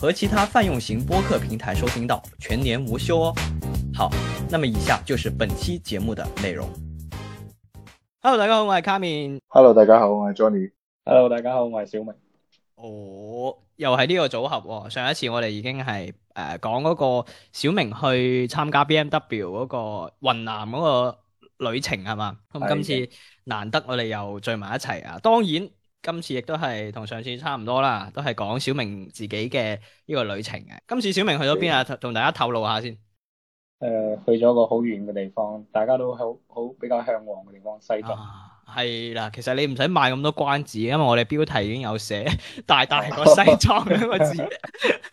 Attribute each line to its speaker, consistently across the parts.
Speaker 1: 和其他泛用型播客平台收听到，全年无休哦。好，那么以下就是本期节目的内容。Hello，大家好，我係 Carmen。
Speaker 2: Hello，大家好，我係 Johnny。
Speaker 3: Hello，大家好，我係小明。
Speaker 1: 哦，又係呢個組合喎、上一次我哋已經係誒講嗰個小明去參加 BMW 嗰個雲南嗰個旅程係嘛？咁
Speaker 3: 係
Speaker 1: 今次難得我哋又聚埋一齊啊！當然今次亦都係同上次差唔多啦，都係講小明自己嘅呢個旅程嘅。今次小明去咗邊啊？同大家透露下先。
Speaker 3: 誒、呃去咗個好遠嘅地方，大家都好好比較向往嘅地方，西藏。
Speaker 1: 啊，係啦，其實你唔使賣咁多關子，因為我哋標題已經有寫 大大個西藏兩個字。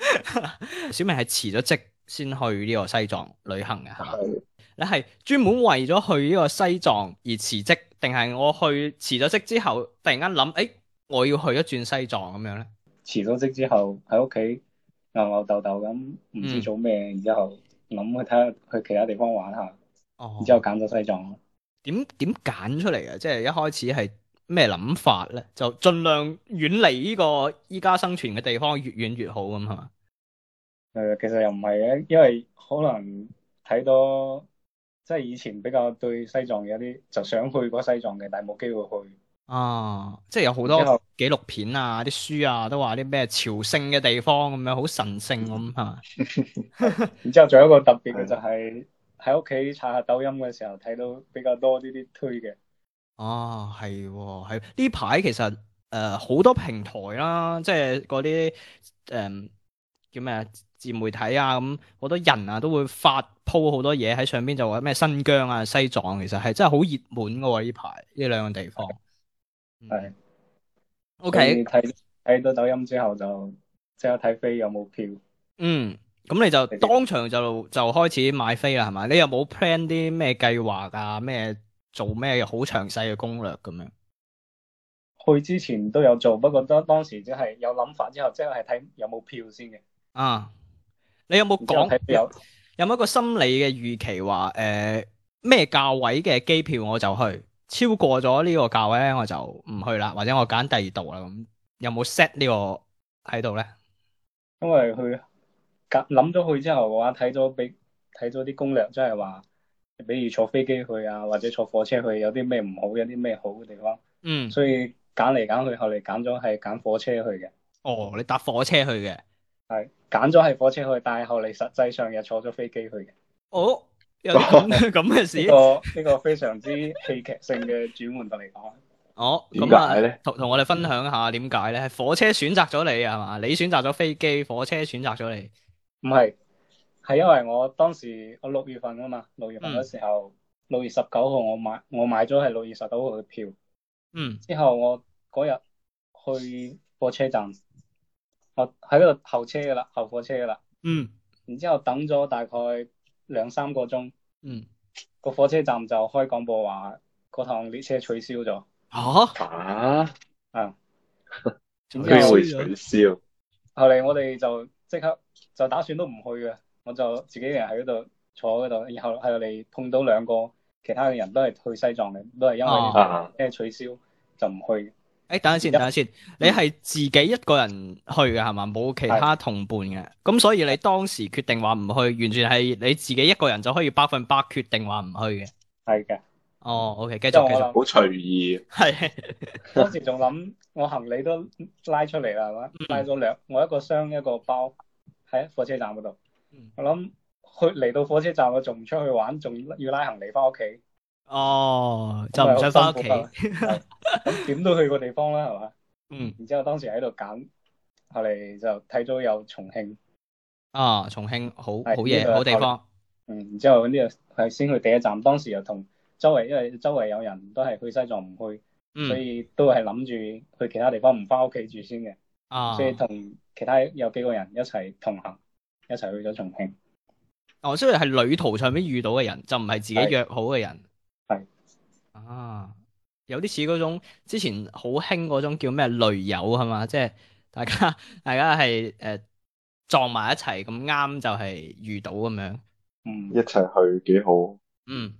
Speaker 1: 小明係辭咗職先去呢個西藏旅行嘅，係嘛？
Speaker 2: 係
Speaker 1: 你係專門為咗去呢個西藏而辭職，定係我去辭咗職之後，突然間諗，誒、我要去一轉西藏咁樣咧？
Speaker 3: 辭咗職之後喺屋企牛牛豆豆咁，唔知做咩，然之後諗去睇下去其他地方玩下，
Speaker 1: 嗯哦
Speaker 3: 然之後揀咗西藏。
Speaker 1: 點點揀出嚟嘅？即係一開始係咩諗法咧？就盡量遠離呢個依家生存嘅地方，越遠越好咁係嘛？
Speaker 3: 誒、呃其實又唔係嘅，因為可能睇到即係以前比較對西藏有啲就想去過西藏嘅，但係冇機會去。
Speaker 1: 啊，即係有好
Speaker 3: 然之
Speaker 1: 多
Speaker 3: 後
Speaker 1: 紀錄片啊、啲書啊，都話啲咩朝聖嘅地方咁樣，好神聖咁係嘛？
Speaker 3: 然之後仲有一個特別嘅就係喺屋企刷下抖音嘅時候睇到比較多呢啲推嘅。
Speaker 1: 哦，係喎，係呢排其實誒好多平台啦，即係嗰啲誒叫咩啊自媒體啊，咁好多人啊都會發鋪好多嘢喺上邊，就話咩新疆啊、西藏，其實係真係好熱門嘅喎呢排呢兩個地方。
Speaker 3: 係
Speaker 1: 嗯，OK，
Speaker 3: 你睇睇到抖音之後就即刻睇飛有冇票。
Speaker 1: 嗯，咁你就
Speaker 3: 你哋
Speaker 1: 當場就就開始買飛啦，係嘛？你有冇 plan 啲咩計劃啊？咩做咩好詳細嘅攻略咁樣？
Speaker 3: 去之前都有做，不過當當時即係有諗法之後，即係睇有冇票先嘅。
Speaker 1: 啊，你有冇
Speaker 3: 然之後
Speaker 1: 講
Speaker 3: 睇有
Speaker 1: 有冇一個心理嘅預期話誒咩價位嘅機票我就去，超過咗呢個價位咧我就唔去啦，或者我揀第二度啦咁。有冇 set 呢個喺度咧？
Speaker 3: 因為去諗咗去之後嘅話，睇咗俾睇咗啲攻略，即係話，比如坐飛機去啊，或者坐火車去，有啲咩唔好，有啲咩好嘅地方，
Speaker 1: 嗯，
Speaker 3: 所以揀嚟揀去，後嚟揀咗係揀火車去嘅，
Speaker 1: 哦，你搭火車去嘅，
Speaker 3: 係揀咗係火車去，但係後嚟實際上又坐咗飛機去嘅。
Speaker 1: 哦，有啲 咁咁嘅
Speaker 3: 呢、
Speaker 1: 事，
Speaker 3: 個呢、個非常之戲劇性嘅轉換嚟講。
Speaker 1: 哦，
Speaker 2: 點
Speaker 1: 咁啊
Speaker 2: 解。咧？
Speaker 1: 同同我哋分享下點解咧？係火車選擇咗你啊係嘛？你選擇咗飛機，火車選擇咗你。
Speaker 3: 唔係，係因為我當時我六月份啊嘛，六月份嗰時候，六月十九號我買我買咗係六月十九號嘅票，
Speaker 1: 嗯，
Speaker 3: 之後我嗰日去火車站，我喺嗰度候車噶啦，候火車噶啦，
Speaker 1: 嗯
Speaker 3: 然之後等咗大概兩三個鐘，
Speaker 1: 嗯，
Speaker 3: 個火車站就開廣播話嗰趟列車取消咗，
Speaker 1: 吓、
Speaker 2: 啊，機
Speaker 1: 機
Speaker 3: 然之後
Speaker 2: 會取消，
Speaker 3: 後嚟我哋就即刻就打算都唔去嘅，我就自己一個人喺嗰度坐嗰度，然後係嚟碰到兩個其他嘅人都係去西藏嘅，都係因為呢
Speaker 1: 哦
Speaker 2: 啊，
Speaker 3: 咩取消就唔去。
Speaker 1: 誒，等下先，等下先，
Speaker 3: 嗯
Speaker 1: 你係自己一個人去嘅係嘛？冇其他同伴嘅，咁所以你當時決定話唔去，完全係你自己一個人就可以百分百決定話唔去嘅。
Speaker 3: 係嘅，
Speaker 1: 哦，OK，繼
Speaker 3: 嗯即係
Speaker 1: 續繼
Speaker 3: 我
Speaker 1: 續，
Speaker 2: 好隨意，
Speaker 1: 係，
Speaker 3: 諗當時仲諗， 我行李都拉出嚟啦，係嘛？拉咗兩，我一個箱一個包喺火車站嗰度
Speaker 1: 嗯。
Speaker 3: 我諗去嚟到火車站，我仲唔出去玩，仲要拉行李翻屋企，
Speaker 1: 哦，就唔想翻屋企
Speaker 3: 咁，咪好辛苦啦。係咁點都去個地方啦，係嘛？
Speaker 1: 嗯，
Speaker 3: 然之後當時喺度揀，後嚟就睇到有重慶，
Speaker 1: 啊，重慶好好
Speaker 3: 係呢
Speaker 1: 嘢，
Speaker 3: 個
Speaker 1: 好地方，
Speaker 3: 嗯，然之後呢個係先去第一站，當時又同周圍，因為周圍有人都係去西藏唔去，所
Speaker 1: 嗯，
Speaker 3: 以都係諗住去其他地方，唔翻屋企住先嘅。
Speaker 1: 啊
Speaker 3: 所，以同其他有幾個人一齊同行，一齊去咗重慶。
Speaker 1: 哦，即係係旅途上面遇到嘅人，就唔係自己
Speaker 3: 係
Speaker 1: 約好嘅人。
Speaker 3: 係
Speaker 1: 啊，有啲似嗰種之前好興嗰種叫咩雷友係嘛？即係大家 大家係誒、呃撞埋一齊咁啱就係遇到咁樣。
Speaker 3: 嗯
Speaker 4: 一，齊去幾好。
Speaker 1: 嗯，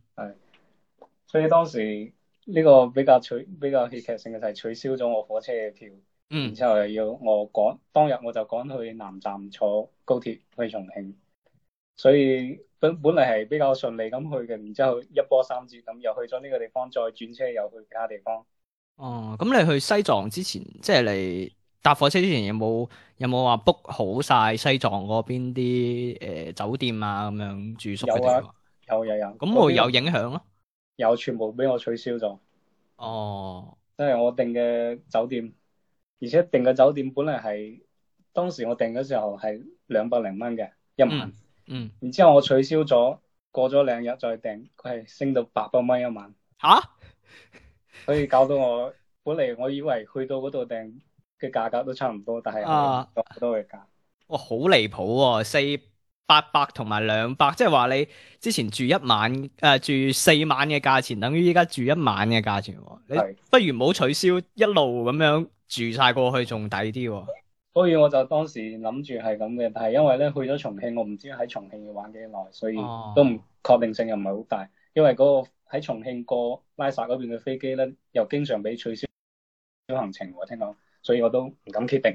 Speaker 3: 所以當時呢個比較取比較戲劇性嘅就係取消咗我火車嘅票，然
Speaker 1: 嗯，
Speaker 3: 之後又要我趕當日我就趕去南站坐高鐵去重慶，所以本本嚟係比較順利咁去嘅，然之後一波三折咁又去咗呢個地方，再轉車又去其他地方。
Speaker 1: 哦，咁你去西藏之前，即係你搭火車之前有冇有冇話 book 好晒西藏嗰邊啲誒酒店啊咁樣住宿嘅
Speaker 3: 有啊
Speaker 1: 地方？
Speaker 3: 有有有，
Speaker 1: 咁會
Speaker 3: 嗰啲
Speaker 1: 有影響咯。
Speaker 3: 有全部俾我取消咗，
Speaker 1: 哦。
Speaker 3: 即係我訂嘅酒店，而且訂嘅酒店本嚟係當時我訂嘅時候係兩百零蚊嘅一晚，
Speaker 1: 嗯嗯，
Speaker 3: 然之後我取消咗，過咗兩日再訂，佢係升到八百蚊一晚，
Speaker 1: 吓
Speaker 3: 所以搞到我本嚟我以為去到嗰度訂嘅價格都差唔多，但係
Speaker 1: 啊
Speaker 3: 我好多嘅價，
Speaker 1: 哇，好離譜喎！四八百同埋兩百，即係話你之前住一晚誒、呃住四晚嘅價錢，等於依家住一晚嘅價錢喎。你
Speaker 3: 係
Speaker 1: 不如唔好取消，一路咁樣住晒過去仲抵啲喎。
Speaker 3: 所以我就當時諗住係咁嘅，但係因為咧去咗重慶，我唔知喺重慶要玩幾耐，所以
Speaker 1: 哦
Speaker 3: 嗯都唔確定性又唔係好大，因為嗰個喺重慶過拉薩嗰邊嘅飛機咧，又經常俾取消行程喎，聽講，所以我都唔敢決定。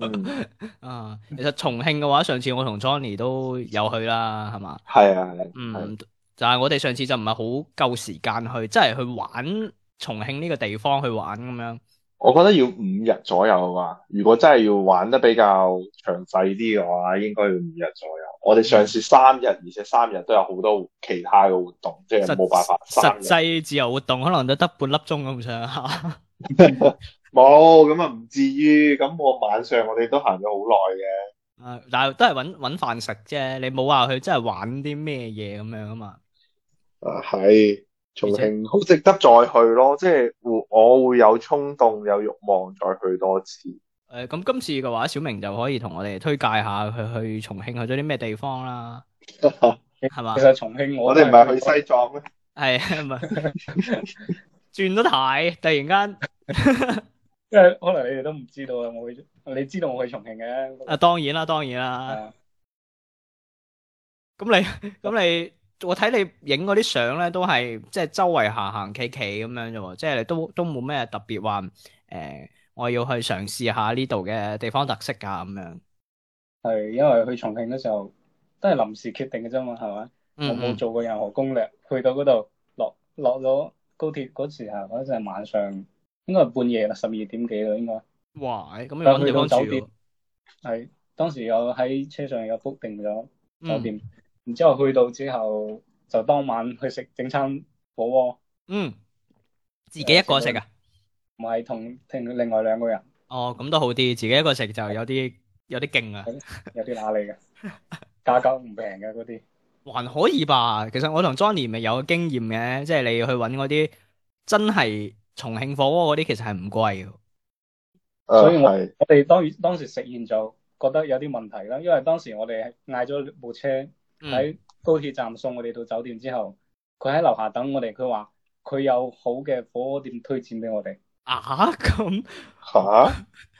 Speaker 4: 嗯，
Speaker 1: 啊，其實重慶嘅話，上次我同 Johnny 都有去啦，係嘛？
Speaker 4: 係啊，係啊。係
Speaker 1: 嗯，就係我哋上次就唔係好夠時間去，即係去玩重慶呢個地方去玩咁樣。
Speaker 4: 我覺得要五日左右吧。如果真係要玩得比較詳細啲嘅話，應該要五日左右。我哋上次三日，而且三日都有好多其他嘅活動，即係
Speaker 1: 實
Speaker 4: 冇辦法三
Speaker 1: 實
Speaker 4: 日。
Speaker 1: 際自由活動可能就得半粒鐘咁上下。
Speaker 4: 冇咁啊，唔至於。咁我晚上我哋都行咗好耐嘅。
Speaker 1: 啊！但係都係揾揾飯食啫，你冇話佢真係玩啲咩嘢咁樣啊嘛。
Speaker 4: 啊，係重慶好值得再去咯，即係會我會有衝動有慾望再去多次。
Speaker 1: 誒、咁今次嘅話，小明就可以同我哋推介下佢去重慶去咗啲咩地方啦，係嘛
Speaker 3: 其？實重慶
Speaker 4: 我
Speaker 3: 我都
Speaker 4: 哋唔係去西藏咩？
Speaker 1: 係咪轉咗軚？突然間
Speaker 3: 因為可能你哋都唔知道啊，我去，你知道我去重慶嘅，
Speaker 1: 啊，當然啦，當然啦。
Speaker 3: 啊
Speaker 1: 咁你咁你，我睇你影嗰啲相咧，都係即係周圍行行企企咁樣啫喎，即係你都都冇咩特別話誒、我要去嘗試下呢度嘅地方特色啊咁樣。
Speaker 3: 係因為去重慶嘅時候都係臨時決定嘅啫嘛，係咪？我
Speaker 1: 嗯
Speaker 3: 冇
Speaker 1: 嗯
Speaker 3: 做過任何攻略，去到嗰度落落咗高鐵嗰時候，嗰陣係晚上應該係半夜啦，十二點幾啦應該。
Speaker 1: 哇！咁你
Speaker 3: 但
Speaker 1: 揾
Speaker 3: 係
Speaker 1: 地
Speaker 3: 去到
Speaker 1: 方住
Speaker 3: 酒
Speaker 1: 喎
Speaker 3: 店。係當時有喺車上有 book 定咗酒
Speaker 1: 嗯
Speaker 3: 店，然之後去到之後就當晚去食整餐火鍋，
Speaker 1: 嗯，自己一個食啊？
Speaker 3: 唔係同同另外兩個人
Speaker 1: 哦，咁都好啲，自己一個食就有啲有啲勁啊，
Speaker 3: 有啲 揦脷嘅，價格唔平嘅嗰啲。
Speaker 1: 還可以吧。其實我同 Johnny 咪有經驗嘅，即係你去揾嗰啲真係重慶火鍋嗰啲，其實係唔貴嘅。
Speaker 3: 所以
Speaker 4: 誒啊係
Speaker 3: 我哋當當時食完就覺得有啲問題啦，因為當時我哋係嗌咗部車。
Speaker 1: 嗯，
Speaker 3: 喺高鐵站送我哋到酒店之後，佢喺樓下等我哋，佢話佢有好嘅火鍋店推薦俾我哋。
Speaker 1: 啊咁，
Speaker 4: 嚇，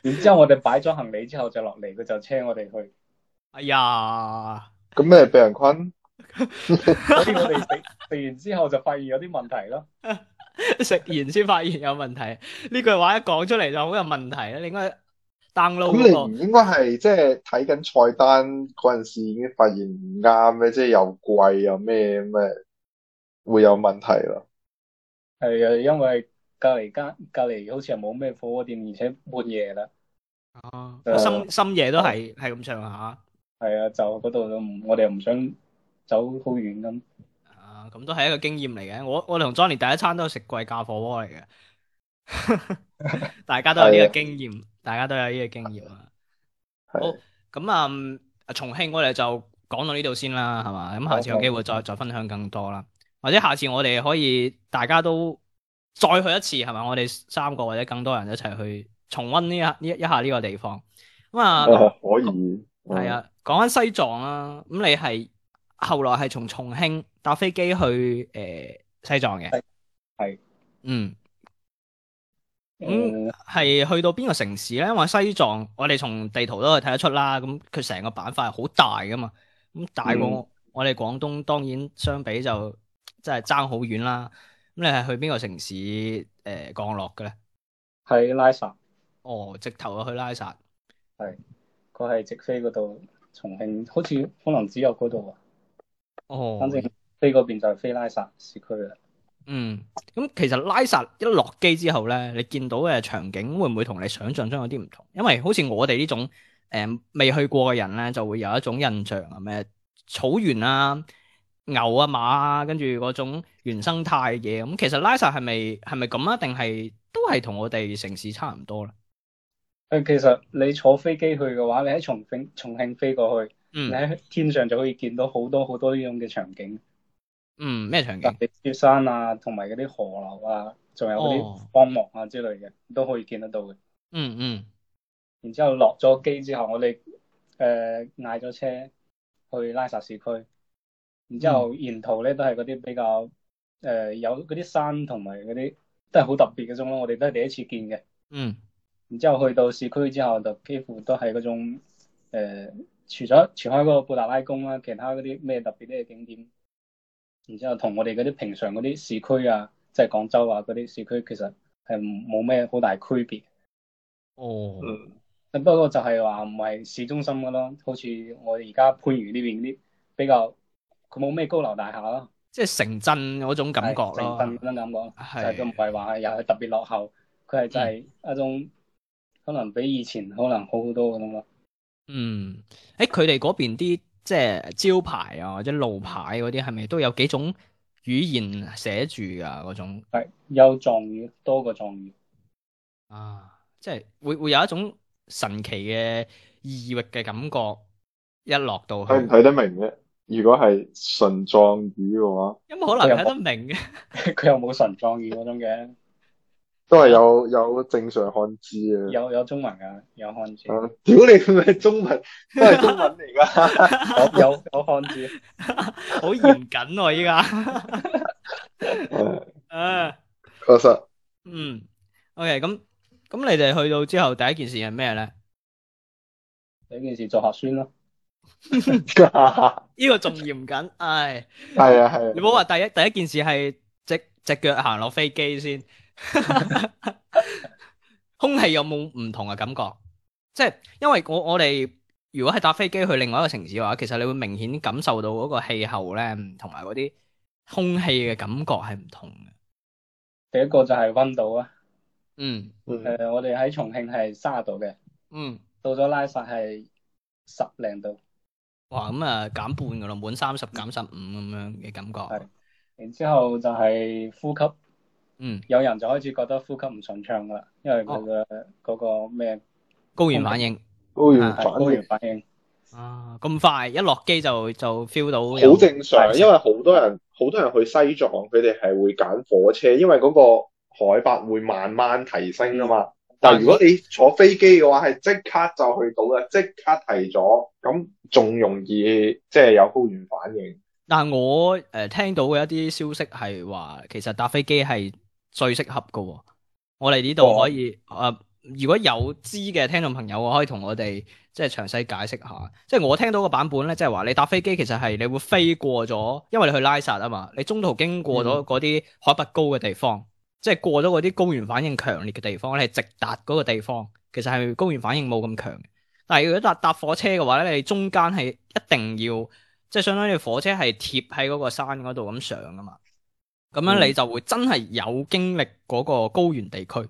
Speaker 3: 然之後我哋擺咗行李之後就落嚟，佢就車我哋去。
Speaker 1: 哎呀，
Speaker 4: 咁咩俾人困？
Speaker 3: 所以我哋 食食完之後就發現有啲問題咯。
Speaker 1: 食完先發現有問題，呢句話一講出嚟就好有問題啦。你應該
Speaker 4: 咁
Speaker 1: download
Speaker 4: 你
Speaker 1: 嗰
Speaker 4: 唔應該係即係睇緊菜單嗰陣時已經發現唔啱咩？即係又貴又咩咩，會有問題咯。
Speaker 3: 係啊，因為隔離間隔離好似係冇咩火鍋店，而且半夜啦。
Speaker 1: 個哦
Speaker 3: 誒
Speaker 1: 深深夜都係係咁上下。
Speaker 3: 係啊，就嗰度都唔，我哋又唔想走好遠咁。
Speaker 1: 啊，咁都係一個經驗嚟嘅。我我同 Johnny 第一餐都係食貴價火鍋嚟嘅， 大家都有呢個經驗，大家都有呢個經驗啊。
Speaker 4: 係
Speaker 1: 好，咁啊、嗯重慶我哋就講到呢度先啦，係嘛？咁下次有機會再再分享更多啦，或者下次我哋可以大家都再去一次，係嘛？我哋三個或者更多人一齊去重温呢一呢一一下呢個地方。咁啊，
Speaker 4: 哦可以
Speaker 1: 啊
Speaker 3: 哦
Speaker 1: 係，啊，講緊西藏啦，咁你係後來係從重慶搭飛機去诶、呃西藏嘅，
Speaker 3: 係
Speaker 1: 嗯，
Speaker 3: 嗯，
Speaker 1: 係去到邊個城市咧？因為西藏我哋從地圖都可以睇得出啦，咁佢成個板塊係好大噶嘛，咁大
Speaker 3: 嗯
Speaker 1: 過我我哋廣東，當然相比就真係爭好遠啦。咁你係去邊個城市诶、呃降落嘅咧？
Speaker 3: 喺拉薩，
Speaker 1: 哦，直頭就去拉薩。
Speaker 3: 佢係直飛嗰度重慶，好似可能只有嗰度啊，
Speaker 1: 哦，
Speaker 3: 反正飛嗰邊就係飛拉薩市區啊啦。
Speaker 1: 嗯，咁其實拉薩一落機之後咧，你見到嘅場景會唔會同你想象中有啲唔同？因為好似我哋呢種誒、未去過嘅人咧，就會有一種印象啊，咩草原啊、牛啊、馬啊，跟住嗰種原生態嘢咁。其實拉薩係咪係咪咁啊？定係都係同我哋城市差唔多咧？
Speaker 3: 誒，其實你坐飛機去嘅話，你喺重慶重慶飛過去，你
Speaker 1: 嗯
Speaker 3: 喺天上就可以見到好多好多呢種嘅場景，
Speaker 1: 嗯，咩場
Speaker 3: 特
Speaker 1: 景？
Speaker 3: 別雪山啊，同埋嗰啲河流啊，仲有嗰
Speaker 1: 哦
Speaker 3: 啲荒漠啊之類嘅，都可以見得到嘅。
Speaker 1: 嗯嗯
Speaker 3: 然之後落咗機之後，我哋誒嗌咗車去拉薩市區，然之
Speaker 1: 嗯
Speaker 3: 後沿途咧都係嗰啲比較誒、呃有嗰啲山同埋嗰啲都係好特別嗰種咯，我哋都係第一次見嘅。
Speaker 1: 嗯
Speaker 3: 然之後去到市區之後，就幾乎都係嗰種、呃、除咗除開嗰個布達拉宮啦，其他嗰啲咩特別啲嘅景點，然之後同我哋嗰啲平常嗰啲市區啊，即係廣州啊嗰啲市區，其實係冇咩好大區別。
Speaker 1: 哦
Speaker 4: 嗯，
Speaker 3: 不過就係話唔係市中心嘅咯，好似我哋而家番禺呢邊啲比較，佢冇咩高樓大廈咯，
Speaker 1: 即係城鎮嗰種感覺
Speaker 3: 係城
Speaker 1: 咯。
Speaker 3: 鎮咁樣感覺，
Speaker 1: 係
Speaker 3: 就係佢唔係話又係特別落後，佢係就係一種、可能比以前可能好好多嘅咯。
Speaker 1: 嗯，誒佢哋嗰邊啲即係招牌啊，或者路牌嗰啲，係咪都有幾種語言寫住㗎嗰種
Speaker 3: 係有藏語多過藏語，
Speaker 1: 啊？即係會會有一種神奇嘅異域嘅感覺，一落到去，
Speaker 4: 嗯睇唔睇得明啫？如果係純藏語嘅話，
Speaker 1: 有冇可能睇得明嘅？
Speaker 3: 佢又冇純藏語嗰種嘅，
Speaker 4: 都係有有正常漢字嘅。
Speaker 3: 有有中文㗎，有漢字，
Speaker 4: 啊屌你咪中文都係中文嚟㗎，
Speaker 3: 有有有漢字。
Speaker 1: 好嚴謹喎依家，
Speaker 4: 誒
Speaker 1: 啊
Speaker 4: 確實。
Speaker 1: 嗯，OK，咁咁你哋去到之後，第一件事係咩咧？
Speaker 3: 呢件事做核酸咯，
Speaker 4: 係啊
Speaker 1: 呢個仲嚴謹，唉，
Speaker 4: 係啊，
Speaker 1: 你唔好話第一第一件事係只只腳行落飛機先，空氣有冇唔同嘅感覺？即係因為我我哋如果係搭飛機去另外一個城市嘅話，其實你會明顯感受到嗰個氣候咧，同埋嗰啲空氣嘅感覺係唔同嘅。
Speaker 3: 第一個就係温度啊，
Speaker 1: 嗯
Speaker 3: 誒、
Speaker 4: 嗯
Speaker 3: 我哋喺重慶係卅度嘅。
Speaker 1: 嗯，
Speaker 3: 到咗拉薩係十零度，
Speaker 1: 哇咁啊減半噶咯，滿三十減十五咁樣嘅感覺
Speaker 3: 係。然之後就係呼吸，
Speaker 1: 嗯，
Speaker 3: 有人就開始覺得呼吸唔順暢噶啦，因為佢嘅嗰個咩
Speaker 1: 高原反應
Speaker 4: 高原
Speaker 3: 係
Speaker 4: 嗯反
Speaker 3: 高原反應，
Speaker 1: 啊，咁快一落機就就 feel 到有
Speaker 4: 好正常，因為好多人好多人去西藏，佢哋係會揀火車，因為嗰個海拔會慢慢提升啊嘛。但係如果你坐飛機嘅話，係即刻就去到啦，即刻提咗，咁仲容易即係有高原反應。
Speaker 1: 但我誒、呃、聽到嘅一啲消息係話，其實搭飛機係最適合嘅喎、我哋呢度
Speaker 3: 哦
Speaker 1: 可以誒、呃如果有知嘅聽眾朋友，可以同我哋即係詳細解釋下。即係我聽到個版本咧，即係話你搭飛機其實係你會飛過咗，因為你去拉薩啊嘛，你中途經過咗嗰啲海拔高嘅地方，即係過咗嗰啲高原反應強烈嘅地方，你係直達嗰個地方，其實係高原反應冇咁強嘅。但係如果搭搭火車嘅話咧，你中間係一定要。即係相當於火車係貼喺嗰個山嗰度咁上啊嘛，咁樣
Speaker 3: 嗯
Speaker 1: 你就會真係有經歷嗰個高原地區，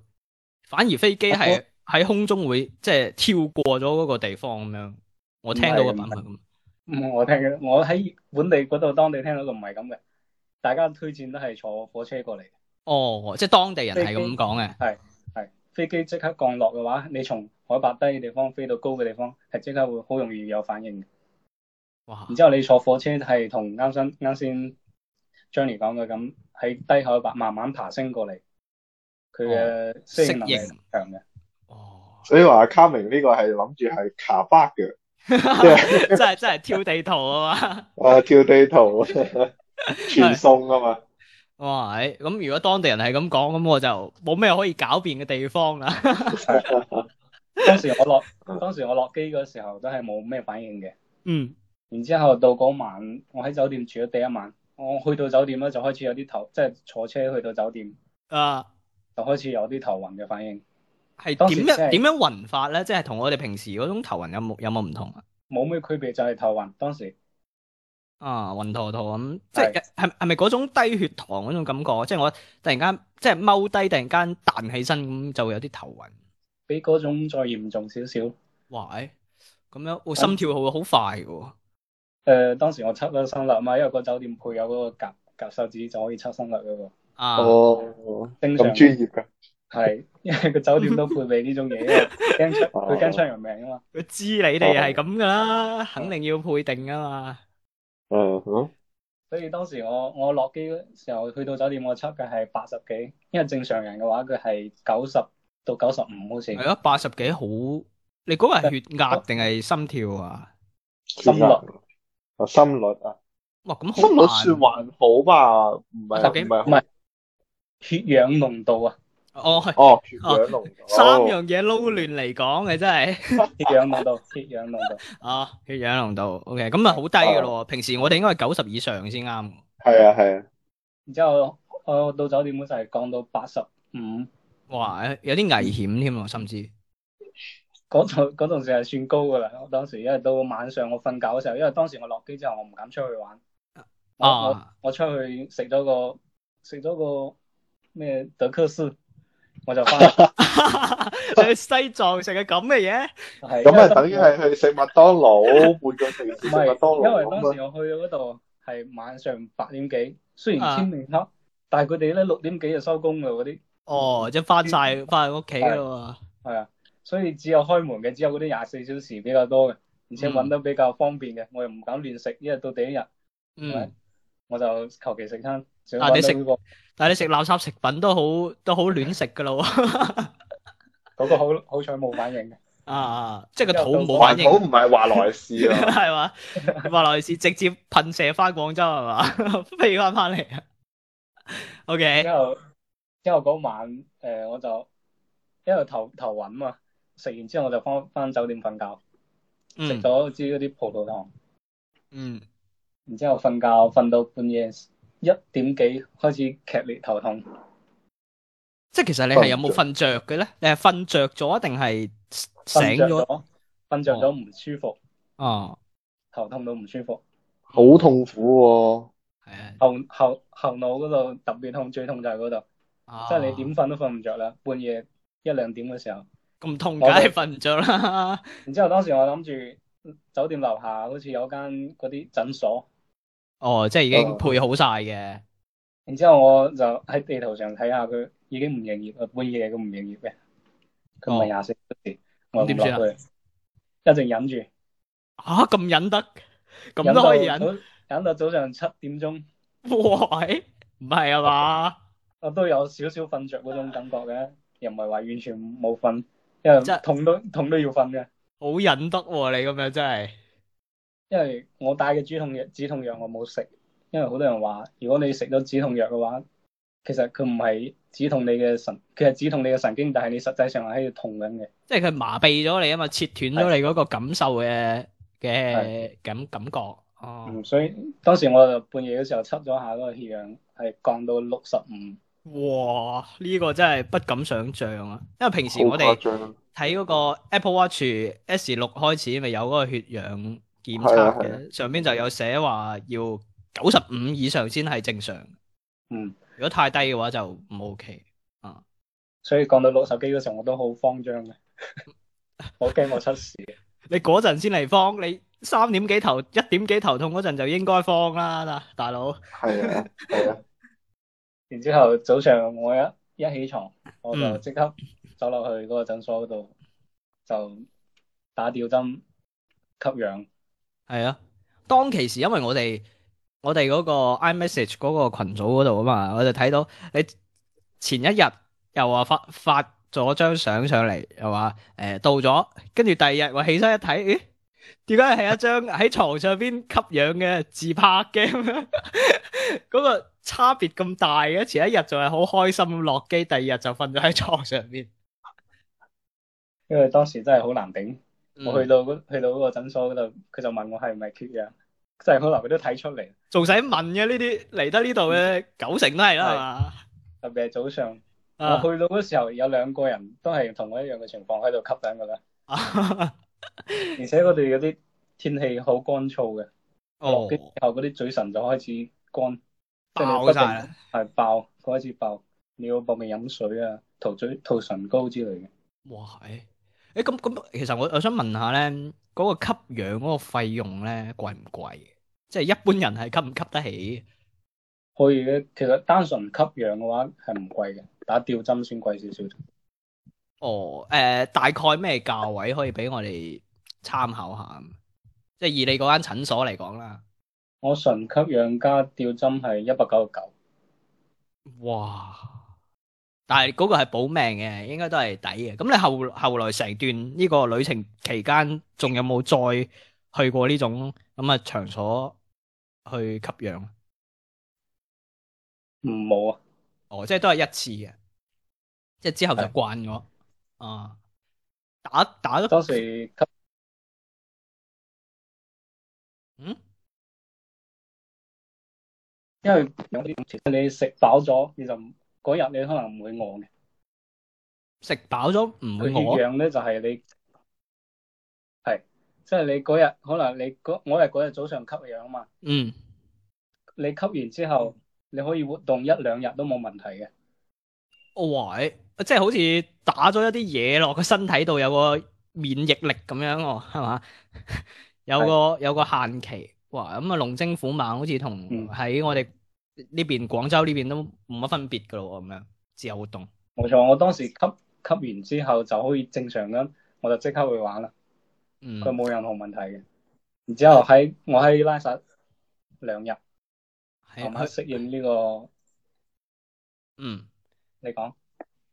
Speaker 1: 反而飛機
Speaker 3: 哦
Speaker 1: 係喺空中會即係跳過咗嗰個地方咁樣。我聽到個版本咁，
Speaker 3: 嗯我聽嘅，我喺本地嗰度當地聽到嘅唔係咁嘅，大家推薦都係坐火車過嚟，
Speaker 1: 哦，即係當地人係咁講嘅，
Speaker 3: 飛機即刻降落嘅話，你從海拔低嘅地方飛到高嘅地方，係即刻會好容易有反應嘅。
Speaker 1: 哇，
Speaker 3: 然之後你坐火車係同啱先啱先 Johnny 講嘅咁，喺低海拔慢慢爬升過嚟，佢嘅哦適應能力
Speaker 1: 適
Speaker 3: 係
Speaker 1: 應
Speaker 3: 強嘅。
Speaker 1: 哦，
Speaker 4: 所以話卡明呢個係諗住係卡巴嘅，
Speaker 1: 真係真係跳地圖啊
Speaker 4: 啊，跳地圖 傳送啊嘛，
Speaker 1: 嘛！ 哇，唉咁如果當地人係咁講，咁我就冇咩可以狡辯嘅地方 啦。
Speaker 3: 當時我落當時我落機嗰時候都係冇咩反應嘅。
Speaker 1: 嗯，
Speaker 3: 然之後到嗰晚，我喺酒店住咗第一晚。我去到酒店咧，就開始有啲頭，即係坐車去到酒店，
Speaker 1: 啊，
Speaker 3: 就開始有啲頭暈嘅反應。
Speaker 1: 係
Speaker 3: 當時
Speaker 1: 點樣
Speaker 3: 真係
Speaker 1: 點樣暈法咧？即係同我哋平時嗰種頭暈有冇有冇唔同啊？
Speaker 3: 冇咩區別，就係頭暈。當時
Speaker 1: 啊，暈陀陀咁，即係係係咪嗰種低血糖嗰種感覺？即係我突然間即係踎低，突然間彈起身咁，就會有啲頭暈。
Speaker 3: 比嗰種再嚴重少少。誒、
Speaker 1: 哇，唉咁樣我心跳會好快嘅喎。
Speaker 3: 呃當時我測咗心率啊嘛，因為個酒店配有嗰個夾夾手指就可以測心率嗰個。
Speaker 1: 啊，
Speaker 4: 哦，
Speaker 3: 正
Speaker 4: 咁
Speaker 3: 常
Speaker 4: 專業㗎，
Speaker 3: 係， 因為個酒店都配備呢種嘢，因 為驚出
Speaker 4: 哦
Speaker 3: 佢驚出人命啊嘛。
Speaker 1: 佢知你哋係咁噶啦，肯定要配定噶嘛。
Speaker 4: 嗯哼，
Speaker 3: 所以當時我我落機嗰時候去到酒店，我測嘅係八十幾，因為正常人嘅話佢係九十到九十五好似
Speaker 1: 係。咯，啊八十幾好。你嗰個係血壓定係心跳啊？
Speaker 3: 心率
Speaker 4: 啊，心率啊，
Speaker 1: 哇，咁
Speaker 4: 心率
Speaker 1: 好
Speaker 4: 算
Speaker 1: 慢。
Speaker 4: 還好吧，唔
Speaker 1: 十
Speaker 4: 係
Speaker 1: 幾
Speaker 4: 唔係
Speaker 3: 唔係血氧濃度啊，
Speaker 1: 哦，係
Speaker 4: 哦，血氧哦濃度
Speaker 1: 三樣嘢撈亂嚟講嘅真係。
Speaker 3: 血氧濃度，血氧濃度。
Speaker 1: 啊，血氧濃度，OK，咁啊好低噶咯喎。平時我哋應該係九十以上先啱。
Speaker 4: 係啊係啊，
Speaker 3: 然之後我到酒店嗰陣係降到八十五，
Speaker 1: 哇，有啲危險添喎，甚至
Speaker 3: 嗰度嗰度就係算高噶啦。我當時因為到晚上我瞓覺嘅時候，因為當時我落機之後我唔敢出去玩，我我
Speaker 1: 啊，
Speaker 3: 我出去食咗個食咗個咩德克士，我就 翻。
Speaker 1: 你去西藏食嘅咁嘅嘢，
Speaker 3: 係
Speaker 4: 咁啊等於係去食麥當勞，換個城市
Speaker 3: 唔
Speaker 4: 食麥當
Speaker 3: 係，因為
Speaker 4: 勞
Speaker 3: 當
Speaker 4: 咁啊，
Speaker 3: 時我去到嗰度係晚上八點幾，雖
Speaker 1: 啊
Speaker 3: 然天未黑，但係佢哋咧六點幾就收工㗎嗰啲，
Speaker 1: 哦，即係翻晒翻屋企噶咯
Speaker 3: 嗯係啊，所以只有開門嘅，只有嗰啲廿四小時比較多嘅，而
Speaker 1: 嗯
Speaker 3: 且揾得比較方便嘅，我又唔敢亂食，因為到第一日
Speaker 1: 喎。嗯，
Speaker 3: 我就求其食餐，想
Speaker 1: 啊你食
Speaker 3: 揾到嗰
Speaker 1: 但係你食垃圾食品都好都好亂食噶咯喎。
Speaker 3: 個嗰個好好彩冇反應嘅，
Speaker 1: 啊，即係個肚冇反
Speaker 4: 哦環
Speaker 1: 應
Speaker 4: 保，唔係華萊士啊。
Speaker 1: 係嘛？華萊士直接噴射翻廣州係嘛？ 飛翻翻嚟啊
Speaker 3: 之
Speaker 1: ！OK，
Speaker 3: 後之後嗰晚誒、呃我就因為頭頭暈啊嘛，食完之後我就翻翻酒店瞓覺，食
Speaker 1: 嗯
Speaker 3: 咗支嗰啲葡萄糖。
Speaker 1: 嗯，
Speaker 3: 然之後瞓覺瞓到半夜一點幾開始劇烈頭痛，
Speaker 1: 即係其實你係有冇瞓着嘅咧？你係瞓着咗定係
Speaker 3: 瞓
Speaker 1: 醒
Speaker 3: 着
Speaker 1: 咗？
Speaker 3: 咗，瞓着咗唔舒服，
Speaker 1: 哦，
Speaker 3: 頭痛到唔舒服，
Speaker 4: 好痛苦喎、
Speaker 1: 係啊
Speaker 3: 後後後腦嗰度特別痛，最痛就係嗰度，
Speaker 1: 啊，
Speaker 3: 即係你點瞓都瞓唔着啦，半夜一兩點嘅時候，
Speaker 1: 咁痛，梗係瞓唔着啦。
Speaker 3: 然之後當時我諗住嗯酒店樓下好似有間嗰啲診所，
Speaker 1: 哦，即係已經配好晒嘅。
Speaker 3: 然之後我就喺地圖上睇下佢已經唔營業啦，啊半夜佢唔營業嘅，佢唔
Speaker 1: 哦
Speaker 3: 係廿四小時，我唔
Speaker 1: 點算啊
Speaker 3: 落去，一直忍住。
Speaker 1: 吓啊咁忍得，咁都
Speaker 3: 忍到
Speaker 1: 可以忍？
Speaker 3: 早忍到早上七點鐘，
Speaker 1: 哇，欸唔係啊嘛？
Speaker 3: 我都有少少瞓着嗰種感覺嘅，又唔係話完全冇瞓，因為
Speaker 1: 即係
Speaker 3: 痛都痛都要瞓嘅，
Speaker 1: 好忍得喎，你咁樣真係。
Speaker 3: 因為我帶嘅止痛藥止痛藥我冇食，因為好多人話如果你食咗止痛藥嘅話，其實佢唔係止痛你嘅神，佢係止痛你嘅神經，但係你實際上係喺度痛緊嘅。
Speaker 1: 即係佢麻痹咗你啊嘛，切斷咗你嗰個感受嘅嘅感感覺。哦，
Speaker 3: 嗯，所以當時我就半夜嘅時候測咗下嗰個血氧係降到六十五，
Speaker 1: 哇！呢、個真係不敢想像啊，因為平時
Speaker 4: 好
Speaker 1: 我哋
Speaker 4: 誇張，
Speaker 1: 睇嗰個 Apple Watch S 六開始咪有嗰個血氧檢測
Speaker 4: 係啊
Speaker 1: 嘅，上邊就有寫話要九十五以上先係正常，
Speaker 3: 嗯，
Speaker 1: 如果太低嘅話就唔 OK。
Speaker 3: 所以降到六十幾嘅時候我都好慌張 嘅，我驚我出事。
Speaker 1: 你嗰陣先嚟慌，你三點幾頭、一點幾頭痛嗰陣就應該慌啦，大大佬。
Speaker 4: 係啊係啊，
Speaker 3: 然之後早上我一一起床，我就
Speaker 1: 嗯
Speaker 3: 即刻走落去嗰個診所嗰度，就打吊針吸氧。
Speaker 1: 係啊，當其時因為我哋我哋嗰個 iMessage 嗰個群組嗰度啊嘛，我就睇到你前一日又話發呃發咗張相上嚟，又話誒到咗，跟住第二日我起身一睇，咦點解係一張喺 床上邊吸氧嘅自拍 game？嗰個差別咁大嘅，前一日仲係好開心咁落機，第二日就瞓咗喺床上邊。
Speaker 3: 因為當時真係好難頂。我
Speaker 1: 嗯
Speaker 3: 去到嗰去到嗰個診所嗰度，佢就問我係唔係缺氧，即係可能佢都睇出嚟，
Speaker 1: 仲使問嘅呢啲嚟得呢度嘅九成都係啦，係嘛？
Speaker 3: 特別係早上。我
Speaker 1: 啊
Speaker 3: 去到嗰時候有兩個人都係同我一樣嘅情況喺度吸緊㗎啦，
Speaker 1: 啊
Speaker 3: 而且嗰度嗰啲天氣好乾燥嘅，
Speaker 1: 哦
Speaker 3: 跟，住之後嗰啲嘴唇就開始乾，即係你
Speaker 1: 爆
Speaker 3: 不
Speaker 1: 晒
Speaker 3: 斷
Speaker 1: 啦！
Speaker 3: 係爆，佢開始爆，你要搏命飲水啊，塗嘴塗唇膏之類嘅。
Speaker 1: 哇，係誒咁咁，其實我我想問下咧，嗰、個吸氧嗰個費用咧貴唔貴？即係一般人係吸唔吸得起？
Speaker 3: 可以嘅，其實單純吸氧嘅話係唔貴嘅，打吊針先貴少少。
Speaker 1: 哦，誒、大概咩價位可以俾我哋參考下？即係以你嗰間診所嚟講啦，
Speaker 3: 我純吸氧加吊針係一百九十九，
Speaker 1: 哇！但係嗰個係保命嘅，應該都係抵嘅。咁你後後來成段呢個旅程期間，仲有冇再去過呢種咁嘅場所去吸氧？
Speaker 3: 唔冇啊，
Speaker 1: 哦，即係都係一次嘅，即係之後就慣咗。啊，打打
Speaker 3: 當
Speaker 1: 咗
Speaker 3: 時吸
Speaker 1: 嗯，
Speaker 3: 因為有啲其實你食飽咗，你就唔嗰日你可能唔會餓嘅。
Speaker 1: 食飽咗唔會
Speaker 3: 佢
Speaker 1: 餓啊
Speaker 3: 缺氧咧就係你係，即係你嗰日可能你嗰我係嗰日早上吸氧啊嘛，
Speaker 1: 嗯，
Speaker 3: 你吸完之後你可以活動一兩日都冇問題嘅。
Speaker 1: 我懷哦即係好似打咗一啲嘢落個身體度，有個免疫力咁樣喎，係嘛？ 有個有個限期，哇！咁啊，龍精虎猛，好似同
Speaker 3: 嗯
Speaker 1: 喺我哋呢邊廣州呢邊都冇乜分別噶咯喎，咁樣自由活動。
Speaker 3: 冇錯，我當時吸吸完之後就可以正常咁，我就即刻去玩啦，
Speaker 1: 嗯
Speaker 3: 佢，冇任何問題嘅。然之後喺我喺拉薩兩日，
Speaker 1: 啊
Speaker 3: 慢慢
Speaker 1: 係
Speaker 3: 適應呢個
Speaker 1: 嗯。
Speaker 3: 你講。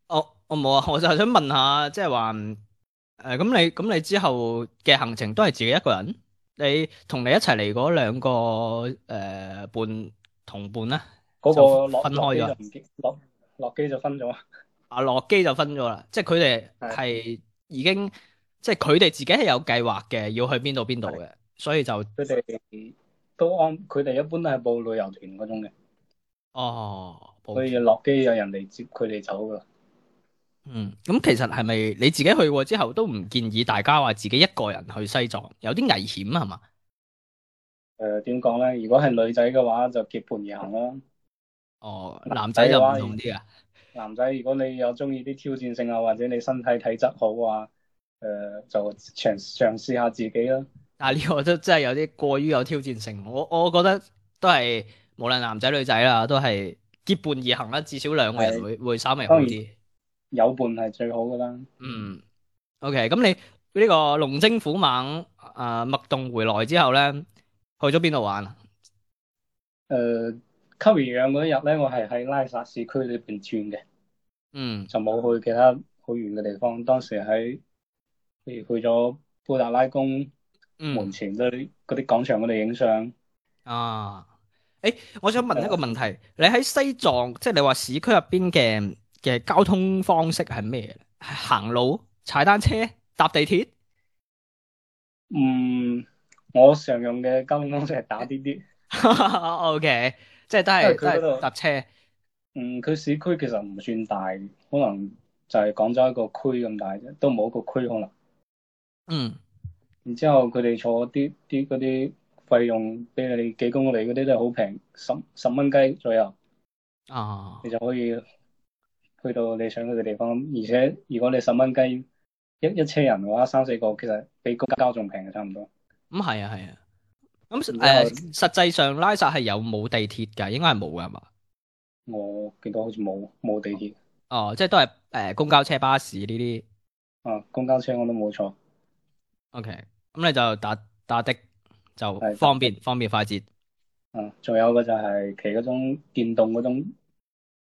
Speaker 1: 我我冇啊，我就係想問下，即係話，嗯誒、咁你咁你之後嘅行程都係自己一個人？你同你一齊嚟嗰兩個誒、呃伴同伴咧，
Speaker 3: 嗰個落
Speaker 1: 分
Speaker 3: 落機
Speaker 1: 開咗
Speaker 3: 就唔結落落機就分咗，
Speaker 1: 啊落機就分咗啦，即係佢哋
Speaker 3: 係
Speaker 1: 係已經，即係佢哋自己係有計劃嘅，要去邊度邊度嘅，所以就
Speaker 3: 佢哋都安，佢哋一般都係報旅遊團嗰種嘅，
Speaker 1: 哦，報
Speaker 3: 所以落機有人嚟接佢哋走噶。
Speaker 1: 嗯，咁其實係咪你自己去過之後都唔建議大家話自己一個人去西藏，有啲危險啊係嘛？
Speaker 3: 誒點講咧？如果係女仔嘅話，就結伴而行啦。
Speaker 1: 哦，男
Speaker 3: 男
Speaker 1: 仔
Speaker 3: 仔
Speaker 1: 就
Speaker 3: 嘅話
Speaker 1: 唔同啲啊，
Speaker 3: 男仔如果你有中意啲挑戰性啊，或者你身體體質好啊，誒、就嘗嘗試下自己啦。
Speaker 1: 但係呢個都真係有啲過於有挑戰性。我我覺得都係無論男仔女仔啦，都係結伴而行啦，至少兩個人
Speaker 3: 係
Speaker 1: 會會稍微好啲。
Speaker 3: 有伴係最好噶啦。
Speaker 1: 嗯，OK，咁你呢個龍精虎猛啊脈動回來之後咧，去咗邊度玩啊？
Speaker 3: 誒、吸完氧呃嗰一日咧，我係喺拉薩市區裏邊轉嘅，
Speaker 1: 嗯，
Speaker 3: 就冇去其他好遠嘅地方。當時喺譬如去咗布達拉宮門
Speaker 1: 嗯
Speaker 3: 前嗰啲嗰啲廣場嗰度影相。
Speaker 1: 啊，誒，我想問一個問題，你喺西藏，即係你話市區入邊嘅嘅交通方式係咩咧？係行路、踩單車、搭地鐵？
Speaker 3: 嗯，我常用嘅交通工具係打滴滴。
Speaker 1: O K，即係都
Speaker 3: 因
Speaker 1: 係
Speaker 3: 為
Speaker 1: 都
Speaker 3: 佢嗰
Speaker 1: 係
Speaker 3: 度
Speaker 1: 搭車。
Speaker 3: 嗯，佢市區其實唔算大，可能就係廣州一個區咁大啫，都冇一個區可能。
Speaker 1: 嗯，
Speaker 3: 然之後佢哋坐啲啲嗰啲費用俾你幾公里嗰啲都係好平，十十蚊雞左右，
Speaker 1: 啊，
Speaker 3: 你就可以去到你想去嘅地方。而且如果你十蚊雞一一車人嘅話，三四個其實比公交仲平嘅差唔多。
Speaker 1: 咁係啊係啊。咁誒、
Speaker 3: 然之後
Speaker 1: 實際上拉薩係有冇地鐵㗎？應該係冇㗎嘛。
Speaker 3: 我見到好似冇冇地鐵
Speaker 1: 哦，即係都係誒、公交車、巴士呢啲。
Speaker 3: 啊，公交車我都冇坐。
Speaker 1: O K，咁你就打打的就
Speaker 3: 係
Speaker 1: 方便方便快捷。
Speaker 3: 啊，仲有個就係騎嗰種電動嗰種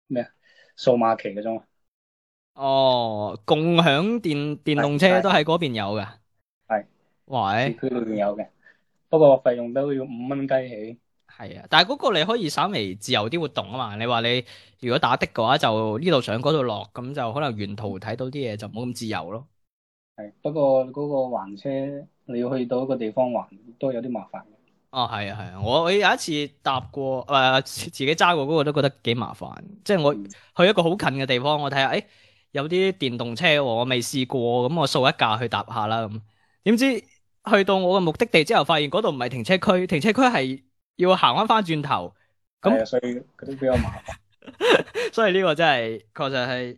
Speaker 3: 咩啊，數碼騎嗰種啊，
Speaker 1: 哦，共享電電動車
Speaker 3: 係
Speaker 1: 都喺嗰邊有㗎。
Speaker 3: 係
Speaker 1: 喂
Speaker 3: 市，區裏面有嘅，不過費用都要五蚊雞起。
Speaker 1: 係啊，但係嗰個你可以稍微自由啲活動啊嘛。你話你如果打的嘅話，就呢度上嗰度落，咁就可能沿途睇到啲嘢就冇咁自由咯。
Speaker 3: 係，不過嗰個還車你要去到一個地方還都有啲麻煩嘅。
Speaker 1: 哦，係啊，係啊，我我有一次搭過，誒、 自己揸過嗰個都覺得幾麻煩，即係我
Speaker 3: 嗯
Speaker 1: 去一個好近嘅地方，我睇下，誒、有啲電動車喎，我未試過，咁我掃一架去搭下啦咁。點知去到我嘅目的地之後，發現嗰度唔係停車區，停車區係要行翻翻轉頭，
Speaker 3: 係
Speaker 1: 咁
Speaker 3: 啊，所以佢都比較麻煩。
Speaker 1: 所以呢個真係確實係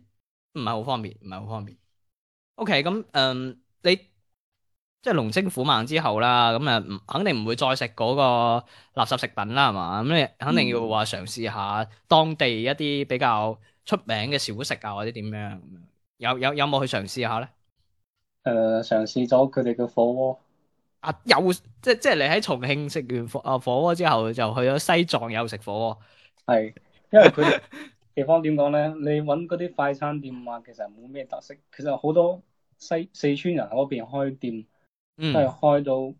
Speaker 1: 唔係好方便，唔係好方便。OK，咁嗯，你即係龍精虎猛之後啦，咁啊唔肯定唔會再食嗰個垃圾食品啦，係嘛？咁你肯定要話嘗試下當地一啲比較出名嘅小食啊，或者點樣咁樣有有有冇去嘗試下咧？
Speaker 3: 誒、嘗試咗佢哋嘅火鍋，
Speaker 1: 啊，有即即係你喺重慶食完火啊火鍋之後，就去咗西藏又食火
Speaker 3: 係因為佢哋地方點講咧？你揾嗰啲快餐店啊，其實冇咩特色。其實好多西四川人嗰邊開店，
Speaker 1: 鍋，
Speaker 3: 都係啊開到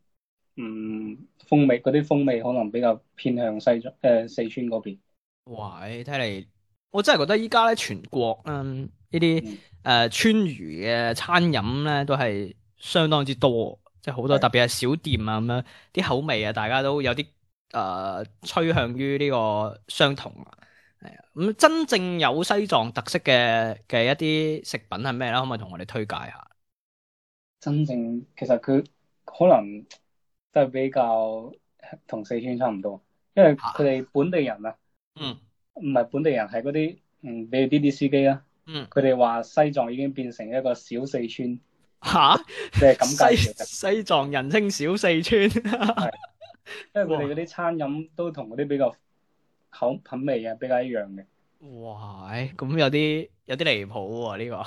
Speaker 3: 嗯風味嗰啲風味可能比較偏向西藏誒、呃四川嗰邊。
Speaker 1: 哇！睇嚟我真係覺得依家咧全國啦呢
Speaker 3: 嗯
Speaker 1: 啲誒川渝嘅餐飲咧都係相當之多，即係好多
Speaker 3: 係
Speaker 1: 特別係小店啊咁樣啲口味啊，大家都有啲誒、呃、趨向於呢個相同啊。係啊，咁真正有西藏特色嘅嘅一啲食品係咩啦？可唔可以同我哋推介下？
Speaker 3: 真正其實佢可能都係比較同四川差唔多，因為佢哋本地人啊，
Speaker 1: 嗯
Speaker 3: 唔係本地人係嗰啲嗯，比如滴滴司機啦，
Speaker 1: 嗯，
Speaker 3: 佢哋話西藏已經變成一個小四川，即
Speaker 1: 嚇
Speaker 3: 係咁介
Speaker 1: 西
Speaker 3: 紹嘅，
Speaker 1: 西藏人稱小四川，
Speaker 3: 因為佢哋嗰啲餐飲都同嗰啲比較口品味啊比較一樣嘅。
Speaker 1: 哇！咁有啲有啲離譜喎、呢、個。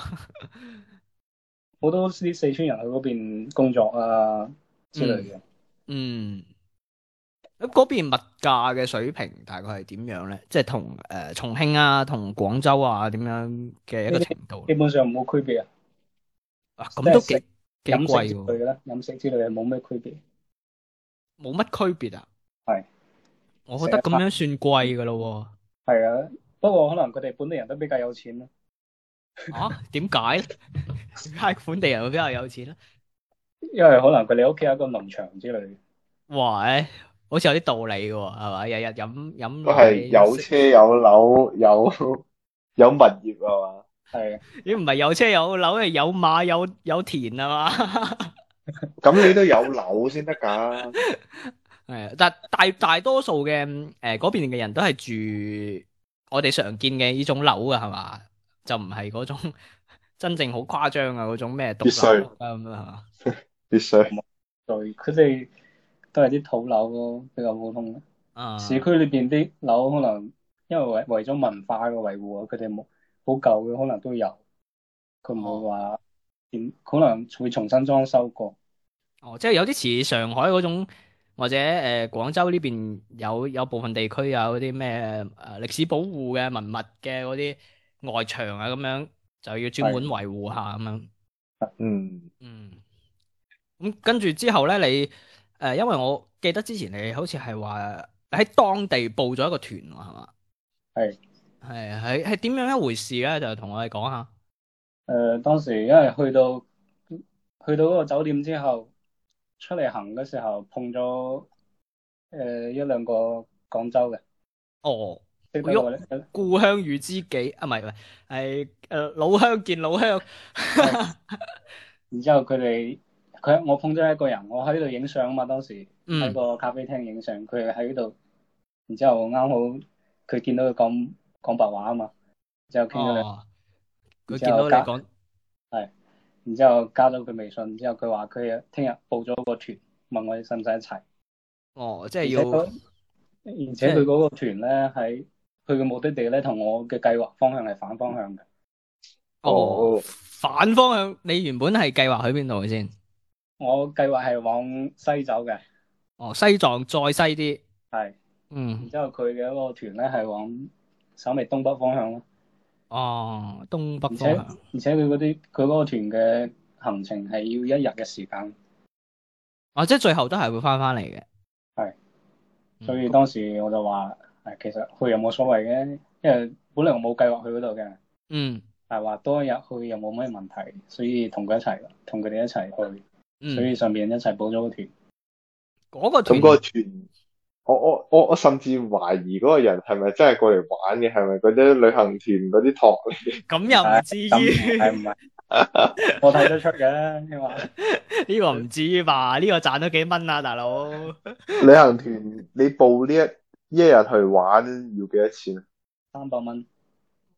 Speaker 3: 好多啲四川人去嗰邊工作啊之類嘅，
Speaker 1: 嗯，咁嗰邊物價嘅水平大概係點樣咧？即係同誒重慶啊，同廣州啊點樣嘅一個程度
Speaker 3: 基？本上冇區別啊，
Speaker 1: 啊咁都
Speaker 3: 即
Speaker 1: 幾
Speaker 3: 係食
Speaker 1: 幾
Speaker 3: 飲
Speaker 1: 貴
Speaker 3: 食之類
Speaker 1: 喎，
Speaker 3: 嘅啦，飲食之類嘅冇咩區別。
Speaker 1: 冇乜區別啊。
Speaker 3: 係，
Speaker 1: 我覺得咁樣算貴噶咯
Speaker 3: 係啊，不過可能佢哋本地人都比較有錢啦。
Speaker 1: 喎。啊？點解咧？點解本地人會比較有錢咧？啊
Speaker 3: 因為可能佢哋屋企有一個農場之類嘅，
Speaker 1: 哇！好似有啲道理嘅喎，係嘛？日日飲飲
Speaker 4: 都係有
Speaker 1: 奶
Speaker 4: 車有樓有 有物業啊嘛，
Speaker 3: 係
Speaker 1: 咦？唔係有車有樓，係有馬有有田啊嘛？
Speaker 4: 咁你都有樓先得㗎。
Speaker 1: 系，啊但大大多數嘅诶嗰邊嘅人都係住我哋常見嘅呢種樓啊噶，係嘛？就唔係嗰種 真正好誇張啊嗰種咩獨
Speaker 4: 必須
Speaker 1: 立屋啊咁啊，
Speaker 4: 必須
Speaker 3: 對，佢哋都係啲土樓咯，比較普通嘅。
Speaker 1: 啊
Speaker 3: 市區裏邊啲樓可能因為為為咗文化嘅維護啊，佢哋冇好舊嘅可能都有，佢唔會話點，可能會重新裝修過。
Speaker 1: 哦，即係有啲似上海嗰種，或者诶广、廣州呢邊有有部分地區有啲咩诶历史保護嘅文物嘅嗰啲外牆啊咁樣，就要專門維護下咁樣。
Speaker 4: 嗯，
Speaker 1: 嗯，咁跟住之後咧，你誒、呃因為我記得之前你好似係話喺當地報咗一個團喎，係嘛？
Speaker 3: 係
Speaker 1: 係係係點樣一回事咧？就同我哋講下。
Speaker 3: 誒、當時因為去到去到嗰個酒店之後，出嚟行嘅時候碰咗誒、一兩個廣州嘅，
Speaker 1: 哦，
Speaker 3: 識得
Speaker 1: 哎呦
Speaker 3: 我咧
Speaker 1: 故鄉遇知己啊，唔係唔係，係誒、呃老鄉見老鄉。
Speaker 3: 然之後佢哋佢我碰咗一個人，我喺度影相啊嘛，當時喺
Speaker 1: 嗯，
Speaker 3: 個咖啡廳影相，佢喺度，然之後啱好佢見到佢講講白話啊嘛，然之後傾咗兩，
Speaker 1: 哦，佢見到你講，
Speaker 3: 然之後加咗佢微信，之後佢話佢聽日報咗個團，問我哋使唔使一齊，
Speaker 1: 哦，即
Speaker 3: 而
Speaker 1: 係
Speaker 3: 且
Speaker 1: 要，
Speaker 3: 佢而且佢嗰個團咧喺佢嘅目的地咧同我嘅計劃方向係反方向嘅，
Speaker 1: 哦，反方向。你原本係計劃去邊度先？
Speaker 3: 我計劃係往西走嘅，
Speaker 1: 哦，西藏再西啲。
Speaker 3: 係，
Speaker 1: 嗯
Speaker 3: 然。之後佢嘅嗰個團咧係往稍微東北方向咯。
Speaker 1: 哦，東
Speaker 3: 而
Speaker 1: 北
Speaker 3: 且
Speaker 1: 方向。
Speaker 3: 而且佢嗰啲佢嗰個團嘅行程係要一日嘅時間，
Speaker 1: 啊，即係最後都係會翻翻嚟嘅。
Speaker 3: 係
Speaker 1: 嗯，
Speaker 3: 所以當時我就話誒，其實去又冇所謂嘅，因為本來我冇計劃去嗰度嘅，
Speaker 1: 嗯
Speaker 3: 但係話多一日去又冇咩問題，所以同佢一齊，同佢哋一齊去，所
Speaker 1: 嗯，
Speaker 3: 以上面一齊報咗個團。
Speaker 1: 嗰個
Speaker 4: 咁
Speaker 1: 團
Speaker 4: 個團，我我我我甚至懷疑嗰個人係咪真係過嚟玩嘅，係咪嗰啲旅行團嗰啲 托嚟？
Speaker 1: 咁又唔至於，
Speaker 3: 係唔係？ 我睇得出嘅，你話
Speaker 1: 呢個唔至於吧？呢個賺咗幾蚊啊，大佬！
Speaker 4: 旅行團你報呢一一日去玩要幾多錢啊？
Speaker 3: 三百蚊，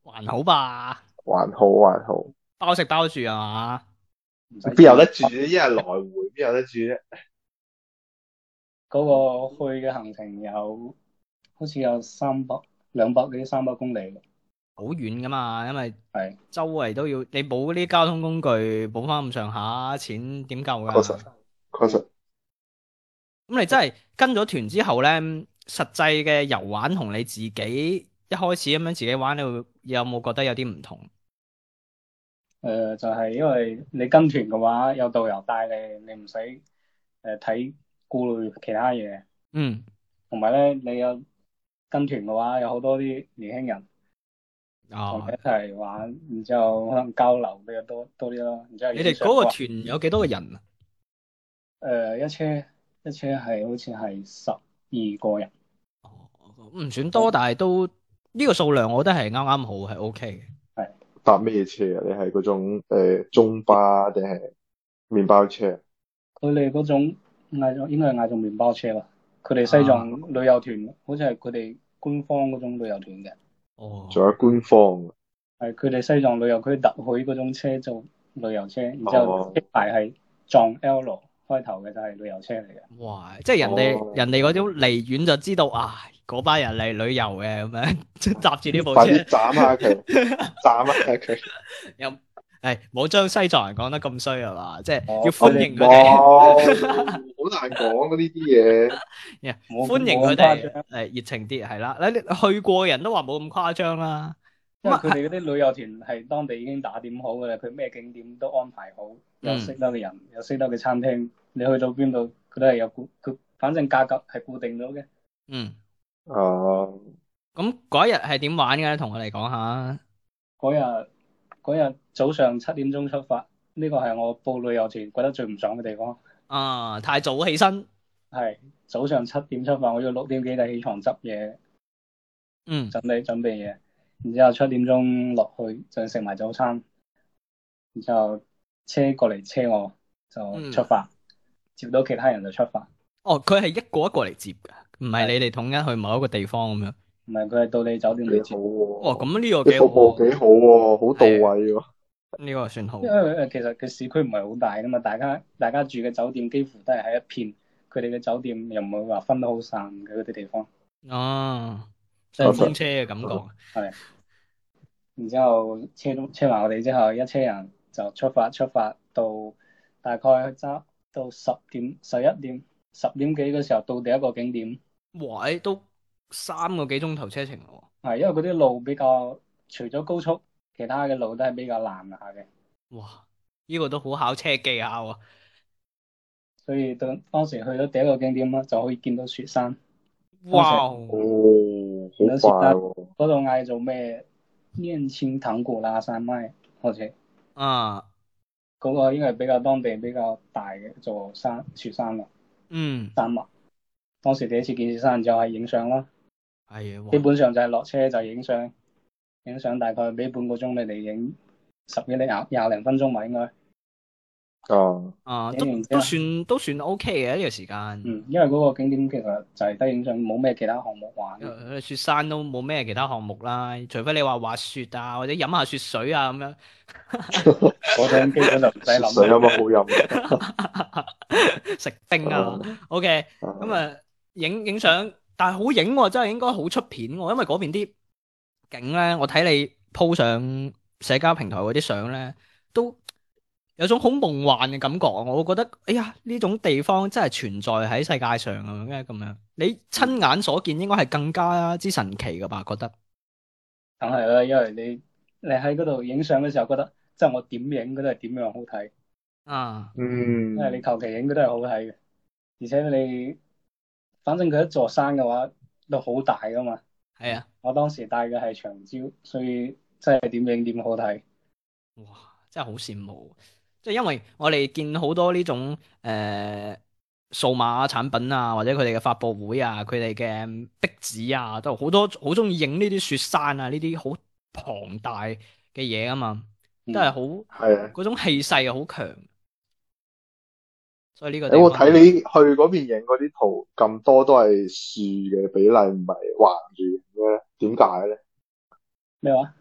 Speaker 1: 還好吧，
Speaker 4: 還好還好，
Speaker 1: 包食包住啊嘛。
Speaker 3: 唔使
Speaker 4: 邊有得住？一日來回邊有得住啫？
Speaker 3: 嗰個去嘅行程有好似有三百兩百幾三百公里，
Speaker 1: 好遠噶嘛，因為
Speaker 3: 係
Speaker 1: 周圍都要，你冇嗰啲交通工具補翻咁上下錢點夠噶？
Speaker 4: 確實
Speaker 1: 咁
Speaker 4: 確實
Speaker 1: 你真係跟咗團之後咧，實際嘅遊玩同你自己一開始咁樣自己玩，你會有冇覺得有啲唔同？
Speaker 3: 誒、就係、因為你跟團嘅話，有導遊帶你，你唔使誒睇顧慮其他嘢，
Speaker 1: 嗯，
Speaker 3: 同埋咧你有跟團嘅話，有好多啲年輕人同
Speaker 1: 哦
Speaker 3: 你一，齊玩，然之後可能交流比較多多啲咯。然之後
Speaker 1: 你哋嗰個團有幾多個人啊？
Speaker 3: 誒呃一車一車係好似係十二個人，
Speaker 1: 唔算多，但係都呢個數量，我覺得係啱啱好，係 OK 嘅。
Speaker 4: 搭咩車啊？你係嗰種誒中巴定係麵包車啊？
Speaker 3: 佢哋嗰種嗌做應該係嗌做麵包車吧。佢哋西藏
Speaker 1: 啊
Speaker 3: 旅遊團，好似係佢哋官方嗰種旅遊團嘅，
Speaker 1: 哦，
Speaker 4: 仲有官方啊
Speaker 3: 係佢哋西藏旅遊區特許嗰種車做旅遊車，然之
Speaker 4: 哦
Speaker 3: 後一排係藏 L 開頭嘅就係旅遊車嚟嘅。
Speaker 1: 哇！即係人哋、
Speaker 4: 哦
Speaker 1: 人哋嗰種離遠就知道啊，嗰班人嚟旅遊嘅咁樣， 即係搭住呢部
Speaker 4: 快
Speaker 1: 車
Speaker 4: 啲。斬下 佢，斬下 佢。
Speaker 1: 又诶，冇將西藏人講得咁衰係嘛？即係
Speaker 3: 哦
Speaker 1: 要歡迎佢
Speaker 4: 哇，
Speaker 1: 哋，
Speaker 4: 好難講啊嗰呢啲嘢。
Speaker 3: 冇
Speaker 1: 歡迎佢
Speaker 3: 冇咁誇
Speaker 1: 哋
Speaker 3: 張
Speaker 1: 诶，热情啲係啦。你去過嘅人都話冇咁誇張啦。
Speaker 3: 因為佢哋嗰啲旅遊團係當地已經打點好嘅啦，佢咩景點都安排好，有
Speaker 1: 嗯
Speaker 3: 識得嘅人，有識得嘅餐廳，你去到邊度佢都係有固，佢反正價格係固定咗嘅。
Speaker 1: 嗯，
Speaker 4: 啊，
Speaker 1: 咁嗰一日係點玩嘅咧？同我哋講下。
Speaker 3: 嗰日嗰日早上七點鐘出發，呢個係我報旅遊團覺得最唔爽嘅地方。
Speaker 1: 啊，太早起身。
Speaker 3: 係早上七點出發，我要六點幾就起床執嘢，
Speaker 1: 嗯，
Speaker 3: 準備準備嘢，然之後七點鐘落去就食埋早餐，然之後車過嚟車我就出發，接到其他人就出發。
Speaker 1: 哦，佢係一個一個嚟接㗎，唔係你哋統一去某一個地方咁樣。
Speaker 3: 唔係佢係到你酒店嚟
Speaker 4: 幾
Speaker 3: 接
Speaker 4: 好，喎。
Speaker 1: 哦，咁呢個
Speaker 4: 啲
Speaker 1: 幾
Speaker 4: 服務幾
Speaker 1: 好
Speaker 4: 好喎，好到位喎。
Speaker 1: 喎，呢個算好
Speaker 3: 因。為其實佢市區唔係好大噶嘛，大家大家住嘅酒店幾乎都係喺一片，佢哋嘅酒店又唔會話分得好散嘅嗰啲地方。
Speaker 1: 哦，即係風車嘅感覺。
Speaker 3: 然之後車到車埋我哋之後，一車人就出發出發到大概揸到十點十一點十點幾嘅時候到第一個景點，
Speaker 1: 哇，誒都三個幾鐘頭車程喎。
Speaker 3: 係因為嗰啲路比較除咗高速，其他嘅路都係比較爛下嘅，
Speaker 1: 哇，呢、個都好考車技巧啊！
Speaker 3: 所以到當時去到第一個景點啦，就可以見到雪山。
Speaker 1: 哇，嗯
Speaker 4: 哦，好快喎。
Speaker 3: 嗰度嗌做咩？念青糖古拉山脈，好似
Speaker 1: 啊，
Speaker 3: 嗰個應該係比較當地比較大嘅一座山雪山啦，
Speaker 1: 嗯，
Speaker 3: 山脈。當時第一次見雪山就係影相啦，
Speaker 1: 係啊，哇
Speaker 3: 基本上就係落車就影相，影相大概俾半個鐘你哋影十幾零廿廿零分鐘吧應該。
Speaker 4: 啊，
Speaker 1: 啊，
Speaker 3: 影
Speaker 1: 都
Speaker 3: 完
Speaker 1: 都算都算 O K 嘅呢個時間。
Speaker 3: 嗯，因為嗰個景點其實就係得影相，冇咩其他項目玩。
Speaker 1: 誒呃雪山都冇咩其他項目啦，除非你話滑雪啊，或者飲下雪水啊咁樣。
Speaker 3: 嗰陣基本就唔使
Speaker 4: 雪 水有乜
Speaker 3: 諗。
Speaker 4: 好 飲？
Speaker 1: 食冰啊，OK，咁啊影影相，但係好影喎，真係應該好出片喎，因為嗰邊啲景咧，我睇你 po 上社交平台嗰啲相咧，都有種好夢幻嘅感覺啊！我覺得，哎呀，呢種地方真係存在喺世界上啊，咁樣咁樣，你親眼所見應該係更加之神奇噶吧？覺得
Speaker 3: 梗係啦，因為你你喺嗰度影相嘅時候覺得，即係我點影嗰都係點樣好睇，
Speaker 1: 啊，
Speaker 4: 嗯
Speaker 3: 因，為你求其影嗰都係好睇嘅。而且你反正佢一座山嘅話都好大噶嘛。
Speaker 1: 系啊，
Speaker 3: 我當時帶嘅係長焦，所以真係點影點好睇。
Speaker 1: 哇，真係好羨慕，即係因為我哋見好多呢種诶數碼產品啊，或者佢哋嘅發布會啊，佢哋嘅壁紙啊，都好多好中意影呢啲雪山啊，呢啲好龐大嘅嘢啊嘛，
Speaker 3: 嗯
Speaker 1: 真係好
Speaker 4: 係啊。
Speaker 1: 嗰種氣勢啊，好強。所以呢個地
Speaker 4: 誒，我
Speaker 1: 方
Speaker 4: 睇你去嗰邊影嗰啲圖咁多都係樹嘅比例，唔係橫住影嘅，點解咧？
Speaker 3: 咩話？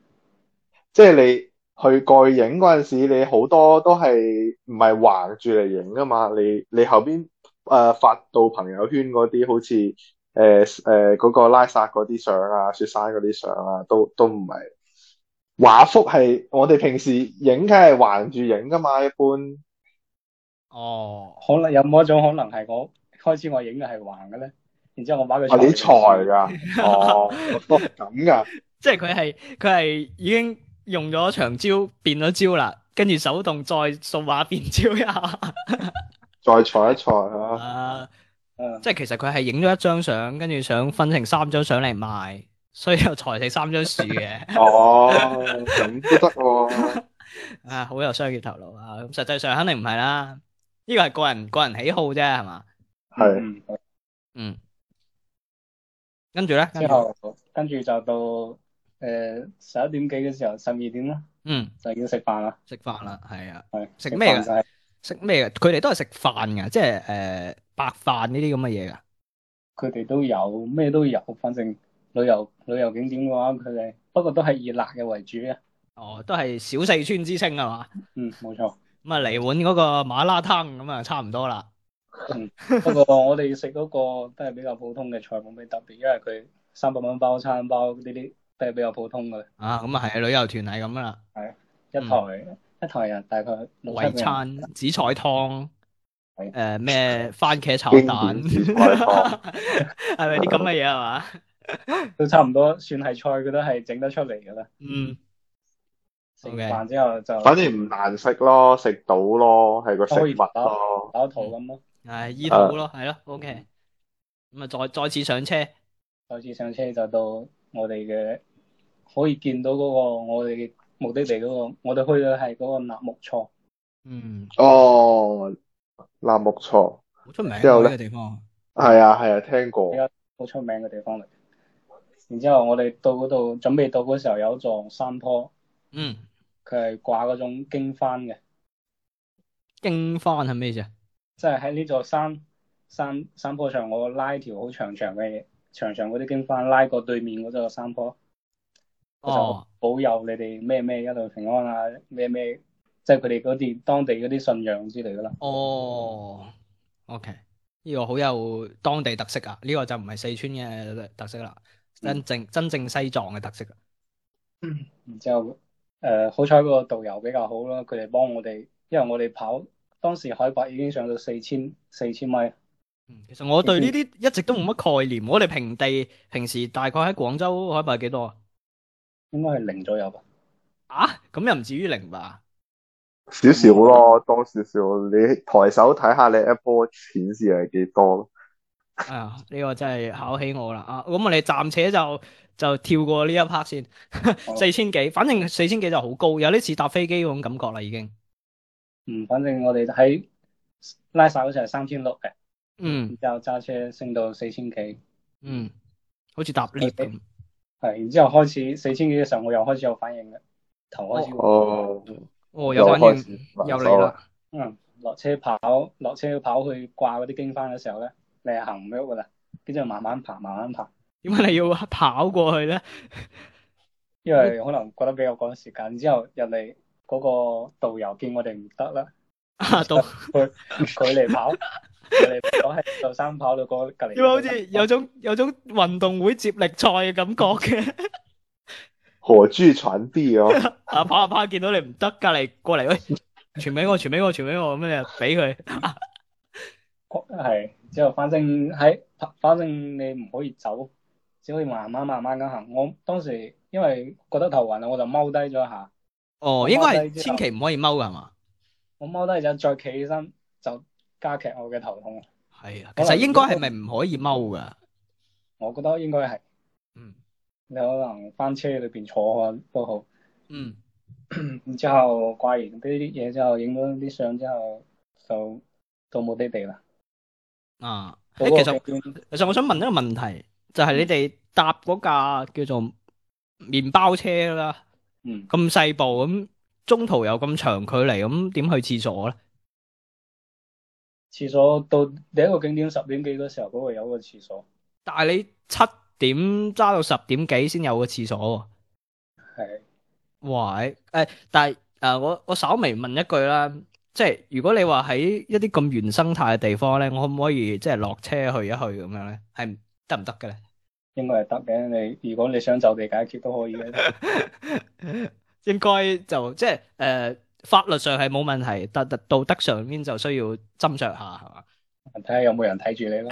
Speaker 4: 即係你去過去影嗰陣時，你好多都係唔係橫住嚟影噶嘛？你你後邊誒、呃、發到朋友圈嗰啲，好似誒誒嗰個拉薩嗰啲相啊、雪山嗰啲相啊，都都唔係畫幅係我哋平時影，梗係橫住影噶嘛，一般。
Speaker 1: 哦，
Speaker 3: 可能有冇一種可能係我開始我影嘅係橫嘅咧，然之後我把佢
Speaker 4: 我哋啊啲 裁㗎，哦，哦咁㗎。
Speaker 1: 即係佢係佢係已經用咗長焦變咗焦啦，跟住手動再數碼變焦一下。
Speaker 4: 再裁一裁啊！
Speaker 1: 啊，
Speaker 3: 嗯
Speaker 1: 即係其實佢係影咗一張相，跟住想分成三張相嚟賣，所以又裁成三張樹 嘅，
Speaker 4: 哦，咁都得喎。
Speaker 1: 啊，好有商業頭腦啊！咁實際上肯定唔係啦，呢個係個人個人喜好啫，係嘛？
Speaker 4: 係
Speaker 3: 嗯
Speaker 1: 嗯，跟住咧，跟
Speaker 3: 之
Speaker 1: 住
Speaker 3: 後跟住就到誒十一點幾嘅時候，十二點啦，
Speaker 1: 嗯
Speaker 3: 就要食飯啦。
Speaker 1: 食飯啦，係啊，
Speaker 3: 係
Speaker 1: 食咩㗎
Speaker 3: 飯就係
Speaker 1: 食咩嘅？佢哋都係食飯㗎，即係誒白飯呢啲咁嘅嘢㗎。
Speaker 3: 佢哋都有咩都有，反正旅遊旅遊景點嘅話，佢哋不過都係熱辣嘅為主啊。
Speaker 1: 哦，都係小四川之稱係嘛？
Speaker 3: 嗯，冇 錯。
Speaker 1: 咁啊嚟碗嗰個馬拉湯咁啊，差唔多啦。
Speaker 3: 不過我哋食嗰個都係比較普通嘅菜，冇咩特別，因為佢三百蚊包餐包呢啲都係比較普通嘅，
Speaker 1: 啊，咁啊係旅遊團係咁啦。
Speaker 3: 一
Speaker 1: 嗯
Speaker 3: 台、一台人大概六
Speaker 1: 圍
Speaker 3: 七個
Speaker 4: 啊
Speaker 3: 人。
Speaker 1: 餐、紫菜湯，
Speaker 3: 係
Speaker 1: 誒咩番茄炒
Speaker 4: 經
Speaker 1: 蛋，
Speaker 4: 典紫菜湯
Speaker 1: 係咪啲咁嘅嘢啊係嘛？
Speaker 3: 都差唔多算係菜，佢都係整得出嚟㗎啦。
Speaker 1: 嗯，
Speaker 3: 食
Speaker 1: OK
Speaker 3: 完飯之後就
Speaker 4: 反正唔難食咯，食到咯，係個食物咯。
Speaker 3: 搞肚咁咯，
Speaker 1: 係醫
Speaker 4: 啊
Speaker 1: 肚咯，係咯，OK。咁啊，再再次上車，
Speaker 3: 再次上車就到我哋嘅可以見到嗰個我哋嘅目的地嗰、個，我哋去到係嗰個納木錯，
Speaker 1: 嗯，
Speaker 4: 哦，納木錯，
Speaker 1: 好出名啊
Speaker 4: 之後
Speaker 1: 呢
Speaker 4: 呢
Speaker 1: 個地方。
Speaker 4: 係啊係啊，聽過。
Speaker 3: 好出名嘅地方嚟。然之後我哋到嗰度準備到嗰時候有一座山坡，
Speaker 1: 嗯，
Speaker 3: 佢係掛嗰種經幡嘅，
Speaker 1: 經幡係咩啊啫？
Speaker 3: 即係喺呢座山山山坡上，我拉條好長長嘅嘢，長長嗰啲經幡拉過對面嗰座山坡。
Speaker 1: 哦，
Speaker 3: 保佑你哋咩咩一路平安啊，咩咩，即係佢哋嗰啲當地嗰啲信仰之類噶啦。
Speaker 1: 哦，OK，呢個好有當地特色啊！呢個就唔係四川嘅特色啦，真正真正西藏嘅特色。啊
Speaker 3: 然之後，誒、好彩個導遊比較好啦，佢哋幫我哋，因為我哋跑當時海拔已經上到四千四千米，
Speaker 1: 嗯，其實我對呢啲一直都冇乜概念。我哋平地平時大概喺廣州海拔係幾多啊？
Speaker 3: 應該係零左右吧。
Speaker 1: 啊，咁又唔至於零吧？
Speaker 4: 少少咯，多少少。你抬手睇下你 Apple Watch 顯示係幾多？
Speaker 1: 哎呀，呢、個真係考起我啦啊！咁我哋暫且就就跳過呢一 part 先，四千幾，反正四千幾就好高，有啲似搭飛機嗰種感覺啦已經。
Speaker 3: 嗯，反正我哋喺拉薩嗰時係三千六嘅，
Speaker 1: 嗯
Speaker 3: 然之後揸車升到四千幾，
Speaker 1: 嗯，好似搭 lift 咁。
Speaker 3: 係，然之後開始四千幾嘅時候，我又開始有反應嘅，頭開始
Speaker 4: 哦，
Speaker 1: 哦，有
Speaker 4: 又
Speaker 1: 反
Speaker 4: 開
Speaker 1: 應，
Speaker 4: 始
Speaker 1: 又嚟啦。
Speaker 3: 嗯，落車跑，落車跑去掛嗰啲經幡嘅時候咧，你係行唔喐噶啦，跟住慢慢爬，慢慢爬，
Speaker 1: 點解你要跑過去咧？
Speaker 3: 因為
Speaker 1: 嗯
Speaker 3: 可能覺得比較趕時間。之後人哋嗰個導遊見我哋唔得啦，
Speaker 1: 啊， 到
Speaker 3: 佢佢嚟 跑，佢嚟講係就生跑到過隔離。
Speaker 1: 點解好似有種有種運動會接力賽嘅感覺嘅？
Speaker 4: 何豬產 啲咯，
Speaker 1: 啊跑下跑下見到你唔得，隔離過嚟，喂，傳俾我，傳俾我，傳俾我，咁你就俾佢。
Speaker 3: 係之後，反正喺反正你唔可以走，只可以慢慢慢慢咁行。我當時因為覺得頭暈啦，我就踎低咗一下，
Speaker 1: 哦，應該係
Speaker 3: 啊
Speaker 1: 千祈唔可以踎㗎係嘛？
Speaker 3: 我踎低咗再企起身就加劇我嘅頭痛。
Speaker 1: 係啊，
Speaker 3: 可
Speaker 1: 其
Speaker 3: 能
Speaker 1: 實應該係咪唔可以踎噶？
Speaker 3: 我覺得應該係
Speaker 1: 嗯
Speaker 3: 你可能翻車裏邊坐下都好。
Speaker 1: 嗯，
Speaker 3: 然之後掛完呢啲嘢之後，影咗啲相之後，就到目的地啦。
Speaker 1: 啊，
Speaker 3: 嗰
Speaker 1: 誒其
Speaker 3: 個
Speaker 1: 實
Speaker 3: 景點
Speaker 1: 其實我想問一個問題，就係你哋搭嗰架叫做麵包車啦，
Speaker 3: 嗯，
Speaker 1: 咁細部咁，中途又咁長距離，咁點去廁所咧？
Speaker 3: 廁所到第一個景點十點幾嗰時候，嗰度有個廁所，
Speaker 1: 但係你七點揸到十點幾先有個廁所喎。
Speaker 3: 係
Speaker 1: 哇！誒、誒但係誒、我我稍微問一句啦，即係如果你話喺一啲咁原生態嘅地方咧，我可唔可以即係落車去一去咁樣咧？係唔得唔得嘅咧？
Speaker 3: 應該係得嘅。你如果你想就地解決都可以嘅。
Speaker 1: 應該就即係誒、法律上係冇問題，但但道德上面就需要斟酌下係嘛？
Speaker 3: 睇下有冇人睇住你咯。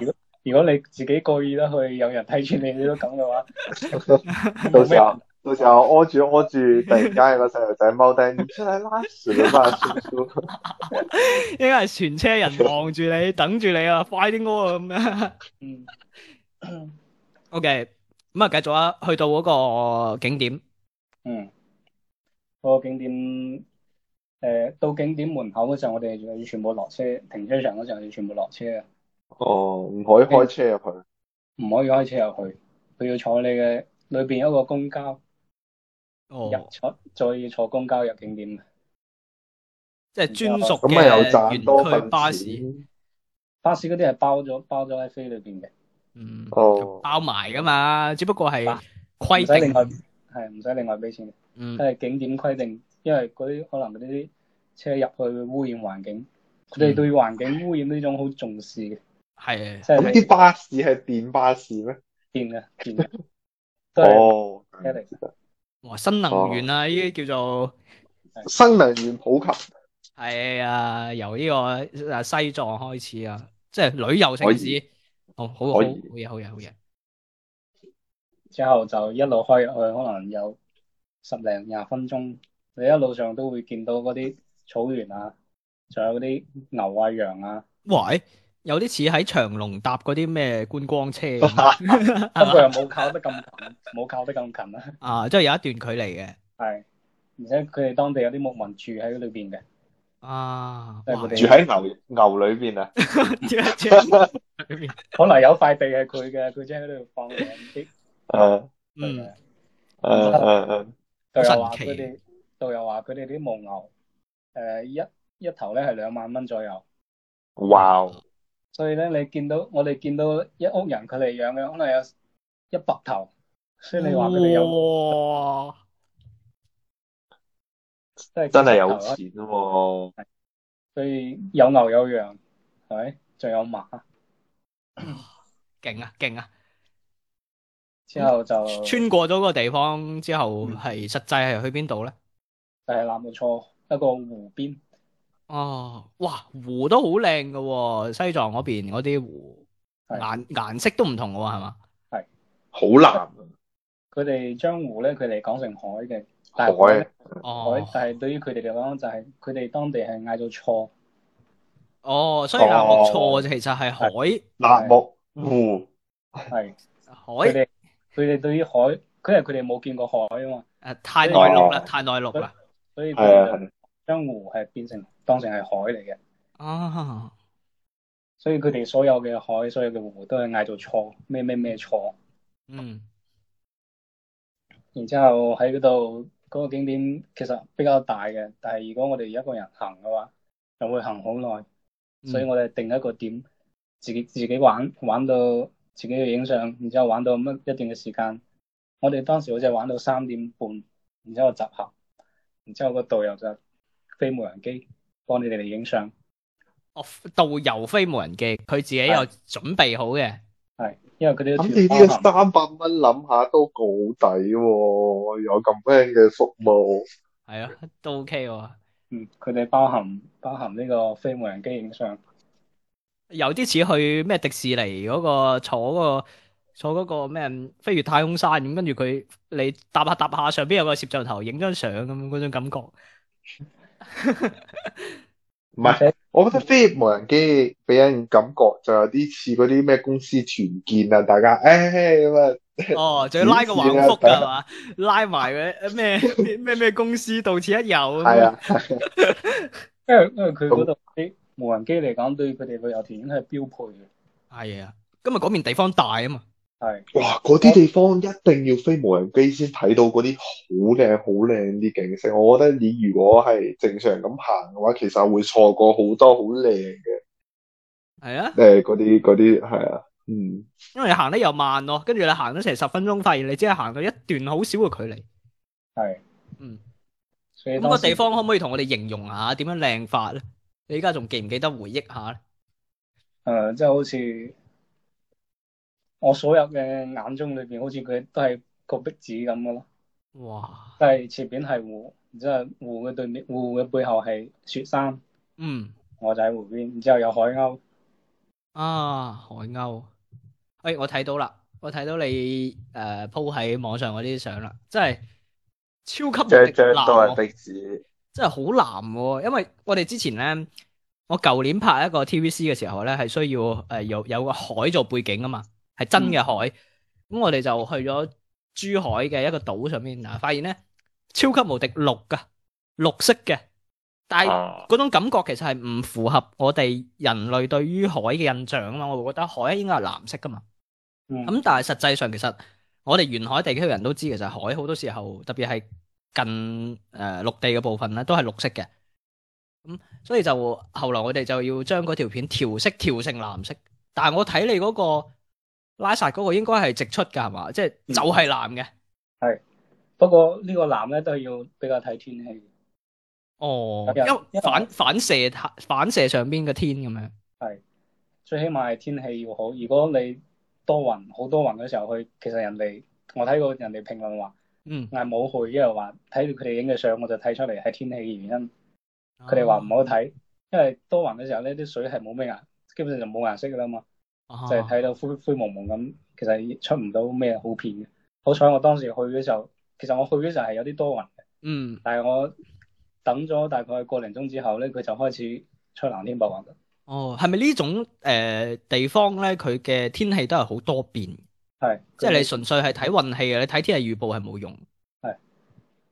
Speaker 3: 如果如果你自己過意得去，有人睇住你，你都咁嘅話，
Speaker 4: 到
Speaker 3: 冇
Speaker 4: 時候
Speaker 3: 咩
Speaker 4: 到時候屙住屙住，突然間有個細路仔踎低，你出嚟拉屎啦，叔叔。
Speaker 1: 應該係全車人望住你，等住你啊，快啲屙啊咁樣。
Speaker 3: 嗯
Speaker 1: OK，咁啊繼續啊，去到嗰個景點，
Speaker 3: 嗯，嗰個景點誒、到景點門口嗰陣，我哋就要全部落車，停車場嗰陣要全部落車嘅。
Speaker 4: 哦，唔可以開車入去。
Speaker 3: 唔可以開車入去，佢要坐你嘅裏邊有一個公交
Speaker 1: 哦
Speaker 3: 入，坐，再要坐公交入景點嘅
Speaker 1: 即係專屬
Speaker 4: 咁咪又
Speaker 1: 嘅
Speaker 4: 賺多
Speaker 1: 園
Speaker 4: 份
Speaker 1: 區
Speaker 4: 錢
Speaker 1: 巴士。
Speaker 3: 巴士嗰啲係包咗包咗喺飛裏邊嘅，
Speaker 1: 嗯，
Speaker 4: 哦
Speaker 1: 包埋噶嘛，只不過係
Speaker 3: 啊唔使
Speaker 1: 規
Speaker 3: 另外
Speaker 1: 定，
Speaker 3: 係唔使另外俾錢嘅，
Speaker 1: 嗯
Speaker 3: 因為景點規定，因為嗰啲可能嗰啲車入去會污染環境，佢哋對環境污染呢種好重視嘅，
Speaker 1: 係啊
Speaker 3: 即
Speaker 4: 咁
Speaker 3: 係
Speaker 4: 啲巴士係電巴士咩？
Speaker 3: 電嘅 電嘅，都係
Speaker 4: 哦，
Speaker 3: 車嚟嘅，
Speaker 1: 哇新能源啊，呢啲叫做
Speaker 4: 新能源普及
Speaker 1: 係啊，由呢個啊西藏開始啊，即係旅遊城
Speaker 4: 可
Speaker 1: 市，好好好好
Speaker 4: 可以
Speaker 1: 嘢好嘢好嘢，
Speaker 3: 之後就一路開入去，可能有十零廿分鐘，你一路上都會見到嗰啲草原啊，仲有嗰啲牛啊羊啊。
Speaker 1: 喂，有啲似喺長隆搭嗰啲咩觀光車啊咁
Speaker 3: 不過
Speaker 4: 啊
Speaker 3: 又冇靠得咁近，冇靠得咁近啦。
Speaker 1: 啊，即係有一段距離嘅
Speaker 3: 係，而且佢哋當地有啲牧民住喺裏邊嘅，
Speaker 1: 啊，
Speaker 3: 即係
Speaker 1: 哇
Speaker 3: 佢 哋
Speaker 4: 住喺牛牛裏邊啊！
Speaker 3: 可能有塊地係佢嘅，佢即係喺度放嘢。
Speaker 4: 誒
Speaker 3: 啲
Speaker 1: 嗯，
Speaker 4: 誒誒誒，
Speaker 3: 導
Speaker 1: 好
Speaker 3: 遊話
Speaker 1: 神
Speaker 3: 佢
Speaker 1: 奇
Speaker 3: 哋，導遊話佢哋啲牧牛，誒、一一頭咧係兩萬蚊左右，
Speaker 4: 哇哦！
Speaker 3: 所以咧你見到我哋見到一屋人佢哋養嘅可能有一百頭，所以你話佢
Speaker 1: 哦
Speaker 3: 哋有
Speaker 1: 哇，
Speaker 3: 即係
Speaker 4: 真係有
Speaker 3: 幾十頭啊
Speaker 4: 錢喎、
Speaker 3: 所以有牛有羊，係咪？仲有馬，
Speaker 1: 勁啊勁啊！
Speaker 3: 之後就
Speaker 1: 穿過咗個地方之後，
Speaker 4: 嗯
Speaker 1: 係實際係去邊度咧？
Speaker 3: 就係南木錯一個湖邊。
Speaker 1: 哦，哇，湖都好靚噶喎，西藏嗰邊嗰啲湖
Speaker 3: 係
Speaker 1: 顏顏色都唔同嘅喎，係嘛？
Speaker 4: 好啊藍
Speaker 3: 佢哋將湖咧，佢哋講成海嘅，但係
Speaker 4: 海啊
Speaker 1: 哦
Speaker 3: 海，但係對於佢哋嚟講就係佢哋當地係嗌做錯，
Speaker 1: 哦，所以南木錯其實係海
Speaker 4: 藍木湖，
Speaker 3: 係佢
Speaker 1: 海
Speaker 3: 哋佢哋對於海，佢係佢哋冇見過海啊嘛，
Speaker 1: 誒太內陸
Speaker 3: 哦
Speaker 1: 啦，太內陸啦。
Speaker 3: 所以佢
Speaker 4: 係啊
Speaker 3: 哋
Speaker 4: 係
Speaker 3: 就將湖係變成當成係海嚟嘅，
Speaker 1: 啊，
Speaker 3: 所以佢哋所有嘅海、所有嘅湖都係嗌做錯咩咩咩錯，
Speaker 1: 嗯，
Speaker 3: 然之後喺嗰度嗰個景點其實比較大嘅，但係如果我哋一個人行嘅話，就會行好耐，
Speaker 1: 嗯
Speaker 3: 所以我哋定一個點，自己自己玩玩到自己去影相，然之後玩到乜一段嘅時間。我哋當時好似係玩到三點半，然之後集合，然之後個導遊就飛無人機幫你哋嚟影相，
Speaker 1: 哦，導遊飛無人機，佢自己有準備好嘅。
Speaker 3: 係因為佢
Speaker 4: 咁
Speaker 3: 哋團
Speaker 4: 你呢
Speaker 3: 可
Speaker 4: 個
Speaker 3: 能
Speaker 4: 三百蚊諗下都好抵喎，有咁樣嘅服務，
Speaker 1: 係啊，都 OK 喎，
Speaker 3: 嗯佢哋包含包含呢個飛無人機影相，
Speaker 1: 有啲似去咩迪士尼嗰個坐嗰個坐嗰個咩嗯飛越太空山咁，跟住佢你搭下搭下，上邊有個攝像頭影張相咁嗰種感覺。
Speaker 4: 唔係
Speaker 3: 而且
Speaker 4: 我覺得飛碟無人機俾人感覺就有啲似嗰啲咩公司團建啊，大家誒咁啊，
Speaker 1: 哦，仲要拉個橫幅㗎係嘛，拉埋嗰啲咩 咩咩公司到此一遊咁
Speaker 4: 係
Speaker 1: 樣。
Speaker 4: 啊，
Speaker 3: 因為因為佢嗰度啲無人機嚟講，對佢哋旅遊條件係標配嘅，
Speaker 1: 係啊，今日嗰邊地方大啊嘛。
Speaker 3: 係
Speaker 4: 哇！嗰啲地方一定要飛無人機先睇到嗰啲好靚好靚啲景色。我覺得你如果係正常咁行嘅話，其實會錯過好多好靚嘅
Speaker 1: 係啊，
Speaker 4: 誒嗰啲嗰啲係啊，嗯。
Speaker 1: 因為你行得又慢咯，跟住你行咗成十分鐘，發現你只係行到一段好少嘅距離。
Speaker 3: 係，
Speaker 1: 嗯，
Speaker 3: 所以
Speaker 1: 咁、
Speaker 3: 當
Speaker 1: 個
Speaker 3: 時
Speaker 1: 地方可唔可以同我哋形容下點樣靚法咧？你而家仲記唔記得回憶下咧？
Speaker 3: 誒、呃即係好似我所有嘅眼中裏邊，好似佢都係個壁紙咁嘅咯，
Speaker 1: 哇，
Speaker 3: 即係前邊係湖，然之後湖嘅對面，湖嘅背後係雪山，
Speaker 1: 嗯
Speaker 3: 我就喺湖邊，然之後有海鷗，
Speaker 1: 啊，海鷗，哎，我睇到啦，我睇到你誒 po 喺網上嗰啲相啦，真係超級啊無
Speaker 4: 張
Speaker 1: 敵
Speaker 4: 張
Speaker 1: 藍
Speaker 4: 都
Speaker 1: 喎
Speaker 4: 係壁紙，
Speaker 1: 真係好難喎、因為我哋之前咧，我舊年拍一個 TVC 嘅時候咧，係需要誒、呃有有個海做背景啊嘛，係真嘅海。咁、我哋就去咗珠海嘅一個島上面啊嗱，發現咧超級無敵綠噶，綠色嘅，但係
Speaker 4: 啊，
Speaker 1: 嗰種感覺其實係唔符合我哋人類對於海嘅印象啊嘛。我會覺得海應該係藍色噶嘛。
Speaker 3: 嗯，
Speaker 1: 咁但係實際上其實我哋沿海地區嘅人都知，其實海好多時候特別係近誒陸地嘅部分咧，都係綠色嘅。咁所以就後來我哋就要將嗰條片調色調成藍色。但係我睇你嗰個拉薩嗰個應該係直出㗎係嘛？即係
Speaker 3: 嗯
Speaker 1: 就係藍嘅。
Speaker 3: 不過呢個藍咧都係要比較睇天氣，
Speaker 1: 哦，
Speaker 3: 係啊
Speaker 1: 因為反反射反射上邊嘅天咁樣。
Speaker 3: 最起碼係天氣要好。如果你多雲好多雲嘅時候去，其實人哋我睇過人哋評論話。
Speaker 1: 嗯，
Speaker 3: 嗌冇去，因為話睇住佢哋影嘅相，我就睇出嚟係天氣嘅原因。佢哋話唔好睇，因為多雲嘅時候咧，啲水係冇咩顏，基本上就冇顏色噶啦嘛，
Speaker 1: 啊，
Speaker 3: 就係睇到灰灰蒙蒙咁，其實出唔到咩好片嘅。好彩我當時去嘅時候，其實我去嘅時候係有啲多雲嘅，
Speaker 1: 嗯，
Speaker 3: 但係我等咗大概個零鐘之後咧，佢就開始出藍天白雲。
Speaker 1: 哦，係咪呢種誒、呃地方咧，佢嘅天氣都係好多變？
Speaker 3: 係，
Speaker 1: 即係你純粹係睇運氣嘅，你睇天氣預報係冇用。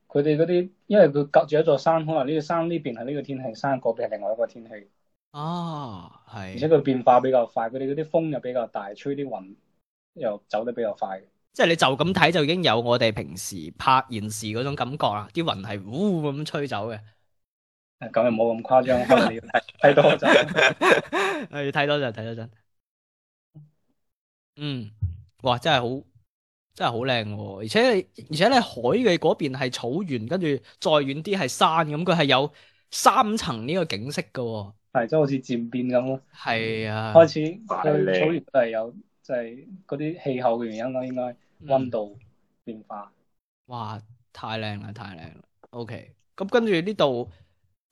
Speaker 3: 佢哋嗰啲，因為佢隔住一座山，可能呢個山呢邊係呢個天氣，山嗰邊係另外一個天氣。
Speaker 1: 啊，
Speaker 3: 而且
Speaker 1: 係，
Speaker 3: 佢變化比較快，佢哋嗰啲風又比較大，吹啲雲又走得比較快。
Speaker 1: 即係你就咁睇就已經有我哋平時拍現時嗰種感覺啦，啲雲係呼咁吹走嘅，
Speaker 3: 咁又冇咁誇張，可能你 要睇睇多陣。
Speaker 1: 誒哎睇多陣睇多陣，嗯，哇真係好真係好靚喎，而且你而且你海嘅嗰邊係草原，跟住再遠啲係山咁，佢係有三層呢個景色嘅喎，
Speaker 3: 係即係好似漸變咁咯。
Speaker 1: 係啊，
Speaker 3: 開始
Speaker 4: 大
Speaker 3: 佢
Speaker 4: 靚
Speaker 3: 草原都係有就係嗰啲氣候嘅原因咯，應該
Speaker 1: 嗯
Speaker 3: 温度變化。
Speaker 1: 哇，太靚啦，太靚啦。OK，咁跟住呢度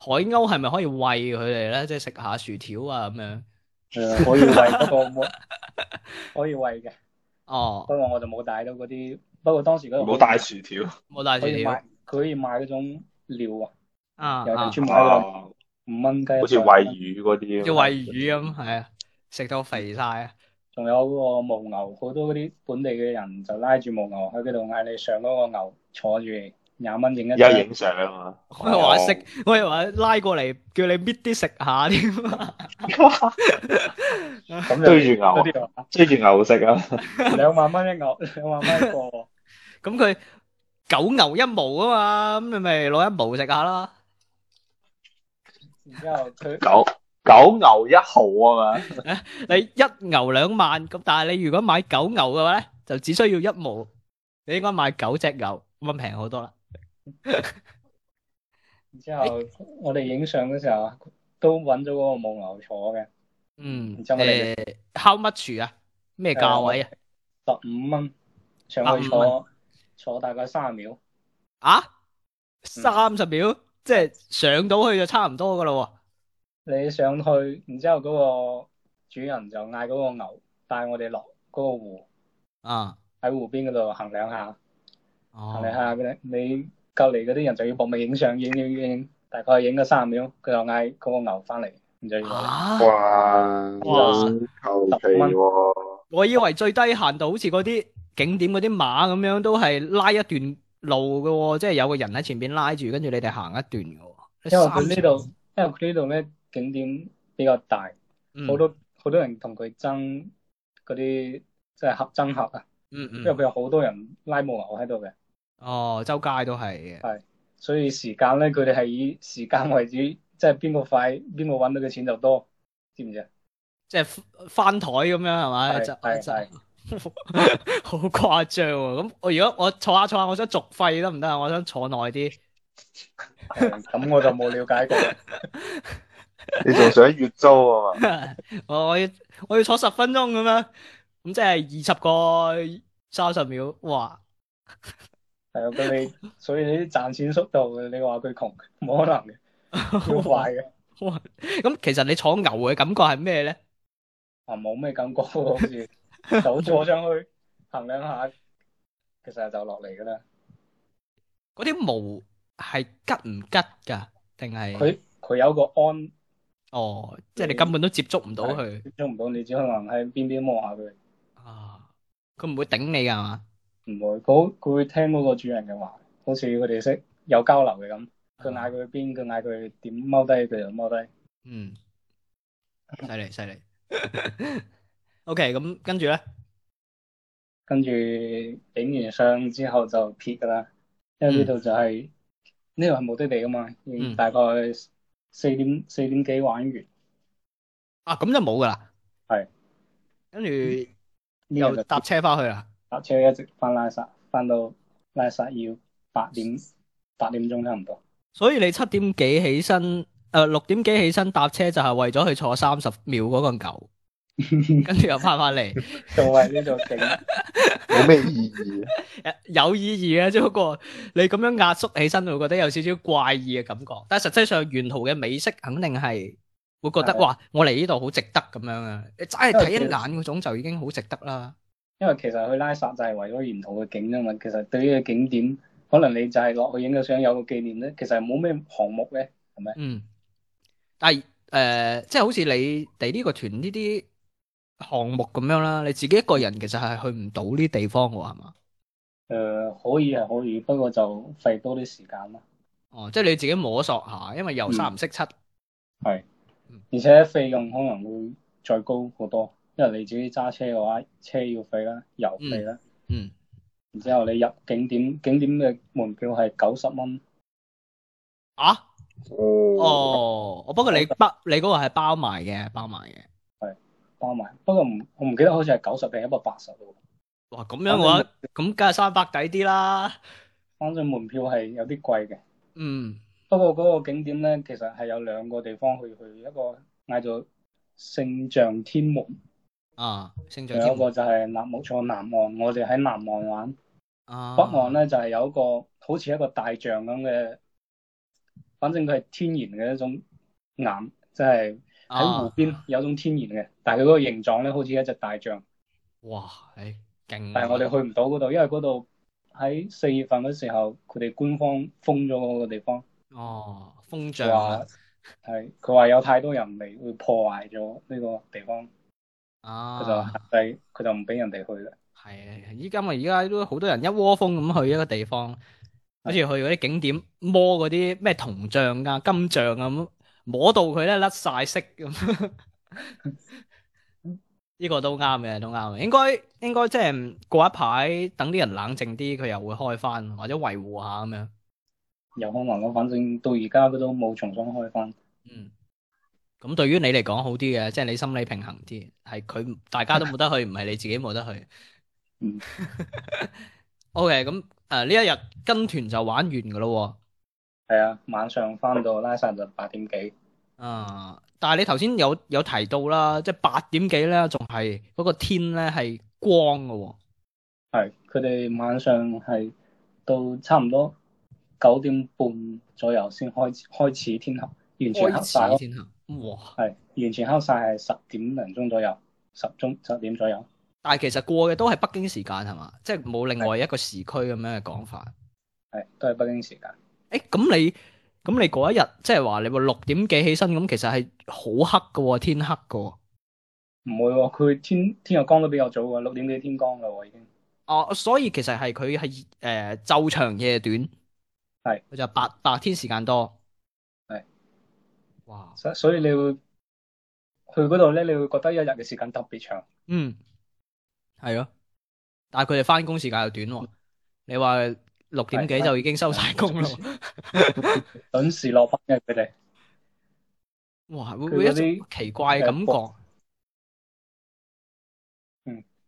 Speaker 1: 海鷗係咪可以餵佢哋咧？即係食下薯條啊咁樣。
Speaker 3: 誒可以餵不過冇 可以餵嘅，
Speaker 1: 哦，
Speaker 3: 不過我就冇帶到嗰啲。不過當時嗰度
Speaker 4: 冇帶薯條
Speaker 1: 冇帶薯
Speaker 3: 可以
Speaker 1: 條
Speaker 3: 買，佢可以買嗰種料啊，
Speaker 1: 啊，
Speaker 3: 有人
Speaker 1: 啊
Speaker 3: 專買嗰種
Speaker 4: 啊，
Speaker 3: 五蚊雞一
Speaker 4: 好似
Speaker 3: 個。
Speaker 4: 餵魚嗰啲，
Speaker 1: 要餵魚咁，係啊，食到肥晒啊。
Speaker 3: 仲有嗰個牦牛，好多嗰啲本地嘅人就拉住牦牛喺嗰度嗌你上嗰個牛坐住廿蚊影一
Speaker 4: 有
Speaker 3: 張，
Speaker 4: 影相啊，
Speaker 3: 哦
Speaker 1: 我又話食，我又話拉過嚟叫你搣啲食下添啊。
Speaker 3: 咁就
Speaker 4: 追住牛
Speaker 3: 嗰
Speaker 4: 啊，
Speaker 3: 啲就話
Speaker 4: 追住牛食啊，
Speaker 3: 兩萬蚊一牛，兩萬蚊一個，
Speaker 1: 咁佢九牛一毛啊嘛，咁你咪攞一毛食下啦。
Speaker 3: 然之後佢
Speaker 4: 九九牛一毫啊嘛，
Speaker 1: 你一牛兩萬，咁但係你如果買九牛嘅話咧，就只需要一毛。你應該買九隻牛，咁啊平好多啦。
Speaker 3: 然之後我哋影相嘅時候都揾咗嗰個牦牛坐嘅，
Speaker 1: 嗯，
Speaker 3: 然之後我哋
Speaker 1: 誒，how much 啊？咩價位啊？
Speaker 3: 十五蚊上
Speaker 1: 15
Speaker 3: 去坐，坐大概三十秒，
Speaker 1: 啊，
Speaker 3: 嗯
Speaker 1: 三十秒，即係上到去就差唔多噶咯
Speaker 3: 你上去，然之後嗰個主人就嗌嗰個牛帶我哋落嗰個湖，
Speaker 1: 喎。啊，
Speaker 3: 喺湖邊嗰度行兩下。行嚟
Speaker 1: 哦，
Speaker 3: 下嘅啊你隔離嗰啲人就要搏命影相，影影影，大概影咗三十秒，佢就嗌嗰個牛翻嚟。唔知以為
Speaker 1: 啊！
Speaker 4: 哇，
Speaker 1: 哇
Speaker 4: 求其喎，
Speaker 1: 我以為最低限度好似嗰啲景點嗰啲馬咁樣，都係拉一段路嘅喎，即係有個人喺前邊拉住，跟住你哋行一段嘅喎。
Speaker 3: 因為佢呢度，因為佢呢度咧景點比較大，
Speaker 1: 嗯
Speaker 3: 好多好多人同佢爭嗰啲即係合爭客啊，
Speaker 1: 嗯
Speaker 3: 因為
Speaker 1: 嗯，
Speaker 3: 佢有好多人拉木牛喺度嘅，
Speaker 1: 哦，周街都係嘅。
Speaker 3: 所以時間咧佢哋係以 時間為主，即係邊個快邊個揾到嘅錢就多，知唔知啊？
Speaker 1: 即係翻台咁樣係咪？
Speaker 3: 係
Speaker 1: 就
Speaker 3: 係
Speaker 1: 就
Speaker 3: 係
Speaker 1: 好誇張喎！咁我如果我坐下坐下，我想續費得唔得啊？我想坐耐啲。
Speaker 3: 係咁我就冇了解過啦，
Speaker 4: 你仲想越州啊嘛？
Speaker 1: 我我要我要坐十分鐘咁樣，咁即係二十個三十秒，哇！
Speaker 3: 係啊，佢哋所以你啲賺錢速度，你話佢窮冇可能嘅， 要快嘅，
Speaker 1: 咁其實你坐牛嘅感覺係咩咧？
Speaker 3: 啊冇咩感覺喎 好似就坐上去衡量下，其實就落嚟噶啦。
Speaker 1: 嗰啲毛係吉唔吉㗎？定係
Speaker 3: 佢佢有個安
Speaker 1: 哦，即係你根本都接觸唔到佢
Speaker 3: 接觸唔到，你只可能喺邊邊望下佢，
Speaker 1: 啊！佢唔會頂你㗎係嘛？
Speaker 3: 唔會佢好佢會聽嗰個主人嘅話，好似佢哋識有交流嘅咁。佢嗌佢去邊，佢嗌佢點踎低，佢就踎低。
Speaker 1: 嗯，
Speaker 3: 嗯
Speaker 1: 犀利 犀利。OK，咁跟住咧，
Speaker 3: 跟住影完相之後就撇噶啦，因為呢度就係呢度係目的地噶嘛，
Speaker 1: 嗯
Speaker 3: 大概四點四點幾玩完，
Speaker 1: 啊咁就冇㗎啦。
Speaker 3: 係。
Speaker 1: 跟住
Speaker 3: 呢個
Speaker 1: 又
Speaker 3: 就
Speaker 1: 搭車翻去啦。
Speaker 3: 搭啊車一直翻拉薩，翻到拉薩要八點八點鐘差唔多。
Speaker 1: 所以你七點幾起身，誒六點幾起身搭車就係為咗去坐三十秒嗰個 牛，跟住又翻返嚟。
Speaker 3: 就係呢度 景，
Speaker 4: 冇咩意義，
Speaker 1: 誒呃有意義嘅，只不過你咁樣壓縮起身，會覺得有少少怪異嘅感覺。但係實際上，沿途嘅美色肯定係會覺得
Speaker 3: 係
Speaker 1: 哇，我嚟呢度好值得咁樣啊！你齋係睇一眼嗰種就已經好值得啦。
Speaker 3: 因為其實去拉薩就係為咗沿途嘅景啫嘛。其實對於個景點，可能你就係落去影個相有個紀念咧，其實係冇咩項目咧，係咪？
Speaker 1: 嗯，但係誒、呃即係好似你哋呢個團呢啲項目咁樣啦，你自己一個人其實係去唔到呢啲地方嘅喎，係嘛？
Speaker 3: 誒、呃可以係可以，不過就費多啲時間啦。
Speaker 1: 哦，即係你自己摸索下，因為
Speaker 3: 嗯
Speaker 1: 又三唔識七。
Speaker 3: 而且費用可能會再高好多，因為你自己揸車嘅話，車要費啦，油費啦，
Speaker 1: 嗯，
Speaker 3: 然之後你入景點，景點嘅門票係九十蚊，
Speaker 1: 啊，
Speaker 4: 哦，
Speaker 1: 哦，不過你包你嗰個係包埋嘅，包埋嘅。
Speaker 3: 包埋。不過唔，我唔記得好似係九十定一百八十喎。
Speaker 1: 哇，咁樣嘅
Speaker 3: 啊
Speaker 1: 話，咁梗係三百抵啲啦。
Speaker 3: 反正門票係有啲貴嘅。
Speaker 1: 嗯，
Speaker 3: 不過嗰個景點咧，其實係有兩個地方去去，一個嗌做聖象天門，
Speaker 1: 啊，星象
Speaker 3: 仲
Speaker 1: 天
Speaker 3: 有一個就係納木錯南岸。我哋喺南岸玩，
Speaker 1: 啊，
Speaker 3: 北岸咧就係有一個好似一個大象咁嘅，反正佢係天然嘅一種岩，即係喺湖
Speaker 1: 啊，
Speaker 3: 邊有一種天然嘅，但係佢嗰個形狀咧好似一隻大象，
Speaker 1: 哇，誒，勁啊！
Speaker 3: 但係我哋去唔到嗰度，因為嗰度喺四月份嗰時候，佢哋官方封咗嗰個地方。
Speaker 1: 哦，風
Speaker 3: 佢
Speaker 1: 象
Speaker 3: 話
Speaker 1: 啊，
Speaker 3: 係佢話有太多人嚟，會破壞咗呢個地方，佢就
Speaker 1: 啊，
Speaker 3: 限制，佢就唔俾人哋去啦。
Speaker 1: 係啊，依家咪而家都好多人一窩蜂咁去一個地方，好似去嗰啲景點摸嗰啲咩銅像啊、金像啊咁，摸到佢咧甩晒色咁。 呢個都啱嘅，都啱嘅。應該應該即係嗯過一排，等啲人冷靜啲，佢又會開翻，或者維護下咁樣。
Speaker 3: 有可能咯，反正到而家佢都冇重新開翻。
Speaker 1: 嗯，咁對於你嚟講好啲嘅，即係你心理平衡啲，係佢大家都冇得去，唔係你自己冇得去。
Speaker 3: 嗯
Speaker 1: OK，咁呃誒呢一日跟團就玩完噶咯
Speaker 3: 係啊，晚上翻到拉薩就八點幾，
Speaker 1: 喎。啊、但係你頭先有有提到啦，即係八點幾咧，仲係嗰個天咧係光噶喎。
Speaker 3: 係佢哋晚上係到差唔多九點半左右先開始開始天黑，完全黑晒
Speaker 1: 開始
Speaker 3: 咯。
Speaker 1: 天黑，哇！
Speaker 3: 係完全黑晒係十點零鐘左右，十鐘十點左右。
Speaker 1: 但係其實過嘅都係北京時間係嘛，即係冇另外一個時區咁樣嘅講法。
Speaker 3: 係都係北京時間。
Speaker 1: 誒，咁你咁你嗰一日即係話你話六點幾起身，咁其實係好黑嘅喎，天黑嘅喎。
Speaker 3: 唔會喎，佢天天日光都比較早喎，六點幾天光啦喎已經。
Speaker 1: 哦，所以其實係佢係誒晝長夜短，
Speaker 3: 係
Speaker 1: 佢就白白天時間多，
Speaker 3: 係
Speaker 1: 哇，
Speaker 3: 所所以你會去嗰度咧，你會覺得一日嘅時間特別長。
Speaker 1: 嗯，係咯，但係佢哋翻工時間又短喎，你話六點幾
Speaker 3: 嗯係
Speaker 1: 就已經收晒工咯，
Speaker 3: 準時落班嘅佢哋，
Speaker 1: 哇，會唔
Speaker 3: 佢
Speaker 1: 會一
Speaker 3: 嗰啲
Speaker 1: 種奇怪嘅感覺？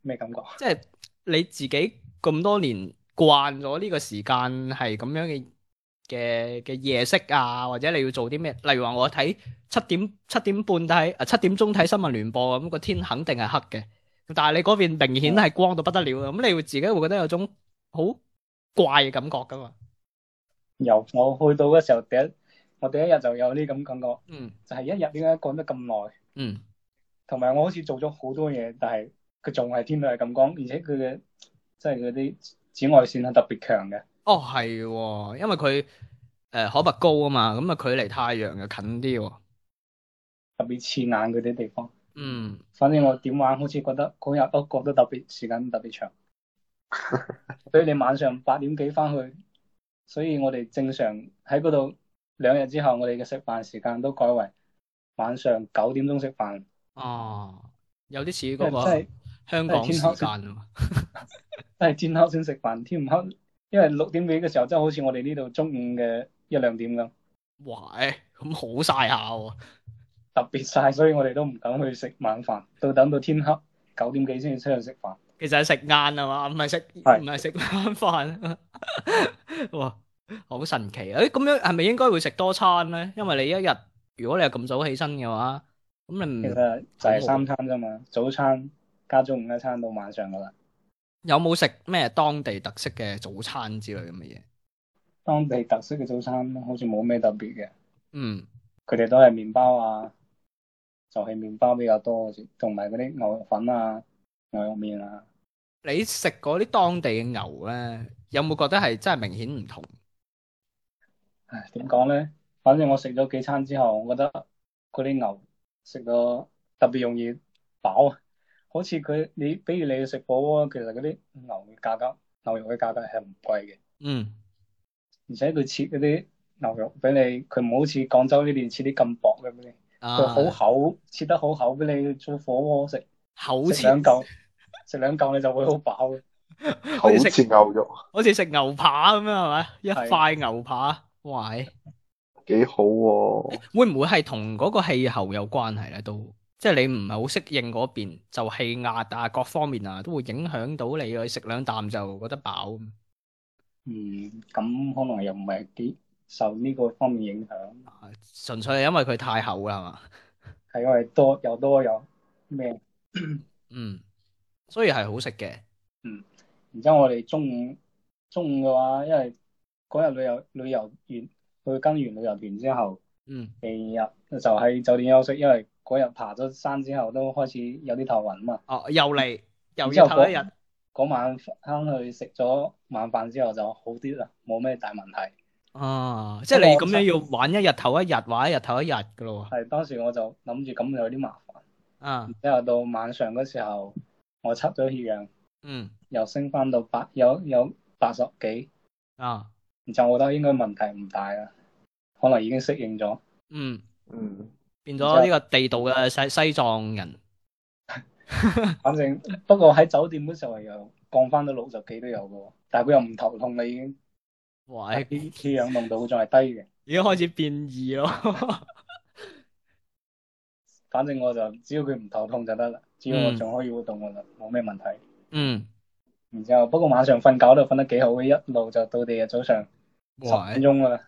Speaker 3: 咩感覺？
Speaker 1: 即係你自己咁多年慣咗呢個時間係咁樣嘅嘅嘅夜色啊，或者你要做啲咩？例如話我睇七點七點半睇啊七點鐘睇新聞聯播咁，個天肯定係黑嘅，但係你嗰邊明
Speaker 3: 哦
Speaker 1: 顯係光到不得了嘅，咁你會自己會覺得有種好怪嘅感覺噶嘛？
Speaker 3: 由我去到嘅時候，第一我第一日就有呢咁感覺，
Speaker 1: 嗯
Speaker 3: 就係一日點解趕得咁耐，
Speaker 1: 嗯
Speaker 3: 同埋我好似做咗好多嘢，但係佢仲係天氣係咁光，而且佢嘅即係嗰啲紫外線係特別強嘅。
Speaker 1: 哦係喎，因為佢誒、呃海拔高啊嘛，咁啊距離太陽又近啲喎。
Speaker 3: 特別刺眼嗰啲地方。
Speaker 1: 嗯，
Speaker 3: 反正我點玩，好似覺得嗰日都覺得特別時間特別長，所以你晚上八點幾翻去，所以我哋正常喺嗰度兩日之後，我哋嘅食飯時間都改為晚上九點鐘食飯，
Speaker 1: 哦，有啲似
Speaker 3: 即
Speaker 1: 嗰個
Speaker 3: 係
Speaker 1: 香港時間
Speaker 3: 天黑
Speaker 1: 啊嘛。
Speaker 3: 即係天黑先食飯，天唔黑， 因為六點幾嘅時候，真係好似我哋呢度中午嘅一兩點咁，
Speaker 1: 哇，誒咁好晒下喎，
Speaker 3: 特別晒，所以我哋都唔敢去食晚飯，到等到天黑九點幾先至出去食飯。
Speaker 1: 其實係食晏啊嘛，唔係食唔
Speaker 3: 係
Speaker 1: 係食晚飯，啊 哇，好神奇啊！誒咁樣係咪應該會食多餐咧？因為你一日如果你係咁早起身嘅話，咁
Speaker 3: 其
Speaker 1: 你唔
Speaker 3: 實就係三餐啫嘛，早餐加中午一餐到晚上噶啦。
Speaker 1: 有冇食咩當地特色嘅早餐之類咁嘅嘢？
Speaker 3: 當地特色嘅早餐好似冇咩特別嘅，
Speaker 1: 嗯，
Speaker 3: 佢哋都係麵包啊，就係麵包比較多，同埋嗰啲牛肉粉啊、牛肉麵啊，
Speaker 1: 你食嗰啲當地嘅牛咧，有冇覺得係真係明顯唔同？
Speaker 3: 唉點講咧？反正我食咗幾餐之後，我覺得嗰啲牛食到特別容易飽啊！好似佢你，比如你去食火鍋，其實嗰啲牛嘅價格、牛肉嘅價格係唔貴嘅，
Speaker 1: 嗯，
Speaker 3: 而且佢切嗰啲牛肉俾你，佢唔好似廣州呢邊切啲咁薄嘅俾你，佢哦好
Speaker 1: 啊，
Speaker 3: 厚，切得好厚俾你做火鍋食。
Speaker 1: 口
Speaker 3: 食
Speaker 1: 切
Speaker 3: 兩嚿，食兩嚿你就會好飽嘅。
Speaker 4: 好似牛肉
Speaker 1: 好似食牛扒咁樣係咪？一
Speaker 3: 係
Speaker 1: 塊牛扒，哇！哎誒
Speaker 4: 幾好喎、
Speaker 1: 會唔會係同嗰個氣候有關係咧？都即係你唔係好適應嗰邊，就氣壓啊，各方面啊，都會影響到你去食兩啖就覺得飽。
Speaker 3: 嗯，咁可能又唔係幾受呢個方面影響，
Speaker 1: 啊純粹係因為佢太厚啦，係嘛？
Speaker 3: 係因為多又多又咩？
Speaker 1: 嗯，所以係好食嘅。
Speaker 3: 然之後我哋中午中午嘅話，因為嗰日旅遊旅遊完去跟完旅遊團之後，
Speaker 1: 嗯，
Speaker 3: 第二日就喺酒店休息，因為嗰日爬咗山之後都開始有啲頭暈嘛。
Speaker 1: 哦，又嚟又
Speaker 3: 之
Speaker 1: 要
Speaker 3: 後
Speaker 1: 頭一日
Speaker 3: 嗰。嗰晚翻去食咗晚飯之後就好啲啦，冇咩大問題。
Speaker 1: 啊！即係你咁樣要玩一日頭一日，玩一日頭一日噶咯喎。
Speaker 3: 係當時我就諗住咁有啲麻煩。
Speaker 1: 啊，
Speaker 3: 之後到晚上嗰時候，我測咗血氧，
Speaker 1: 嗯
Speaker 3: 又升翻到八，有有八十幾，
Speaker 1: 啊，
Speaker 3: 然之後我覺得應該問題唔大啦，可能已經適應咗。
Speaker 1: 嗯，
Speaker 4: 嗯，
Speaker 1: 變咗呢個地道嘅西西藏人。
Speaker 3: 反正不過喺酒店嗰時候又降翻到六十幾都有嘅喎，但係佢又唔頭痛啦已經，
Speaker 1: 哇！
Speaker 3: 啲血氧濃度仲係低嘅。
Speaker 1: 已經開始變異咯。
Speaker 3: 反正我就只要佢唔頭痛就得啦，只要我仲可以活動，我就冇咩問題。
Speaker 1: 嗯，
Speaker 3: 然之後不過晚上瞓覺都瞓得幾好嘅，一路就到第二日早上十
Speaker 1: 哇
Speaker 3: 點鐘啦。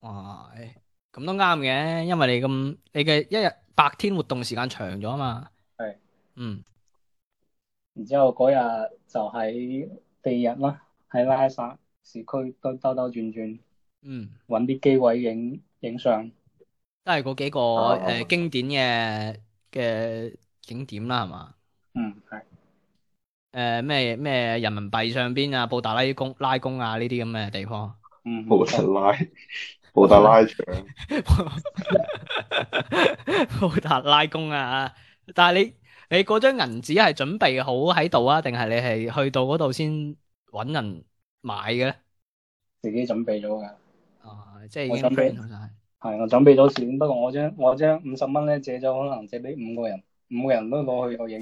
Speaker 1: 哇，咁都啱嘅，因為你咁你嘅一日白天活動時間長咗啊嘛。
Speaker 3: 係。
Speaker 1: 嗯
Speaker 3: 然之後嗰日就喺第二日啦，喺拉薩市區都兜兜轉轉，
Speaker 1: 嗯，
Speaker 3: 揾啲機位影影相。
Speaker 1: 都係嗰幾個
Speaker 3: 啊
Speaker 4: 哦
Speaker 1: 誒經典嘅嘅景點啦，係嘛？
Speaker 3: 嗯，係
Speaker 1: 誒咩咩人民幣上邊啊，布達拉宮、拉宮啊呢啲咁嘅地方。
Speaker 3: 嗯，
Speaker 4: 冇得拉，布達拉長，
Speaker 1: 好達拉弓啊！但係你你嗰張銀紙係準備好喺度啊，定係你係去到嗰度先揾人買嘅咧？
Speaker 3: 自己準備咗㗎。
Speaker 1: 啊，即係已
Speaker 3: 我
Speaker 1: 經
Speaker 3: 準備
Speaker 1: plan 好晒。
Speaker 3: 係我準備咗錢，不過我將我將五十蚊咧借咗，可能借俾五個人，五個人都攞去 我影，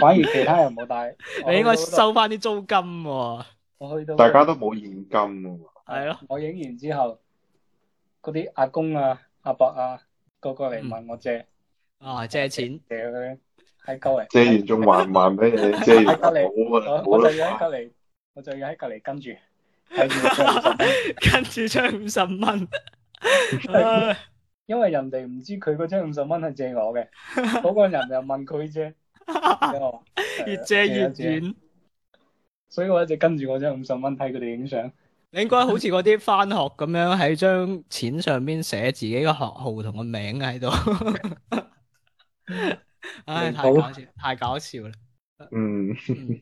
Speaker 3: 反而其他人冇帶。
Speaker 1: 你應該
Speaker 3: 我去到嗰度
Speaker 1: 收翻啲租金喎。
Speaker 3: 我去到
Speaker 4: 大家都冇現金啊嘛。
Speaker 1: 係咯，
Speaker 3: 我影完之後，嗰啲阿公啊、阿伯啊，個個嚟問我借
Speaker 1: 啊，借錢
Speaker 3: 借佢，喺鳩嚟，
Speaker 4: 借完仲還還 俾你，借完就冇
Speaker 3: 我
Speaker 4: 啊，
Speaker 3: 我
Speaker 4: 冇
Speaker 3: 就要喺
Speaker 4: 啦。
Speaker 3: 隔離，我就要喺隔離跟住，睇住佢五十 蚊，
Speaker 1: 跟住將五十 蚊。唉
Speaker 3: 因為人哋唔知佢嗰張五十蚊係借 我嘅，嗰個人就問佢借，我話
Speaker 1: 越借越。
Speaker 3: 係啊啊
Speaker 1: 遠。
Speaker 3: 所以我一直跟住我張五十蚊睇佢哋影相。
Speaker 1: 你應該好似嗰啲翻學咁樣喺張錢上邊寫自己個學號同個名喺度。 唉，太搞笑，太搞笑啦！
Speaker 4: 嗯，
Speaker 1: 嗯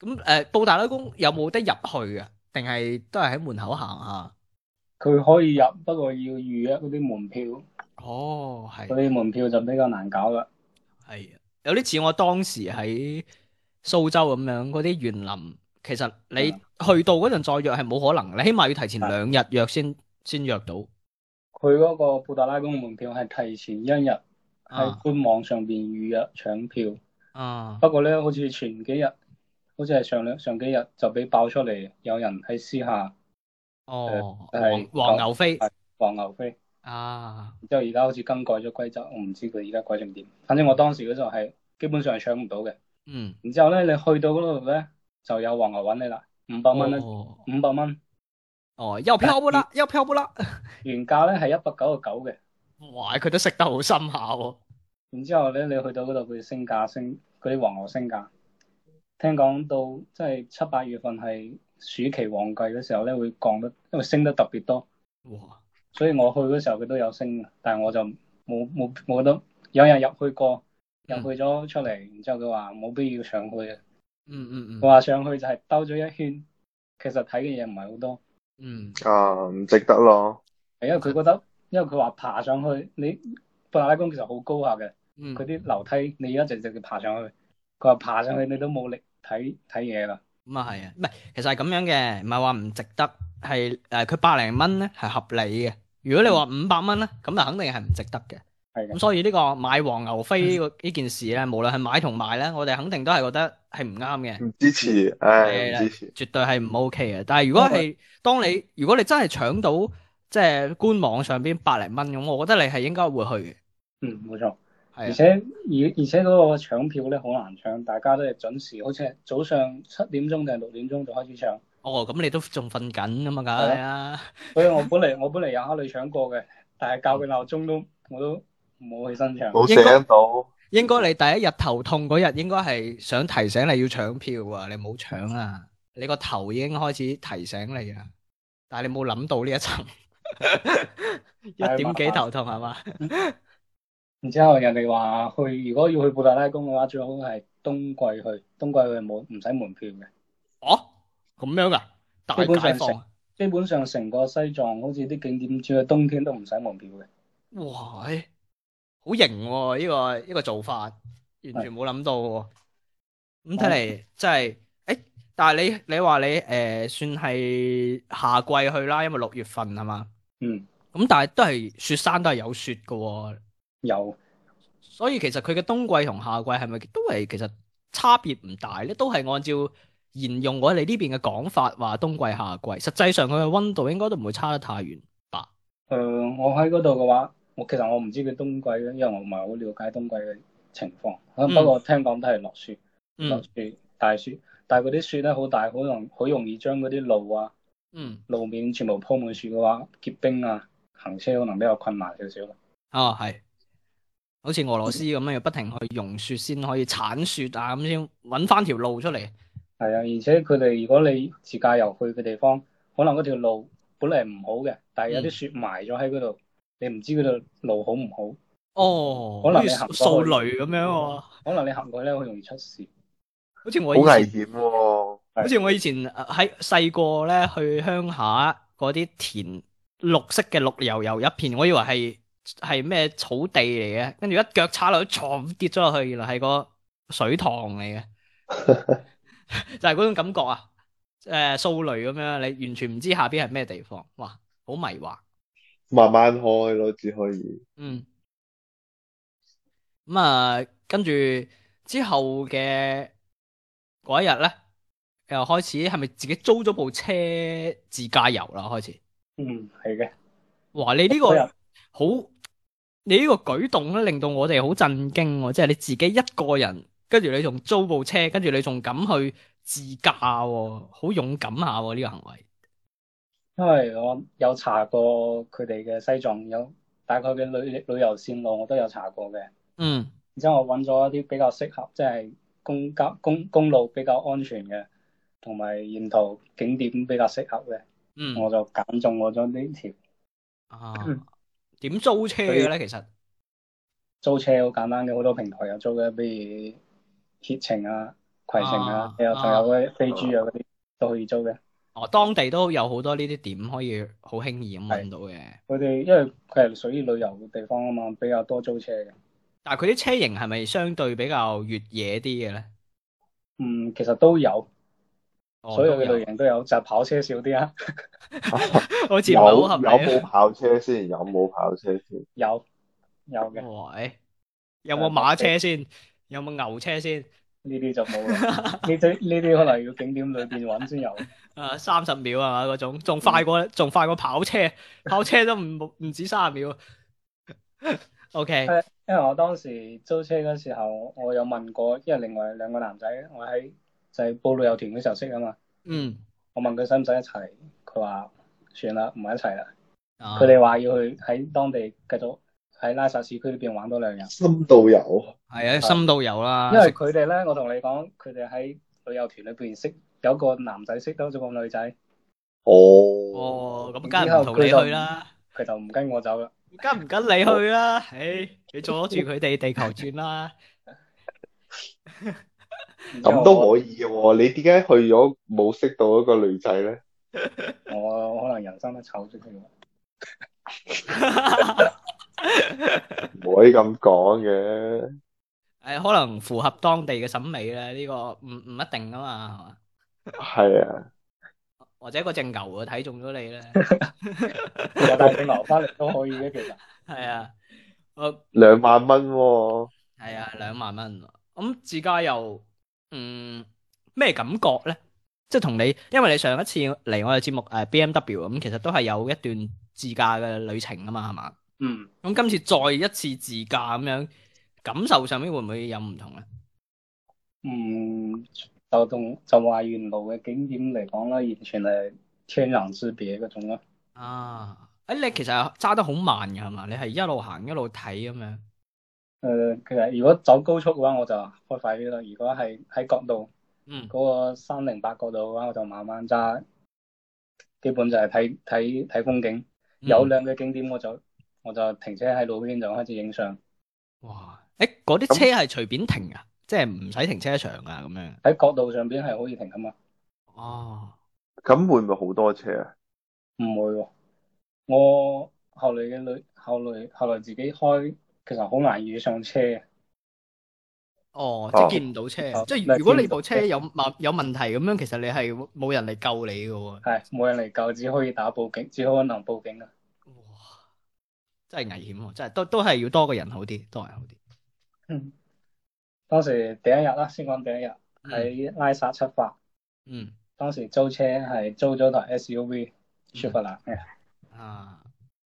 Speaker 1: 咁誒、呃，布達拉宮有冇得入去啊？定係都係喺門口行
Speaker 3: 佢可以入，不過要預約嗰啲門票，
Speaker 1: 下？哦，係
Speaker 3: 嗰啲門票就比較難搞啦。
Speaker 1: 係啊，有啲似我當時喺蘇州咁樣嗰啲園林，其實你
Speaker 3: 嗯
Speaker 1: 去到嗰陣再約係冇可能，你起碼要提前兩日約先先約到。
Speaker 3: 佢嗰個布達拉宮門票係提前一日喺
Speaker 1: 啊
Speaker 3: 官網上邊預約搶票，
Speaker 1: 啊
Speaker 3: 不過咧好似前幾日，好似係上兩上幾日就俾爆出嚟，有人喺私下
Speaker 1: 哦，黃
Speaker 3: 係
Speaker 1: 黃牛飛
Speaker 3: 係黃牛飛，
Speaker 1: 啊，
Speaker 3: 然之後而家好似更改咗規則，我唔知佢而家改成點。反正我當時嗰陣係基本上係搶唔到嘅。
Speaker 1: 嗯，
Speaker 3: 然之後咧，你去到嗰度咧就有黃牛揾你啦，五百蚊咧，
Speaker 1: 哦，
Speaker 3: 五百蚊。
Speaker 1: 哦，又漂不啦，又漂不啦，
Speaker 3: 原價咧係一百九十九嘅，
Speaker 1: 哇，佢都食得好深下喎。
Speaker 3: 然之後咧你去到嗰度佢升價升，嗰啲黃牛升價。聽講到即係七八月份係暑期旺季嘅時候咧，會降得，因為升得特別多，
Speaker 1: 哇，
Speaker 3: 所以我去嗰時候佢都有升，但係我就冇冇冇得有人入去過，入
Speaker 1: 嗯
Speaker 3: 去咗出嚟，然之後佢話冇必要上去嘅，
Speaker 1: 嗯嗯
Speaker 3: 佢
Speaker 1: 嗯
Speaker 3: 話上去就係兜咗一圈，其實睇嘅嘢唔係好多，
Speaker 1: 嗯，
Speaker 4: 啊，唔值得咯。
Speaker 3: 係因為佢覺得，因為佢話爬上去，你布達拉宮其實好高下嘅。
Speaker 1: 嗯，
Speaker 3: 佢啲樓梯你一直直接爬上去，佢話爬上去你都冇力睇睇嘢啦。
Speaker 1: 咁啊係啊，唔係其實係咁樣嘅，唔係話唔值得，係誒佢百零蚊咧係合理嘅。如果你話五百蚊咧，咁就肯定係唔值得嘅。
Speaker 3: 係
Speaker 1: 咁
Speaker 3: 嘅，
Speaker 1: 所以呢個買黃牛飛呢個呢件事咧，無論係買同賣咧，我哋肯定都係覺得係唔啱嘅。
Speaker 4: 唔支持，
Speaker 1: 係
Speaker 4: 唉，
Speaker 1: 啦
Speaker 4: 唔支持。
Speaker 1: 絕對係唔 OK 嘅。但係如果係當你如果你真係搶到即係官網上邊百零蚊咁，我覺得你係應該會去嘅。
Speaker 3: 嗯，冇錯。而
Speaker 1: 係啊，
Speaker 3: 且而而且嗰個搶票咧好難搶，大家都係準時，好似係早上七點鐘定係六點鐘就開始搶。
Speaker 1: 哦，咁你都仲瞓緊咁嘛，梗係啊，
Speaker 3: 所以我本嚟我本嚟有考慮搶過嘅，但係校佢鬧鐘都我都冇起身搶。
Speaker 4: 冇醒到，
Speaker 1: 應該你第一日頭痛嗰日，應該係想提醒你要搶票啊，你冇搶啊，你個頭已經開始提醒你啊，但係你冇諗到呢一層， 一點幾頭痛係嘛？
Speaker 3: 然之後人哋話去，如果要去布達拉宮嘅話，最好係冬季去，冬季去冇唔使門票嘅。
Speaker 1: 哦，咁樣噶，大
Speaker 3: 基本上
Speaker 1: 解放啊，
Speaker 3: 基本上成個西藏好似啲景點，只要冬天都唔使門票嘅。
Speaker 1: 哇，欸好型喎！呢個呢個做法，完全冇諗到喎。咁睇嚟真係，誒，但係你你話你誒算係夏季去啦，因為六月份係嘛？
Speaker 3: 嗯，
Speaker 1: 咁但係都係雪山都係有雪㗎喎，
Speaker 3: 有
Speaker 1: 所以其實佢嘅冬季同夏季係咪都係其實差別唔大咧？都係按照沿用我哋呢邊嘅講法話冬季夏季，實際上佢嘅温度應該都唔會差得太遠。
Speaker 3: 誒、呃我喺嗰度嘅話，我其實我唔知佢冬季咧，因為我唔係好了解冬季嘅情況。啊
Speaker 1: 嗯
Speaker 3: 不過聽講都係落雪，落
Speaker 1: 嗯
Speaker 3: 雪大雪，但係嗰啲雪咧好大，好容好容易將嗰啲路啊、
Speaker 1: 嗯，
Speaker 3: 路面全部鋪滿雪嘅話，結冰啊，行車可能比較困難少少。
Speaker 1: 啊係，好似俄羅斯咁樣要不停去融雪先可以鏟雪啊，咁先揾翻條路出嚟。
Speaker 3: 係啊，而且佢哋如果你自駕遊去嘅地方，可能嗰條路本嚟唔好嘅，但係有啲雪埋咗喺嗰度，你唔知嗰度路好唔好，
Speaker 1: 哦，
Speaker 3: 可能你
Speaker 1: 好
Speaker 3: 行
Speaker 1: 似
Speaker 3: 過去嗯
Speaker 1: 掃雷咁樣喎、
Speaker 3: 可能你行過去咧好容易出事。
Speaker 1: 好似
Speaker 4: 好
Speaker 1: 我以
Speaker 4: 危啊
Speaker 1: 前，
Speaker 4: 險喎。
Speaker 1: 好似我以前呃喺細個咧去鄉下嗰啲田綠色嘅綠油油一片，我以為係係咩草地嚟嘅，跟住一腳踩落去，床跌咗落去，原來係個水塘嚟嘅，就係嗰種感覺啊！誒、掃雷咁樣，你完全唔知下邊係咩地方，哇，好迷惑。
Speaker 4: 慢慢開咯，只可以。
Speaker 1: 嗯，咁啊，跟住之後嘅嗰一日咧，又開始係咪自己租咗部車自駕遊啦？開始，
Speaker 3: 嗯，係嘅，
Speaker 1: 哇！你呢個
Speaker 3: 我有
Speaker 1: 好，你呢個舉動咧，令到我哋好震驚喎！即係你自己一個人，跟住你仲租部車，跟住你仲敢去自駕喎，好勇敢下喎呢個行為。
Speaker 3: 因為我有查過佢哋嘅西藏有大概嘅旅旅遊線路，我都有查過嘅。然
Speaker 1: 嗯
Speaker 3: 之後我揾咗一啲比較適合，即係公交公公路比較安全嘅，同埋沿途景點比較適合嘅，
Speaker 1: 嗯
Speaker 3: 我就揀中我咗呢條。
Speaker 1: 啊
Speaker 3: 嗯，
Speaker 1: 點租車嘅咧？其實，
Speaker 3: 租車好簡單嘅，好多平台有租嘅，比如攜程啊、攜程
Speaker 1: 啊
Speaker 3: 啊，又仲有嗰啲飛豬啊嗰啲都可以租嘅。
Speaker 1: 哦，當地都有好多呢啲點可以好輕易咁揾到嘅，
Speaker 3: 佢哋因為佢係屬於旅遊嘅地方啊嘛，比較多租車嘅。
Speaker 1: 但係佢啲車型係咪相對比較越野啲嘅咧？
Speaker 3: 嗯，其實都有，
Speaker 1: 哦
Speaker 3: 所有
Speaker 1: 都
Speaker 3: 嘅類型都有，就係跑車少啲啊。
Speaker 1: 好似唔係
Speaker 4: 有
Speaker 1: 好
Speaker 4: 有
Speaker 1: 合理
Speaker 4: 冇
Speaker 1: 啊。
Speaker 4: 跑車先？有冇跑車先？
Speaker 3: 有有嘅，呢
Speaker 1: 喂，有冇馬車先？有冇牛車先？
Speaker 3: 啲就冇啦。呢啲呢啲可能要景點裏邊揾先有。
Speaker 1: 啊，三十秒啊嗰種，仲快過
Speaker 3: 嗯
Speaker 1: 仲快過跑 車，跑車都唔唔止三十秒。OK，
Speaker 3: 係因為我當時租車嗰時候，我有問過，因為另外兩個男仔，我喺就係報旅遊團嘅時候識啊嘛。
Speaker 1: 嗯，
Speaker 3: 我問佢使唔使一齊，佢話算啦，唔係一齊啦。
Speaker 1: 啊
Speaker 3: 佢哋話要去喺當地繼續喺拉薩市區呢邊玩多兩日，
Speaker 4: 深度遊
Speaker 1: 係啊，深度遊啦，
Speaker 3: 因為佢哋咧，我同你講，佢哋喺旅遊團裏邊識有個男仔識多咗個女仔，
Speaker 4: 哦，
Speaker 1: 哦，咁梗係唔同你去啦。
Speaker 3: 佢就唔跟我走啦。
Speaker 1: 跟唔跟你去啦？唉，你阻住佢哋地球轉啦。
Speaker 4: 咁都可以嘅喎。你點解去咗冇識到一個女仔咧？
Speaker 3: 可我我可能人生都醜咗佢啦。
Speaker 4: 唔可以咁講嘅。
Speaker 1: 诶，可能符合當地嘅審美咧，呢、個唔唔一定噶嘛，係嘛？
Speaker 4: 係啊，
Speaker 1: 或者嗰只牛啊睇中咗你咧，
Speaker 3: 我但係佢留翻嚟都可以嘅，其實
Speaker 1: 係啊，我
Speaker 4: 兩萬蚊喎。
Speaker 1: 係啊，兩萬蚊。咁自駕遊，嗯，咩感覺咧？即係同你，因為你上一次嚟我哋節目诶 B M W 咁，其實都係有一段自駕嘅旅程啊嘛，係嘛？
Speaker 3: 嗯，
Speaker 1: 咁今次再一次自駕咁樣，感受上面會唔會有唔同咧？
Speaker 3: 嗯，就同就話沿路嘅景點嚟講啦，完全係天壤之別嗰種啦。
Speaker 1: 啊，誒你其實揸得好慢嘅係嘛？你係一路行一路睇咁樣。嗯
Speaker 3: 誒、其實如果走高速嘅話，我就開快啲啦；如果係喺國道。
Speaker 1: 嗯，
Speaker 3: 嗰個三零八角度嘅話，我就慢慢揸，基本就係睇睇睇風景。有
Speaker 1: 嗯
Speaker 3: 兩個景點我就我就停車喺路邊就開始影相。
Speaker 1: 哇！誒嗰啲車係隨便停啊，即係唔使停車場啊咁樣。
Speaker 3: 喺角度上邊係可以停啊噶嘛？
Speaker 1: 哦，
Speaker 4: 咁會唔會好多車啊？
Speaker 3: 唔會喎。我後來嘅旅後來後來自己開，其實好難遇上車嘅。
Speaker 1: 哦，即
Speaker 4: 哦
Speaker 1: 係見唔到車，
Speaker 3: 哦
Speaker 1: 即
Speaker 3: 你
Speaker 1: 係
Speaker 3: 係
Speaker 1: 如果你
Speaker 3: 見唔到
Speaker 1: 部車
Speaker 3: 車
Speaker 1: 有問有問題咁樣，其實你係冇人嚟救你嘅喎。
Speaker 3: 係冇人嚟救，只可以打報警，只可能報警啊！
Speaker 1: 哇！真係危險喎，真係都都係要多個人好啲，多人好啲。
Speaker 3: 當時第一日啦，先講第一日
Speaker 1: 嗯
Speaker 3: 喺拉薩出發，
Speaker 1: 嗯
Speaker 3: 當時租車係租咗台 SUV 雪佛蘭嘅，
Speaker 1: 啊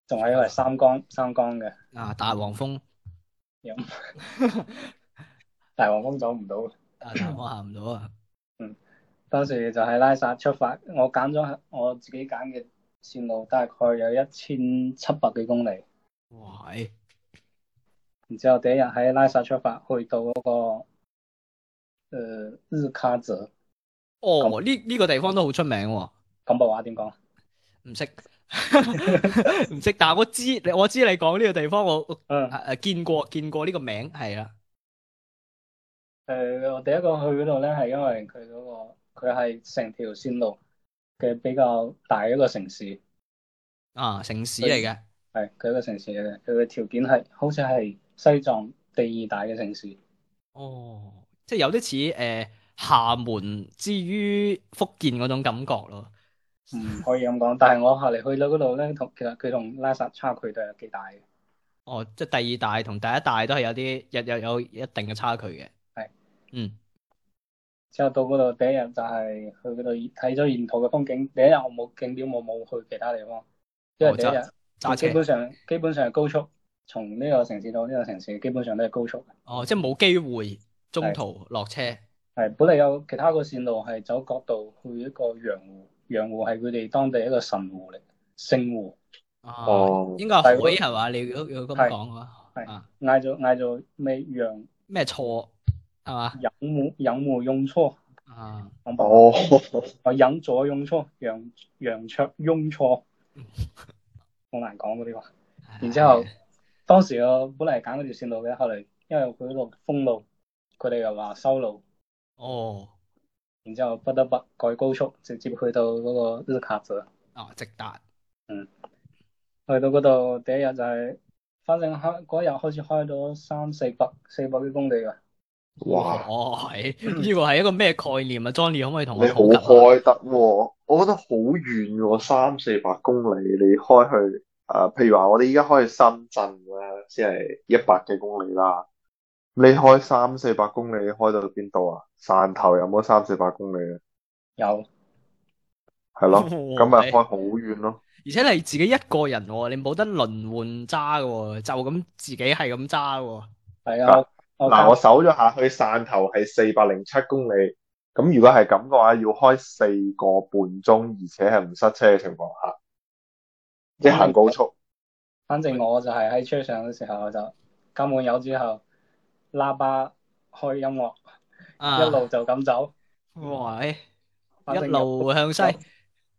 Speaker 3: 仲係因為三缸三缸嘅。
Speaker 1: 啊大黃蜂
Speaker 3: 大黃蜂走唔到。
Speaker 1: 啊大我行唔到啊。
Speaker 3: 當時就喺拉薩出發，我揀咗我自己揀嘅線路，大概有一千七百幾公里。
Speaker 1: 哇！哎誒
Speaker 3: 然之後第一日喺拉薩出發，去到嗰、個呃日喀則，
Speaker 1: 哦，呢呢個地方都好出名喎。
Speaker 3: 廣播話點講？
Speaker 1: 唔識，唔識，但係我知你，我知你講呢個地方，我我啊
Speaker 3: 嗯
Speaker 1: 誒、，誒見過見過呢個名係啦，
Speaker 3: 誒、呃我第一個去嗰度咧，係因為佢嗰、個佢係成條線路嘅比較大一個城市，
Speaker 1: 啊城市嚟嘅，
Speaker 3: 係佢一個城市嚟嘅，佢嘅條件係好似係西藏第二大嘅城市，
Speaker 1: 哦，即係有啲似诶廈門之於福建嗰種感覺咯。
Speaker 3: 唔可以咁講。但係我後嚟去到嗰度咧，同其實佢同拉薩差距都係幾大嘅。
Speaker 1: 哦，即係第二大同第一大都係有啲有有有一定嘅差距嘅。
Speaker 3: 係，
Speaker 1: 嗯，
Speaker 3: 之後到嗰度第一日就係去嗰度睇咗沿途嘅風景。第一日我冇景點，我冇去其他地方，因為
Speaker 1: 哦
Speaker 3: 第一日
Speaker 1: 揸揸
Speaker 3: 基本
Speaker 1: 車，
Speaker 3: 上基本上係高速，從呢個城市到呢個城市基本上都係高速嘅。
Speaker 1: 哦，即係冇機會中途落車。
Speaker 3: 係本嚟有其他個線路係走國道去一個羊湖，羊湖係佢哋當地一個神湖嚟，聖湖。
Speaker 1: 啊，
Speaker 4: 哦
Speaker 1: 應該係
Speaker 3: 但係
Speaker 1: 海係嘛？你如果如果咁
Speaker 3: 係
Speaker 1: 講嘅話，
Speaker 3: 係
Speaker 1: 啊
Speaker 3: 嗌做嗌做咩羊
Speaker 1: 咩錯係嘛？
Speaker 3: 引湖引湖用錯，
Speaker 1: 啊，
Speaker 4: 哦，
Speaker 3: 我啊引左用錯，羊羊卓用錯，好難講嗰啲話。然之後，當時我本嚟係揀嗰條線路嘅，後嚟因為佢嗰度封路，佢哋又話修路，
Speaker 1: 哦，
Speaker 3: 然之後不得不改高速，直接去到嗰個日喀則。
Speaker 1: 啊，直達，
Speaker 3: 去到嗰度第一日就係、反正開嗰日開始開咗三四百四百幾公里㗎，
Speaker 4: 哇！
Speaker 1: 哦，係呢個係一個咩概念啊？Johnny 可唔可以同我
Speaker 4: 你好
Speaker 1: 普及下
Speaker 4: 開得喎，我覺得好遠喎，三四百公里，你開去啊、譬如話我哋依家開去深圳啦，先係一百幾公里啦。你開三四百公里，你開到邊度啊？汕頭有冇三四百公里啊？
Speaker 3: 有
Speaker 4: 係 咯，
Speaker 1: 咁
Speaker 4: 咁咪開好遠咯。
Speaker 1: 而且你自己一個人喎，你冇得輪換揸嘅喎，就咁自己係咁揸喎。
Speaker 3: 係啊，我
Speaker 4: 嗱，我
Speaker 3: 我
Speaker 4: 搜咗下去汕頭係四百零七公里，咁如果係咁嘅話，要開四個半鐘，而且係唔塞車嘅情況下，即係行高速。
Speaker 3: 反正我就係喺車上嘅時候我就加滿油之後，喇叭開音樂，
Speaker 1: 啊，
Speaker 3: 一路就咁走，
Speaker 1: 哇，欸
Speaker 3: 反
Speaker 1: 一
Speaker 3: 正
Speaker 1: 路向西，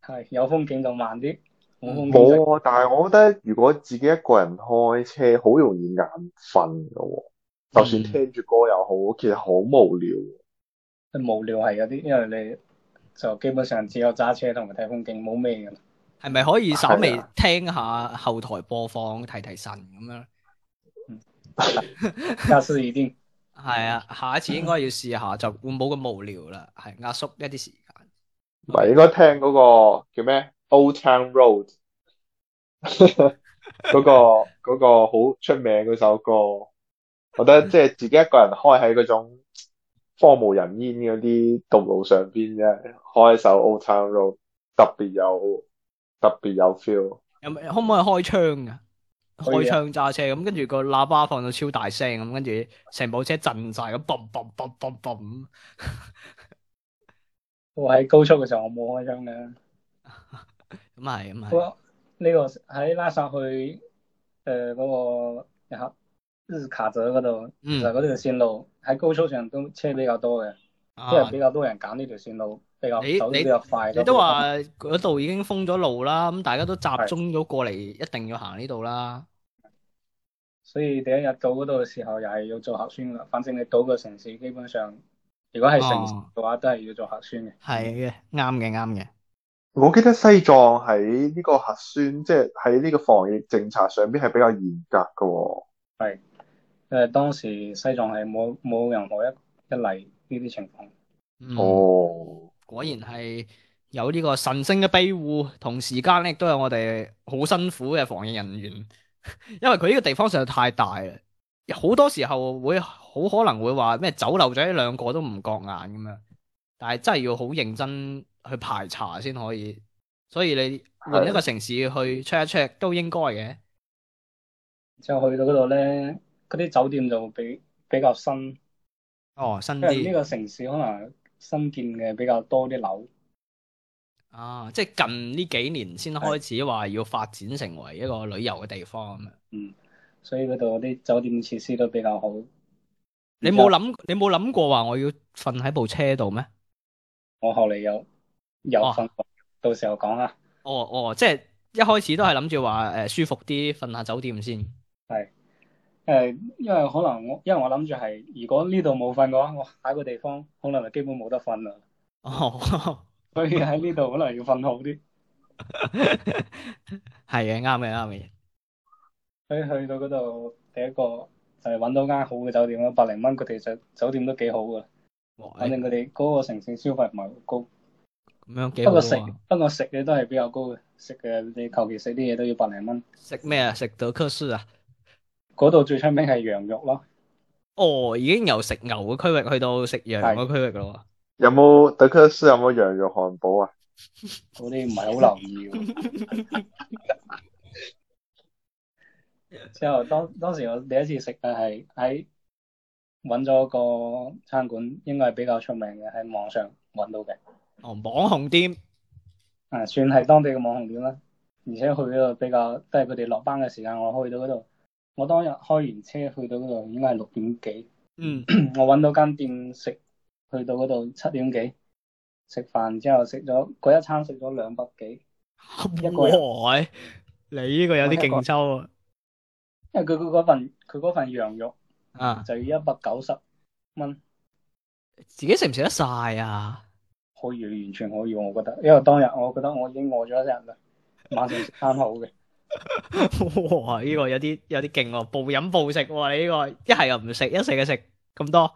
Speaker 3: 係有風景就慢啲，
Speaker 1: 嗯
Speaker 3: 冇風景就
Speaker 4: 冇啊！但係我覺得如果自己一個人開車，好容易眼瞓噶喎。就算聽住歌又好，其實好無聊。
Speaker 3: 無聊係有啲，因為你就基本上只有揸車同埋睇風景，冇咩嘅。
Speaker 1: 係咪可以稍微
Speaker 4: 係
Speaker 1: 聽下後台播放提提神咁樣？
Speaker 3: 下次一定
Speaker 1: 係啊，下一次應該要試下，就會冇咁無聊啦。係壓縮一啲時間。
Speaker 4: 唔係應該聽嗰、個叫咩？Old Town Road 嗰、個嗰、個好出名嗰首歌，我覺得即係自己一個人開喺嗰種荒無人煙嗰啲道路上邊啫，開首 Old Town Road 特別有特別有 feel。
Speaker 1: 有冇可唔可以開窗㗎？
Speaker 3: 可
Speaker 1: 開
Speaker 3: 以啊
Speaker 1: 窗揸車咁，跟住個喇叭放到超大聲咁，跟住成部車震晒咁，嘣嘣嘣嘣嘣。
Speaker 3: 我喺高速嘅時候我冇開窗嘅。
Speaker 1: 咁係咁係。
Speaker 3: 我呢個喺拉薩去誒嗰、個日喀則嗰度，其實
Speaker 1: 嗯
Speaker 3: 嗰條線路喺高速上都車比較多嘅，因為
Speaker 1: 啊
Speaker 3: 比，較多人揀呢條線路，比較
Speaker 1: 你
Speaker 3: 走得
Speaker 1: 你
Speaker 3: 比較快。
Speaker 1: 你都話嗰度已經封咗路啦，咁大家都集中咗過嚟，一定要行呢度啦。
Speaker 3: 所以第一日到嗰度嘅時候，又係要做核酸啦。反正你到個城市，基本上如果係城市
Speaker 1: 哦
Speaker 3: 嘅話，都係要做核酸嘅。
Speaker 1: 係嘅，啱嘅，啱嘅。
Speaker 4: 我記得西藏喺呢個核酸，即係喺呢個防疫政策上邊係比較嚴格嘅喎。
Speaker 3: 因為當時西藏係冇冇任何一一例呢啲情況。
Speaker 1: 嗯，
Speaker 4: 哦，
Speaker 1: 果然係有呢個神聖嘅庇護，同時間咧亦都有我哋好辛苦嘅防疫人員， 因為佢呢個地方實在太大啦，好多時候會好可能會話咩走漏咗一兩個都唔覺眼咁樣，但係真係要好認真去排查先可以，所以你換一個城市去 check 一 check 都應該嘅。
Speaker 3: 之後去到嗰度咧，嗰啲酒店就比比較新。
Speaker 1: 哦，新
Speaker 3: 因為呢
Speaker 1: 啲
Speaker 3: 個城市可能新建嘅比較多啲樓，
Speaker 1: 啊，即係近呢幾年先開始話要發展成為一個旅遊嘅地方咁樣。
Speaker 3: 所以嗰度啲酒店設施都比較好。
Speaker 1: 你冇諗，你冇諗過話我要瞓喺部車度咩？
Speaker 3: 我後嚟有有瞓過，到時候講啦。
Speaker 1: 哦哦，即係一開始都係諗住話诶舒服啲，瞓下酒店先。
Speaker 3: 誒，呃因為可能我因為我諗住係，如果呢度冇瞓嘅話，我下一個地方可能就基本冇得瞓啦。
Speaker 1: 哦，
Speaker 3: 所以喺呢度可能要瞓好啲。
Speaker 1: 係嘅，啱嘅，啱嘅。
Speaker 3: 佢去到嗰度，第一個就係揾到間好嘅酒店啦，百零蚊佢哋就酒店都幾好噶，
Speaker 1: 哇
Speaker 3: 反正佢哋嗰個城市消費唔係好高，
Speaker 1: 咁樣幾
Speaker 3: 不
Speaker 1: 好
Speaker 3: 過食
Speaker 1: 啊！
Speaker 3: 不過食嘅都係比較高嘅，食嘅你求其食啲嘢都要百零蚊。
Speaker 1: 食咩啊？食德克士啊？
Speaker 3: 嗰度最出名係羊肉咯，
Speaker 1: 哦，已經由食牛嘅區域去到食羊嘅區域咯
Speaker 4: 有冇德克士有冇羊肉漢堡啊？
Speaker 3: 嗰啲唔係好留意喎。之後當當時我第一次食嘅係喺揾咗個餐館，應該係比較出名嘅，喺網上揾到嘅，
Speaker 1: 喎。哦，網紅店，
Speaker 3: 啊算係當地嘅網紅店啦。而且去嗰度比較都係佢哋落班嘅時間，我去到嗰度，我當日開完車去到嗰度應該係六點幾，
Speaker 1: 嗯，
Speaker 3: 我揾到間店食，去到嗰度七點幾食飯之後食咗嗰一餐食咗兩百幾。個 人
Speaker 1: 哇！你呢嗯個有啲勁抽啊！
Speaker 3: 因為佢佢嗰份佢嗰份羊肉
Speaker 1: 啊，
Speaker 3: 就要一百九十蚊，
Speaker 1: 自己食唔食得晒啊？
Speaker 3: 可以完全可以，我覺得，因為當日我覺得我已經餓咗一日啦，晚上食餐好嘅，
Speaker 1: 哇！呢個有啲有啲勁喎，暴飲暴食喎！你呢個一係又唔食，一食就食咁多，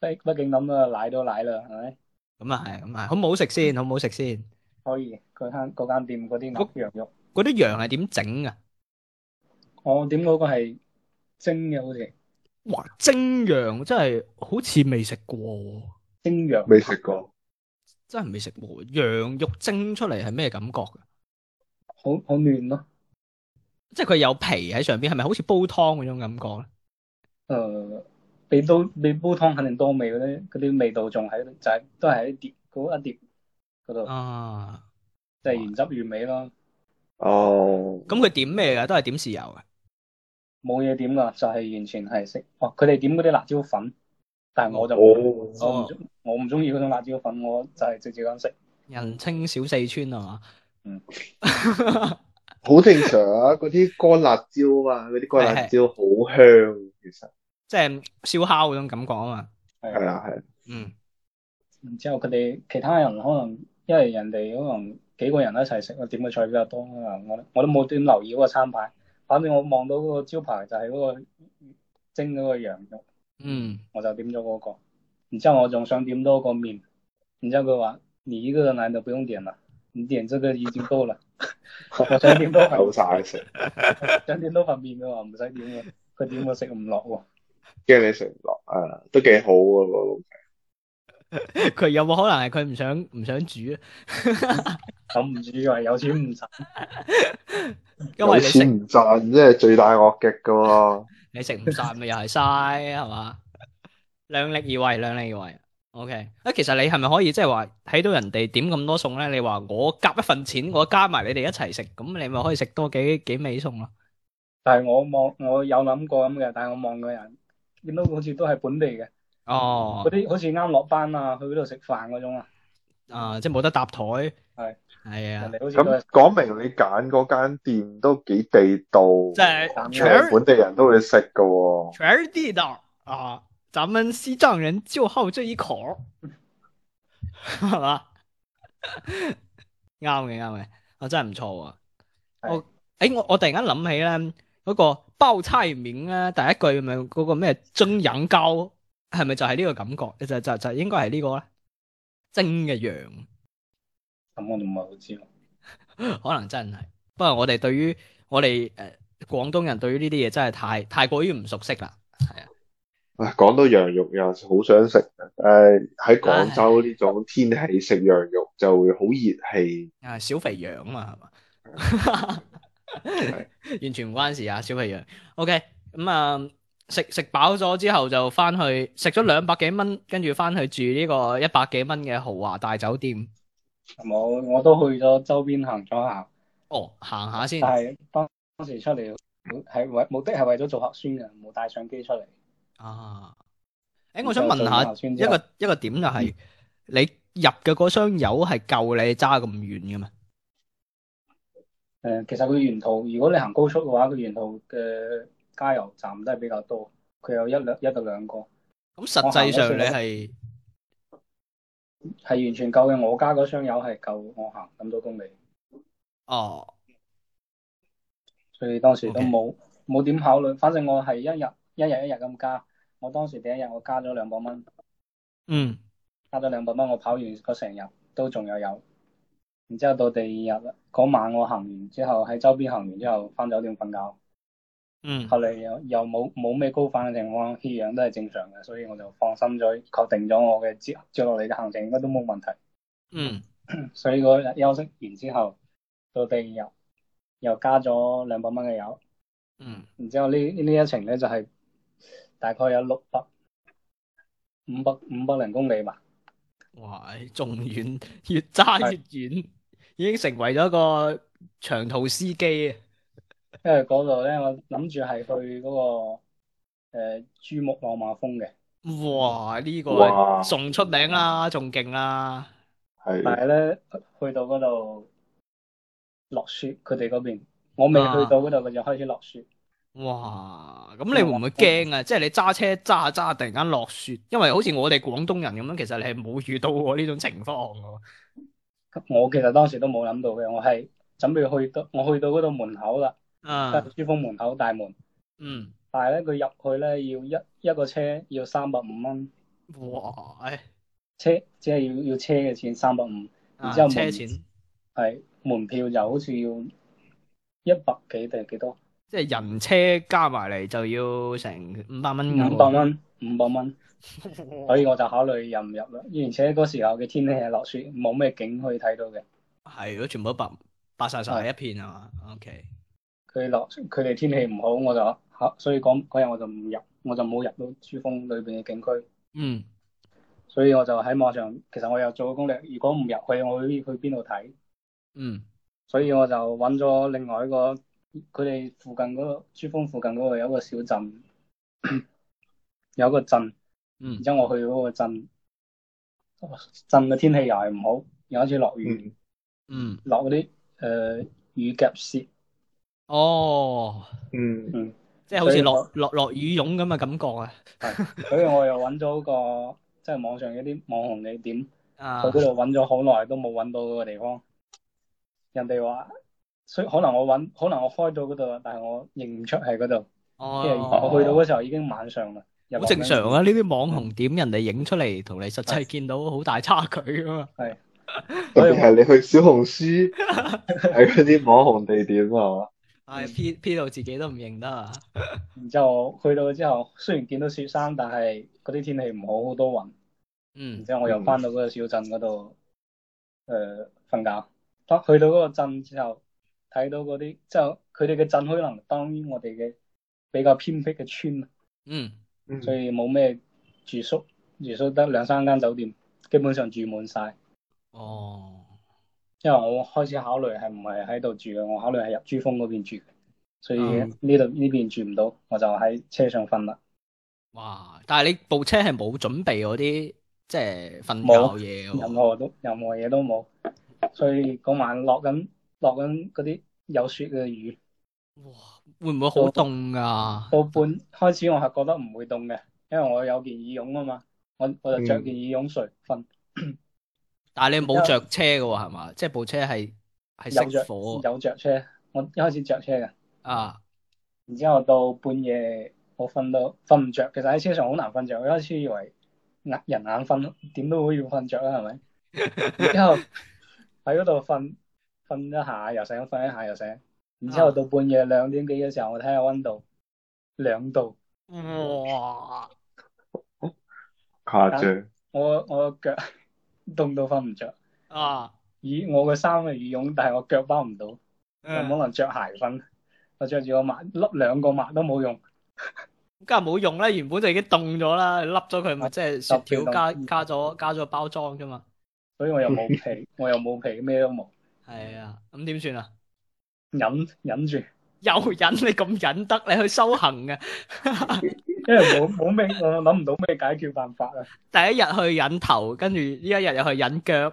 Speaker 3: 畢畢竟諗到奶都奶啦，係咪？
Speaker 1: 咁啊係，咁啊係好唔好食先？好唔好食先？
Speaker 3: 可以嗰間嗰間店嗰啲牛羊肉，
Speaker 1: 嗰啲羊係點整啊？
Speaker 3: 我點嗰個係蒸嘅，好似
Speaker 1: 哇！蒸羊真係好似未食過喎，
Speaker 3: 蒸羊，
Speaker 4: 未食過，
Speaker 1: 真係未食過喎。羊肉蒸出嚟係咩感覺啊㗎？
Speaker 3: 好好嫩咯。
Speaker 1: 即係佢有皮喺上邊，係咪好似煲湯嗰種感覺咧？
Speaker 3: 誒、你都你呃煲湯肯定多味嗰啲嗰啲味道仲喺度，就係、都係喺碟嗰一碟嗰度，
Speaker 1: 啊，
Speaker 3: 即係原汁原味咯，
Speaker 4: 哦，
Speaker 1: 咁佢點咩㗎？都係點豉油㗎。
Speaker 3: 冇嘢點㗎，就係、完全係食。哦，佢哋點嗰啲辣椒粉，但係我就冇。
Speaker 4: 哦，
Speaker 3: 我唔
Speaker 1: 哦，
Speaker 3: 中我唔中意嗰種辣椒粉，我就係直接咁食。
Speaker 1: 人稱小四川啊嘛。
Speaker 3: 嗯。
Speaker 4: 好正常啊！嗰啲乾辣椒啊，嗰啲乾辣椒好香，其實
Speaker 1: 即係燒烤嗰種感覺啊嘛。
Speaker 4: 係啦係啦。
Speaker 1: 嗯。
Speaker 3: 然之後佢哋其他人可能因為人哋可能幾個人一齊食，我點嘅菜比較多啊。我我都冇點留意嗰個餐牌，反正我望到嗰個招牌就係嗰個蒸嗰個羊肉，
Speaker 1: 嗯，
Speaker 3: 我就點咗嗰個。然之後我仲想點多個麵，然之後佢話：你一個人來就不用點啦，你點這個已經夠啦。我想點多份，
Speaker 4: 啊口晒食，
Speaker 3: 想點多份麵嘅話唔使點嘅，佢點我食唔落喎。
Speaker 4: 驚你食唔落啊，都幾好喎個老
Speaker 1: 佢有冇可能係佢唔想唔想煮啊？
Speaker 3: 咁唔知以為有錢唔使。
Speaker 1: 因為
Speaker 4: 有
Speaker 1: 你食
Speaker 4: 錢唔賺，即係最大惡極噶喎。
Speaker 1: 你食唔晒咪又係嘥係嘛？量力而為，量力而為。OK，啊，其實你係咪可以即係話睇到人哋點咁多餸咧？你話我夾一份錢，我加埋你哋一齊食，咁你咪可以食多幾幾味餸咯。
Speaker 3: 但係我望我有諗過咁嘅，但係我望個人見到好似都係本地嘅，
Speaker 1: 哦
Speaker 3: 嗰，啲好似啱落班啊，去嗰度食飯嗰種啊，
Speaker 1: 啊，即係冇得搭台。係
Speaker 3: 係
Speaker 1: 係啊
Speaker 3: 人，哋好似都
Speaker 4: 咁
Speaker 3: 係
Speaker 4: 講明你揀嗰間店都幾地道，
Speaker 1: 即係
Speaker 3: 咁
Speaker 4: 即係本地人都會食噶喎。
Speaker 1: 全是地道啊！咱們西藏人就好這一口， 係嘛？ 啱嘅，啱嘅，我真係唔錯啊！
Speaker 3: 係
Speaker 1: 我誒，我我突然間諗起咧，嗰個包差面咧，第一句咪嗰個咩蒸羊羔，係咪就係呢個感覺？就就就應該係呢個咧，蒸嘅羊。
Speaker 3: 咁我就唔係好知咯。
Speaker 1: 可能真係。不過我哋對於我哋誒廣東人對於呢啲嘢真係太太過於唔熟悉啦。係啊，
Speaker 4: 啊，講到羊肉又好想食，誒喺廣州呢種天氣食羊肉就會好熱氣，
Speaker 1: 啊小肥羊啊嘛，係嘛
Speaker 4: 係？
Speaker 1: 完全唔關事啊，小肥羊。OK，咁啊食食飽咗之後就翻去食咗兩百幾蚊，跟住翻去住呢個一百幾蚊嘅豪華大酒店。
Speaker 3: 我我都去咗周邊行咗下，
Speaker 1: 哦，行下先
Speaker 3: 但。係當當時出嚟係為目的係為咗做核酸嘅，冇帶相機出嚟。
Speaker 1: 啊，誒，我想問下啊
Speaker 3: 就做
Speaker 1: 一個一個點就係、你入嘅嗰箱油係夠你揸咁遠嘅嘛？
Speaker 3: 誒、其實佢沿途如果你行高速嘅話，佢沿途嘅加油站都係比較多，佢有一兩一到兩個。
Speaker 1: 咁實際上你係
Speaker 3: 係完全夠嘅。我家嗰箱油係夠我行咁多公里，
Speaker 1: 哦，
Speaker 3: 所以當時都
Speaker 1: OK
Speaker 3: 冇冇點考慮。反正我係一日一日一日咁加。我當時第一日我加咗兩百蚊，
Speaker 1: 嗯，
Speaker 3: 加咗兩百蚊，我跑完嗰成日都仲有油。然之後到第二日嗰晚我行完之後，喺周邊行完之後翻酒店瞓覺。
Speaker 1: 嗯，
Speaker 3: 後嚟又又冇冇咩高反嘅情況，血哎氧都係正常嘅，所以我就放心咗，確定咗我嘅接接落嚟嘅行程應該都冇問題。
Speaker 1: 嗯，
Speaker 3: 所以嗰日休息完之後，到第二日又加咗兩百蚊嘅油，
Speaker 1: 嗯，
Speaker 3: 然之後呢呢一程咧就係、大概有六百五百五百零公里吧。
Speaker 1: 哇，仲遠， 越揸越遠，已經成為咗一個長途司機啊！
Speaker 3: 因為嗰度咧，我諗住係去嗰、個、呃、珠穆朗瑪峰嘅，
Speaker 1: 哇，
Speaker 3: 嗯
Speaker 1: 呢、個
Speaker 4: 哇
Speaker 1: 仲出名啦，仲勁啦，
Speaker 4: 係
Speaker 3: 但係咧去到嗰度落雪，佢哋嗰邊我未去到嗰度，佢就開始落雪。
Speaker 1: 哇！咁你會唔會驚啊？即係你揸車揸下揸下，突然間落雪，因為好似我哋廣東人咁樣，其實你係冇遇到過呢種情況嘅。
Speaker 3: 我其實當時都冇諗到嘅，我係準備去到我去到嗰度門口啦，即
Speaker 1: 啊
Speaker 3: 係，珠峰門口大門，
Speaker 1: 嗯，
Speaker 3: 但係咧佢入去咧要一一個車要三百五蚊，
Speaker 1: 嗯哇！唉
Speaker 3: 車即係要要車嘅錢三百五，
Speaker 1: 啊
Speaker 3: 然之後
Speaker 1: 車
Speaker 3: 門
Speaker 1: 錢，
Speaker 3: 係門票就好似要一百幾定係幾多？
Speaker 1: 即係人車加埋嚟就要成五百蚊㗎喎
Speaker 3: 五百。蚊，五百蚊，所以我就考慮入唔入啦。而且嗰時候嘅天氣係落雪，冇咩景可以睇到嘅。
Speaker 1: 係如果全部都白白晒晒一片啊嘛。OK，
Speaker 3: 佢落佢哋天氣唔好，我就考，所以嗰嗰日我就唔入，我就冇入到珠峰裏邊嘅景區。
Speaker 1: 嗯
Speaker 3: 所以我就喺網上，其實我有做過攻略，如果唔入去，我會去邊度睇？
Speaker 1: 嗯
Speaker 3: 所以我就揾咗另外一個，佢哋附近嗰、個珠峰附近嗰度有一個小鎮， 有一個鎮，
Speaker 1: 嗯
Speaker 3: 然之後我去嗰個鎮，鎮嘅天氣又係唔好，又開始落雨，
Speaker 1: 嗯，
Speaker 3: 落嗰啲誒雨夾雪，
Speaker 1: 哦，
Speaker 4: 嗯
Speaker 1: 即係好似
Speaker 3: 所
Speaker 1: 落落落雨湧咁嘅感覺啊。
Speaker 3: 所以我又揾咗個即係網上嗰啲網紅地點。
Speaker 1: 啊
Speaker 3: 去嗰度揾咗好耐都冇揾到嗰個地方。人哋話，所以可能我揾，可能我開到嗰度，但係我認唔出係嗰度。因為
Speaker 1: 哦，
Speaker 3: 我去到嗰時候已經晚上啦，
Speaker 1: 好正常
Speaker 3: 嗯
Speaker 1: 啊！呢啲網紅點人哋影出嚟，同你實際見到好大差距啊 嘛。
Speaker 4: 特別係你去小紅書睇嗰啲網紅地點啊係嘛？
Speaker 1: 唉，P P 到自己都唔認得啊！
Speaker 3: 然之後去到之後，雖然見到雪山，但係嗰啲天氣唔好，好多雲。然
Speaker 1: 嗯
Speaker 3: 之後我又翻到嗰個小鎮嗰度，誒、瞓覺。當去到嗰個鎮之後，睇到嗰啲之後，佢哋嘅鎮可能當於我哋嘅比較偏僻嘅村
Speaker 1: 嗯，
Speaker 4: 嗯
Speaker 3: 所以冇咩住宿，住宿得兩三間酒店，基本上住滿晒。
Speaker 1: 哦，
Speaker 3: 因為我開始考慮係唔係喺度住嘅，我考慮係入珠峰嗰邊住嘅，所以
Speaker 1: 嗯
Speaker 3: 呢度呢邊住唔到，我就喺車上瞓啦。
Speaker 1: 哇！但係你部車係冇準備嗰啲即係瞓
Speaker 3: 冇
Speaker 1: 覺嘢
Speaker 3: 任
Speaker 1: 喎。
Speaker 3: 何都任何嘢都冇，所以嗰晚落緊落緊嗰啲有雪嘅雨，
Speaker 1: 哇！會唔會好凍啊噶？
Speaker 3: 到半開始我係覺得唔會凍嘅，因為我有件羽絨啊嘛，我我就着件羽絨睡瞓，
Speaker 1: 但係你冇着車嘅喎，係嘛？即係部車係嗯係
Speaker 3: 有着
Speaker 1: 熄火
Speaker 3: 有着車，我一開始着車嘅。
Speaker 1: 啊！
Speaker 3: 然之後到半夜我瞓到瞓唔着，其實喺車上好難瞓着。我一開始以為眼人眼瞓，點都會要瞓着啦，係 咪？然之後喺嗰度瞓瞓一下又醒，瞓一下又醒。然之後到半夜兩點幾嘅時候，我睇下温度，兩度。
Speaker 1: 哇！
Speaker 4: 誇張，
Speaker 3: 我我腳 凍到瞓唔着，
Speaker 1: 啊！
Speaker 3: 咦，我個衫嘅羽絨，但係我腳包唔到，又冇可
Speaker 1: 嗯
Speaker 3: 能着鞋瞓。我着住個襪，笠兩個襪都冇用。
Speaker 1: 梗係冇用啦，原本就已經凍咗啦，你笠咗佢咪即係雪條加
Speaker 3: 啊特別凍嗯
Speaker 1: 加咗加咗包裝啫嘛。
Speaker 3: 所以我又冇 被，我又冇被，咩都冇，
Speaker 1: 係啊，咁點算啊？
Speaker 3: 忍忍住。
Speaker 1: 又忍你咁忍得，你去修行嘅。
Speaker 3: 因為冇冇咩，我諗唔到咩解決辦法啊！
Speaker 1: 第一日去忍頭，跟住呢一日又去忍腳，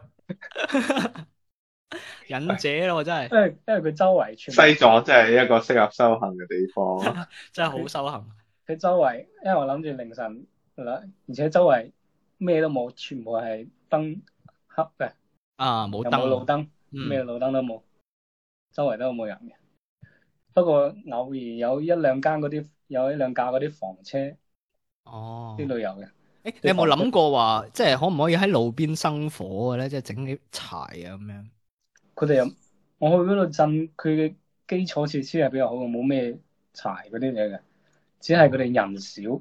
Speaker 1: 忍者咯，真係
Speaker 3: 因為因為佢周圍全
Speaker 4: 西
Speaker 3: 部，
Speaker 4: 藏真係一個適合修行嘅地方。
Speaker 1: 真係好修行。
Speaker 3: 佢周圍，因為我諗住凌晨啦，而且周圍咩都冇，全部係燈黑嘅，
Speaker 1: 啊冇
Speaker 3: 又
Speaker 1: 燈
Speaker 3: 冇路
Speaker 1: 喎，
Speaker 3: 燈，
Speaker 1: 嗯
Speaker 3: 咩路燈都冇，周圍都冇人嘅。不過偶爾有一兩間嗰啲有一兩架嗰啲房車
Speaker 1: 哦。
Speaker 3: 啲旅遊嘅，
Speaker 1: 誒，你有冇諗過話，即係可唔可以喺路邊生火嘅咧？即係整啲柴啊咁樣。
Speaker 3: 佢哋又我去嗰度鎮，佢嘅基礎設施係比較好嘅，冇咩柴嗰啲嘢嘅，只係佢哋人少，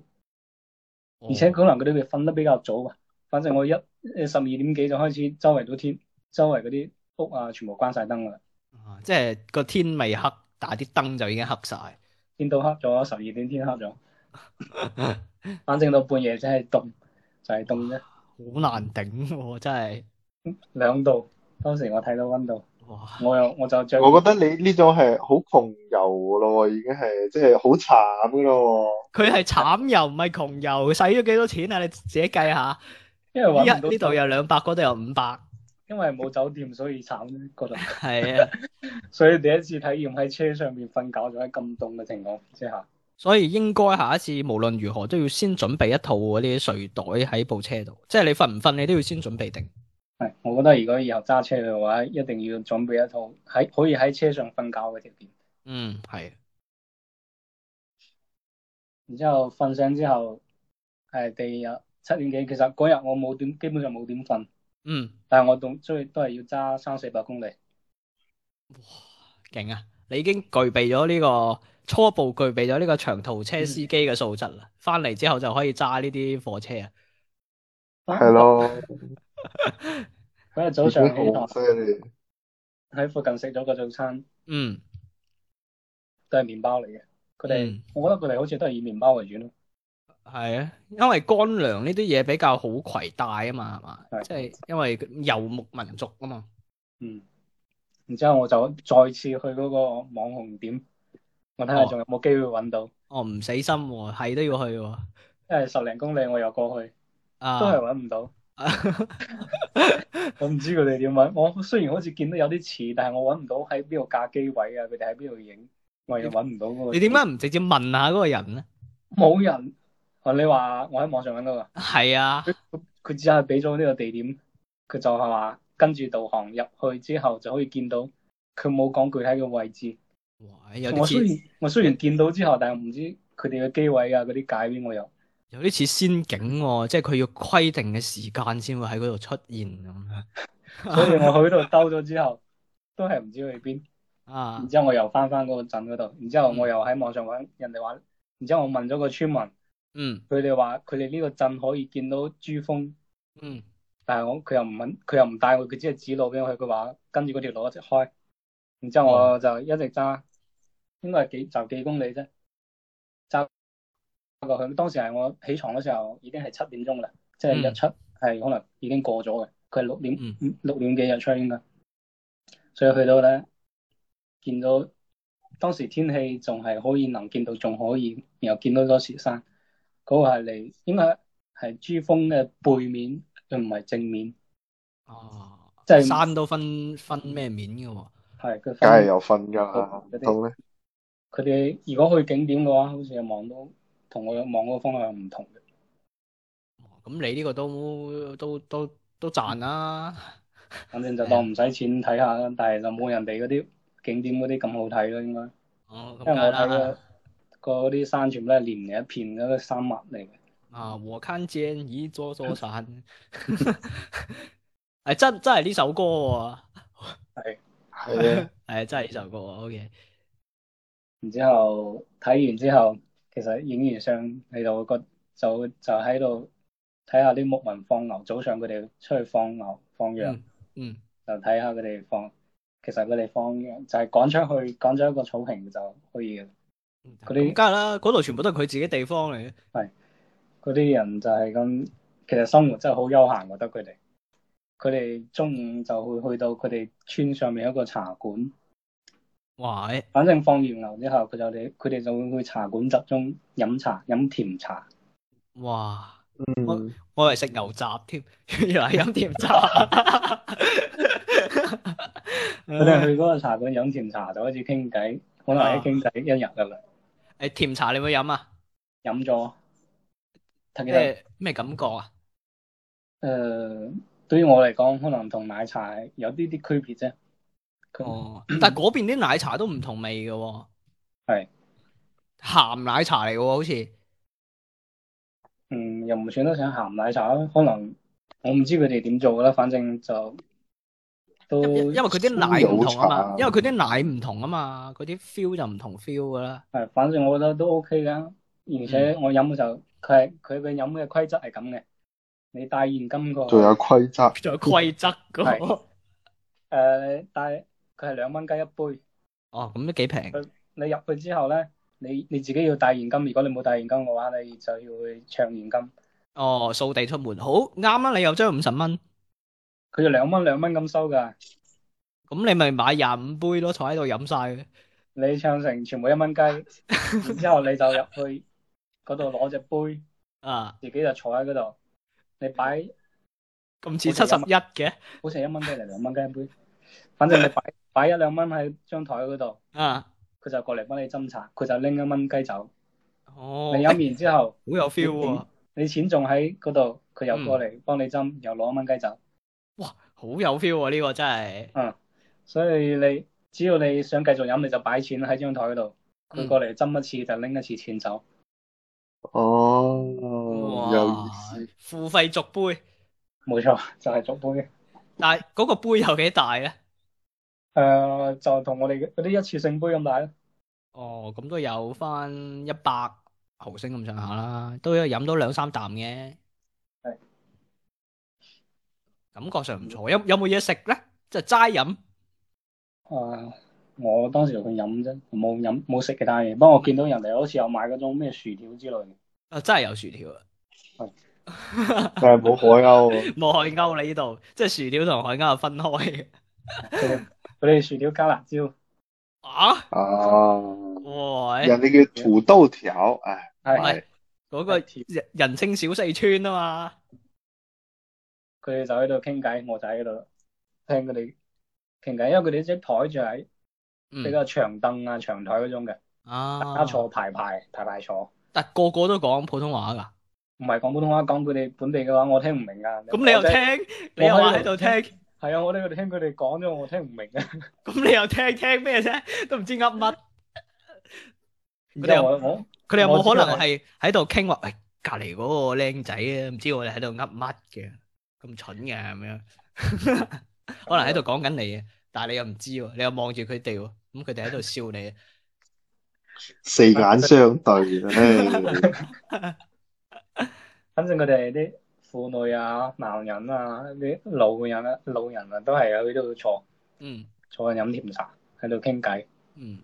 Speaker 1: 哦
Speaker 3: 而且可能佢哋會瞓得比較早啊。反正我一呃十二點幾就開始，周圍都天，周圍嗰啲屋啊全部關晒燈㗎啦。
Speaker 1: 啊即係個天未黑，但係啲燈就已經黑晒。
Speaker 3: 天都黑咗，十二點天黑 咗，反正到半夜真係凍，就係凍啫，
Speaker 1: 好難頂喎，真係
Speaker 3: 兩度。當時我睇到温度，
Speaker 1: 哇！
Speaker 3: 我又我就着，
Speaker 4: 我覺得你呢種係好窮遊咯，已經係即係好慘噶咯。
Speaker 1: 佢係慘遊唔係窮遊，使咗幾多錢啊？你自己計下。
Speaker 3: 因為
Speaker 1: 依家
Speaker 3: 揾唔到
Speaker 1: 呢度有兩百，嗰度有五百，
Speaker 3: 因為冇酒店，所以慘啫嗰度。
Speaker 1: 係啊。
Speaker 3: 所以第一次體驗喺車上面瞓覺，就喺咁凍嘅情況之下，
Speaker 1: 所以應該下一次無論如何都要先準備一套嗰啲睡袋喺部車度，即係你瞓唔瞓你都要先準備定。
Speaker 3: 係我覺得如果以後揸車嘅話，一定要準備一套喺可以喺車上瞓覺嘅條件。
Speaker 1: 嗯，係。
Speaker 3: 然之後瞓醒之後，係第二日七點幾，其實嗰日我冇點，基本上冇點瞓，
Speaker 1: 嗯，
Speaker 3: 但係我仲追都係要揸三四百公里。
Speaker 1: 勁啊！你已經具備咗呢、個初步具備咗呢個長途車司機嘅素質
Speaker 3: 嗯
Speaker 1: 啦。翻嚟之後就可以揸呢啲貨車啊！
Speaker 4: 係咯，
Speaker 3: 嗰日早上起
Speaker 4: 好
Speaker 3: 床
Speaker 4: 犀利。
Speaker 3: 喺附近食咗個早餐，
Speaker 1: 嗯，
Speaker 3: 都係麵包嚟嘅。佢哋，
Speaker 1: 嗯
Speaker 3: 我覺得佢哋好似都係以麵包為主咯。
Speaker 1: 係啊，因為乾糧呢啲嘢比較好攜帶啊嘛，係嘛？
Speaker 3: 係
Speaker 1: 即係因為遊牧民族啊嘛。
Speaker 3: 嗯，然之後我就再次去嗰個網紅點，我睇下仲有冇機會揾到，
Speaker 1: 哦，唔死心喎、係都要去喎、
Speaker 3: 因為十零公里我又過去，
Speaker 1: 啊，
Speaker 3: 都係揾 唔到。 我唔知佢哋點揾。我雖然好似見到有啲似，但係我揾唔到喺邊度架機位啊，佢哋喺邊度影，我又揾唔到嗰個。
Speaker 1: 你點啊解唔直接問下嗰個人咧？
Speaker 3: 冇人？哦，你話我喺網上揾到㗎。
Speaker 1: 係啊，
Speaker 3: 佢只係俾咗呢個地點，佢就係話跟住導航入去之後就可以見到，佢冇講具體嘅位置。
Speaker 1: 哇有
Speaker 3: 我雖
Speaker 1: 啲
Speaker 3: 然
Speaker 1: 似
Speaker 3: 我雖然見到之後，但係唔知佢哋嘅機位啊嗰啲界邊 我有。
Speaker 1: 有啲似仙境喎、即係佢要規定嘅時間先會喺嗰度出現咁樣
Speaker 3: 所以我去度兜咗之後，都係唔知去邊。
Speaker 1: 啊
Speaker 3: 然。之後我又翻翻嗰個鎮嗰度，然之後我又喺網上揾人哋話，然之後我問咗個村民，
Speaker 1: 嗯
Speaker 3: 佢哋話佢哋呢個鎮可以見到珠峰，
Speaker 1: 嗯，
Speaker 3: 但係我佢又唔問，佢又唔帶我，佢只係指路俾我去。佢話跟住嗰條路一直開，然之後我就一直揸，應該係幾就幾公里啫，揸過去。當時係我起床嗰時候已經係七點鐘啦，即係日出係可能已經過咗嘅，佢係六點
Speaker 1: 嗯
Speaker 3: 五六點幾日出應該，所以去到咧見到當時天氣仲係可以能見到仲可以，然後見到咗雪山，嗰、個係嚟應該係珠峰嘅背面，佢唔係正面，
Speaker 1: 哦，
Speaker 3: 即係
Speaker 1: 山都分分咩面嘅喎、
Speaker 3: 係佢
Speaker 4: 梗係
Speaker 3: 分。
Speaker 4: 有瞓㗎啦，唔通咧？
Speaker 3: 佢哋如果去景點嘅話，好似望到同我望嗰個方向唔同嘅。
Speaker 1: 哦咁你呢個都都都都賺啦，
Speaker 3: 反正就當唔使錢睇下啦，但係就冇人哋嗰啲景點嗰啲咁好睇咯，應該。
Speaker 1: 哦咁
Speaker 3: 因
Speaker 1: 梗
Speaker 3: 為我
Speaker 1: 係
Speaker 3: 睇
Speaker 1: 啦
Speaker 3: 嘅，嗰啲山全部都係連成一片嗰個山脈嚟嘅。
Speaker 1: 啊
Speaker 3: 嗯
Speaker 1: 和康煎咦佐佐散， 係哎真真係呢首歌喎、
Speaker 4: 係啊，
Speaker 1: 係真係呢首歌
Speaker 3: 嗯
Speaker 1: 喎，OK，
Speaker 3: 然之後睇完之後，其實影完相你就會覺就就喺度睇下啲牧民放牛，早上佢哋出去放牛放羊，
Speaker 1: 嗯
Speaker 3: 就睇下佢哋放。其實佢哋放羊就係趕出去，趕咗一個草坪就可以嘅。
Speaker 1: 嗯，
Speaker 3: 嗰啲
Speaker 1: 咁梗係啦，嗰度全部都係佢自己地方嚟嘅，
Speaker 3: 嗰啲人就係咁，其實生活真係好悠閒，我覺得佢哋。佢哋中午就會去到佢哋村上面一個茶館，
Speaker 1: 哇！哎誒
Speaker 3: 反正放完牛之後，佢就哋佢哋就會去茶館集中飲茶，飲甜茶。
Speaker 1: 哇！
Speaker 4: 嗯。
Speaker 1: 我係食牛雜添， 原來係飲甜 茶。
Speaker 3: 佢哋去嗰個茶館飲甜茶就開始傾偈，可能一傾偈一日噶啦，
Speaker 1: 誒甜茶你會飲啊？
Speaker 3: 飲咗，睇幾多？誒、
Speaker 1: 咩咩感覺啊？
Speaker 3: 對於我嚟講，可能同奶茶有啲啲區別啫。佢
Speaker 1: 哦，但係嗰邊啲奶茶都唔同味嘅喎，
Speaker 3: 係
Speaker 1: 鹹奶茶嚟嘅喎，好似
Speaker 3: 嗯，又唔算得上鹹奶茶啦，可能我唔知佢哋點做㗎啦，反正就都
Speaker 1: 因因為佢啲奶唔同啊嘛，
Speaker 4: 酥油茶
Speaker 1: 因為佢啲奶唔同啊嘛，嗰啲 feel 就唔同 feel 噶啦。
Speaker 3: 係，反正我覺得都 OK 噶。而且
Speaker 1: 嗯
Speaker 3: 我飲嘅時候，佢係佢嘅飲嘅規則係咁嘅，你帶現金過去，誒、
Speaker 4: 規則，
Speaker 1: 仲有規則噶
Speaker 3: 係帶佢係兩蚊雞一杯。
Speaker 1: 哦，咁都幾平。
Speaker 3: 你入去之後咧，你你自己要帶現金。如果你冇帶現金嘅話，你就要去唱現金。佢
Speaker 1: 哦，掃地出門好啱啊！你又將五十蚊，
Speaker 3: 就兩蚊兩蚊咁收㗎。
Speaker 1: 咁你咪買廿五杯咯，坐喺度飲晒佢。
Speaker 3: 你唱成全部一蚊雞，然之後你就入去嗰度攞隻杯，
Speaker 1: 啊！
Speaker 3: 自己就坐喺嗰度。你擺
Speaker 1: 咁似七十一嘅
Speaker 3: 好似係一蚊雞定兩蚊雞一杯，反正你擺 擺一兩蚊喺張台嗰度。
Speaker 1: 啊！
Speaker 3: 佢就過嚟幫你斟茶，佢就拎一蚊雞走。
Speaker 1: 哦，
Speaker 3: 你飲完之後，
Speaker 1: 好有 feel 喎、
Speaker 3: 你錢仲喺嗰度，佢又過嚟幫你斟，又攞一蚊雞走。
Speaker 1: 哇，好有 feel 喎、呢、個真係。
Speaker 3: 所以你只要你想繼續飲，你就擺錢喺張台嗰度，
Speaker 1: 嗯
Speaker 3: 佢過嚟斟一次就拎一次錢走。
Speaker 4: 哦，有意
Speaker 1: 哇
Speaker 4: 思。
Speaker 1: 付費續杯，
Speaker 3: 冇錯， 就係續杯。誒、
Speaker 1: 但係嗰個杯有幾大啊咧？
Speaker 3: 就同我哋嗰啲一次性杯咁大啦。
Speaker 1: 哦，咁都有翻一百毫升咁上下啦，都有飲到兩三啖嘅。
Speaker 3: 係
Speaker 1: 感覺上唔錯，有有冇嘢食咧？即係齋飲。
Speaker 3: 啊、我當時去飲啫，冇飲冇食其他嘢。不過我見到人哋好似有買嗰種咩薯條之類嘅。
Speaker 1: 啊， 真係有薯條啊！
Speaker 4: 但係冇海鷗喎，
Speaker 1: 冇海鷗啦呢度，即係薯條同海鷗係分開 嘅。
Speaker 3: 佢 哋佢哋薯條加辣椒，
Speaker 1: 啊，
Speaker 4: 啊，
Speaker 1: 哇！
Speaker 4: 人哋叫土豆條，哎唉，
Speaker 3: 係
Speaker 1: 哎係嗰個人人稱小四川啊嘛，
Speaker 3: 佢哋就喺度傾偈，我就喺度聽佢哋傾偈，因為佢哋啲台就係比
Speaker 1: 嗯
Speaker 3: 較長凳啊、長台嗰種嘅，大
Speaker 1: 啊
Speaker 3: 家，坐排排排排坐，
Speaker 1: 但個個都講普通話㗎，
Speaker 3: 唔係講普通話，講佢哋本地嘅話我聽唔明啊。
Speaker 1: 咁你又
Speaker 3: 我真係？
Speaker 1: 聽，你又話喺度聽，
Speaker 3: 係啊，我喺度聽佢哋講咗，我聽唔明啊。
Speaker 1: 咁你又聽聽咩啫？都唔知噏乜。
Speaker 3: 然
Speaker 1: 佢
Speaker 3: 之
Speaker 1: 哋有
Speaker 3: 後我我
Speaker 1: 佢哋有冇
Speaker 3: 我知
Speaker 1: 可
Speaker 3: 道
Speaker 1: 能係喺度傾話？喂，隔離嗰個僆仔啊，唔知我哋喺度噏乜嘅，咁蠢嘅咁樣， 可能喺度講緊你啊，但係你又唔知喎，你又望住佢哋喎，咁佢哋喺度笑你啊，
Speaker 4: 四眼相對，唉，
Speaker 3: 反正佢哋啲婦女啊、男人啊、啲老人啊、老人啊，都係喺度坐
Speaker 1: 嗯
Speaker 3: 坐緊飲甜茶，喺度傾偈。
Speaker 1: 嗯，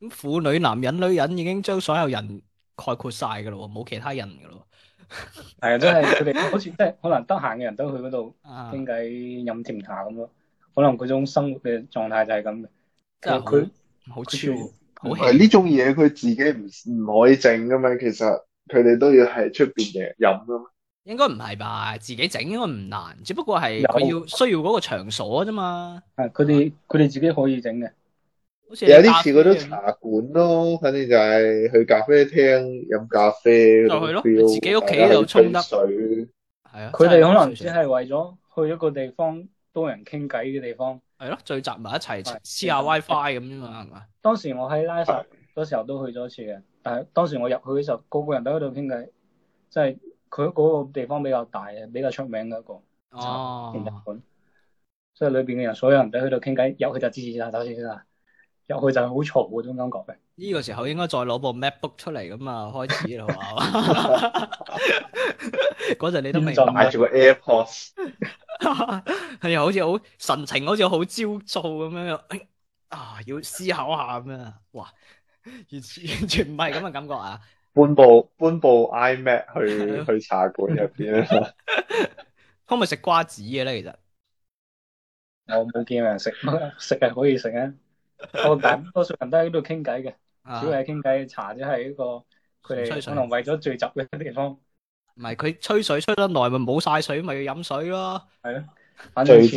Speaker 1: 咁婦女、男人、女人已經將所有人概括晒㗎咯喎，冇其他人㗎咯
Speaker 3: 係啊，真係佢哋好似即係可能得閒嘅人都去嗰度。
Speaker 1: 喎，啊，
Speaker 3: 傾偈飲甜茶咁咯。可能佢種生活嘅狀態就係咁嘅。
Speaker 1: 真係
Speaker 3: 佢
Speaker 1: 好好
Speaker 3: 佢哋
Speaker 1: chill，好
Speaker 4: 係
Speaker 1: hea
Speaker 4: 呢種嘢佢自己唔唔可以整噶嘛，其實佢哋都要喺出邊嘅飲噶嘛。
Speaker 1: 應該唔係吧？自己整應該唔難，只不過係
Speaker 3: 有
Speaker 1: 佢要需要嗰個場所啫嘛，
Speaker 3: 係佢哋佢哋自己可以整嘅。
Speaker 1: 好似
Speaker 4: 有
Speaker 1: 你
Speaker 4: 啲似嗰
Speaker 1: 咖啡
Speaker 4: 種
Speaker 1: 咁
Speaker 4: 茶館咯，反正就係去咖啡廳飲咖啡
Speaker 1: 就係
Speaker 4: 嗰
Speaker 1: 咯
Speaker 4: 種
Speaker 1: 你
Speaker 4: feel，
Speaker 1: 自己屋企喺度沖得
Speaker 4: 大家喺度吹水。
Speaker 1: 係啊，
Speaker 3: 佢
Speaker 1: 真
Speaker 3: 哋
Speaker 1: 係
Speaker 3: 可能
Speaker 1: 水水
Speaker 3: 只係為咗去一個地方多人傾偈嘅地方。
Speaker 1: 係咯，聚集埋一齊
Speaker 3: 係
Speaker 1: 黐下 WiFi 咁啫嘛，係嘛？
Speaker 3: 當時我喺拉薩嗰時候都去咗一次嘅，但係當時我入去嘅時候，個個人都喺度傾偈，即係佢嗰個地方比較大嘅，比較出名嘅一個甜茶
Speaker 1: 哦，
Speaker 3: 館。所以裏邊嘅人，所有人都喺度傾偈，入去就吱吱喳喳吱吱喳喳，入去就係好嘈嗰種感覺嘅。
Speaker 1: 呢個時候應該再攞部 MacBook 出嚟咁啊，開始 啦，係 嘛嗰陣你都未
Speaker 3: 現在
Speaker 1: 買
Speaker 4: 買，住個 AirPods，
Speaker 1: 係啊又好似好神情，好似好焦躁咁樣，哎啊，要思考下咁樣，啊哇！完全 完全唔係咁嘅感覺啊！
Speaker 4: 搬部搬部 iMac 去去茶館入邊啦。
Speaker 1: 可唔可以食瓜子嘅咧？其實
Speaker 3: 我冇見有人食， 食係可以食啊。我大多數人都喺度傾偈嘅，
Speaker 1: 啊
Speaker 3: 主要係傾偈。茶只係一個佢
Speaker 1: 吹
Speaker 3: 哋
Speaker 1: 水
Speaker 3: 可能為咗聚集嘅地方，
Speaker 1: 唔係佢吹水吹得耐，咪冇晒水，咪要飲水咯。
Speaker 3: 係咯。反正
Speaker 4: 聚集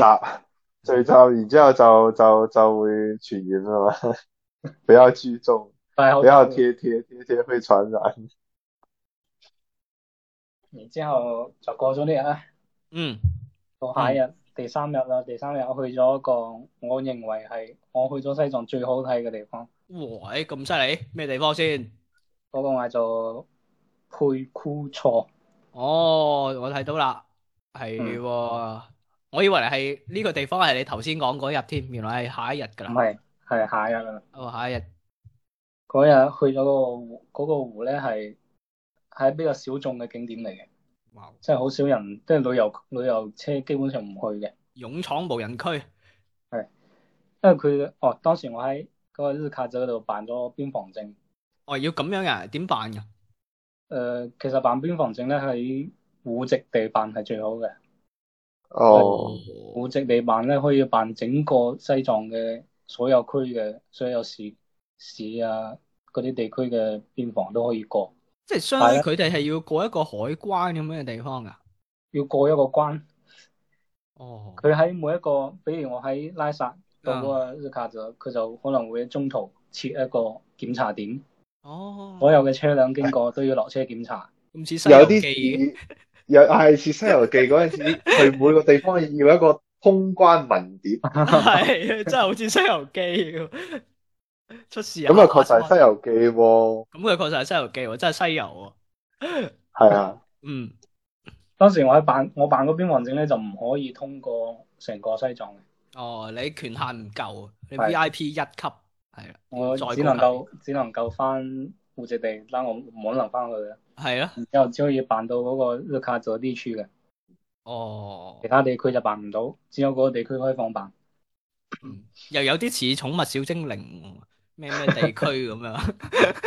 Speaker 4: 聚集，然之後就就就會傳染啊嘛，比較注重，
Speaker 3: 戴口
Speaker 4: 比較
Speaker 3: 罩，
Speaker 4: 貼貼貼貼會傳染。
Speaker 3: 然之後就過咗呢日啦。
Speaker 1: 嗯，
Speaker 3: 到下一日第三日啦，第三日我去咗一個我認為係我去咗西藏最好睇嘅地方，
Speaker 1: 哇！誒咁犀利，咩地方先？
Speaker 3: 嗰、個嗌做佩庫錯，
Speaker 1: 哦，我睇到啦，係
Speaker 3: 嗯
Speaker 1: 喎。我以為係呢個地方係你頭先講嗰日添，原來係下一日㗎
Speaker 3: 唔
Speaker 1: 啦。
Speaker 3: 係係下一日啦。
Speaker 1: 哦，下一日，
Speaker 3: 嗰日去咗嗰個湖，嗰、個湖咧係係比較小眾嘅景點嚟嘅，
Speaker 1: 哇！
Speaker 3: 即係好少人，即係旅遊旅遊車基本上唔去嘅，
Speaker 1: 勇闖無人區，
Speaker 3: 因為佢哦當時我喺嗰個日喀則嗰度辦咗邊防證。
Speaker 1: 哦，要咁樣啊？點辦㗎？
Speaker 3: 誒、呃其實辦邊防證咧喺戶籍地辦係最好嘅。
Speaker 4: 哦，
Speaker 3: 戶籍地辦咧可以辦整個西藏嘅所有區嘅所有市市啊嗰啲地區嘅邊防都可以過，
Speaker 1: 即係相
Speaker 4: 啊
Speaker 1: 當於佢哋係要過一個海關咁樣嘅地方㗎。
Speaker 3: 要過一個關。
Speaker 1: 哦，
Speaker 3: 佢喺每一個，比如我喺拉薩到嗰個日喀則，佢就可能會中途設一個檢查點，
Speaker 1: 哦，
Speaker 3: 所有嘅車輛經過都要落車檢查。
Speaker 1: 咁似西
Speaker 4: 有
Speaker 1: 遊
Speaker 4: 啲
Speaker 1: 記，
Speaker 4: 似有係似《西遊記》嗰陣 時，佢每個地方要一個通關文牒，
Speaker 1: 係啊真係好似西遊記咁出事
Speaker 4: 咁啊確實係《西
Speaker 1: 西，
Speaker 4: 遊記》喎，
Speaker 1: 咁佢確實係西遊記喎，真係西遊喎。
Speaker 4: 係啊，
Speaker 1: 嗯，
Speaker 3: 當時我喺辦我辦嗰邊防證咧，就唔可以通過成個西藏嘅，
Speaker 1: 哦，你權限唔夠，啊你
Speaker 3: 係
Speaker 1: V I P 一級係啦，
Speaker 3: 我
Speaker 1: 再高
Speaker 3: 只能夠只能夠翻戶籍地，但我唔可能翻去嘅。
Speaker 1: 係咯，
Speaker 3: 然之後只可以辦到嗰個日喀則地區嘅，
Speaker 1: 哦
Speaker 3: 其，他地區就辦唔到，只有嗰個地區開放辦。
Speaker 1: 嗯又有啲似寵物小精靈咩咩地區咁樣，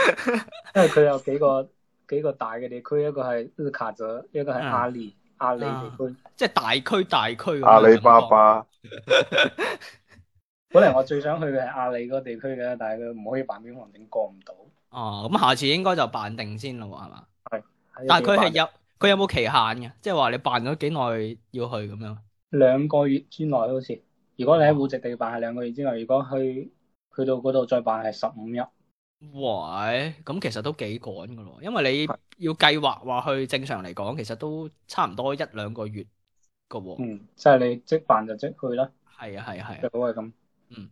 Speaker 3: 因為佢有幾個 幾個大嘅地區，一個係日喀則，一個
Speaker 1: 啊
Speaker 3: 係阿里、阿里地區。
Speaker 1: 即係大區大區咁樣
Speaker 4: 阿里巴
Speaker 1: 感覺。
Speaker 4: 巴
Speaker 3: 本嚟我最想去嘅係阿里嗰個地區嘅，但係佢唔可以辦邊防證，過唔到。
Speaker 1: 哦，咁下次應該就辦定先咯，係嘛？但
Speaker 3: 但
Speaker 1: 係佢係有佢有冇期限嘅？即係話你辦咗幾耐要去咁樣？
Speaker 3: 兩個月之內好似，如果你喺戶籍地辦係兩個月之內，如果去去到嗰度再辦係十五日。
Speaker 1: 喂，咁其實都幾趕噶咯，因為你要計劃話去，正常嚟講其實都差唔多一兩個月噶喎。
Speaker 3: 嗯，即係你即辦就即去啦，
Speaker 1: 係啊係啊係
Speaker 3: 最
Speaker 1: 啊，
Speaker 3: 好係咁。
Speaker 1: 嗯。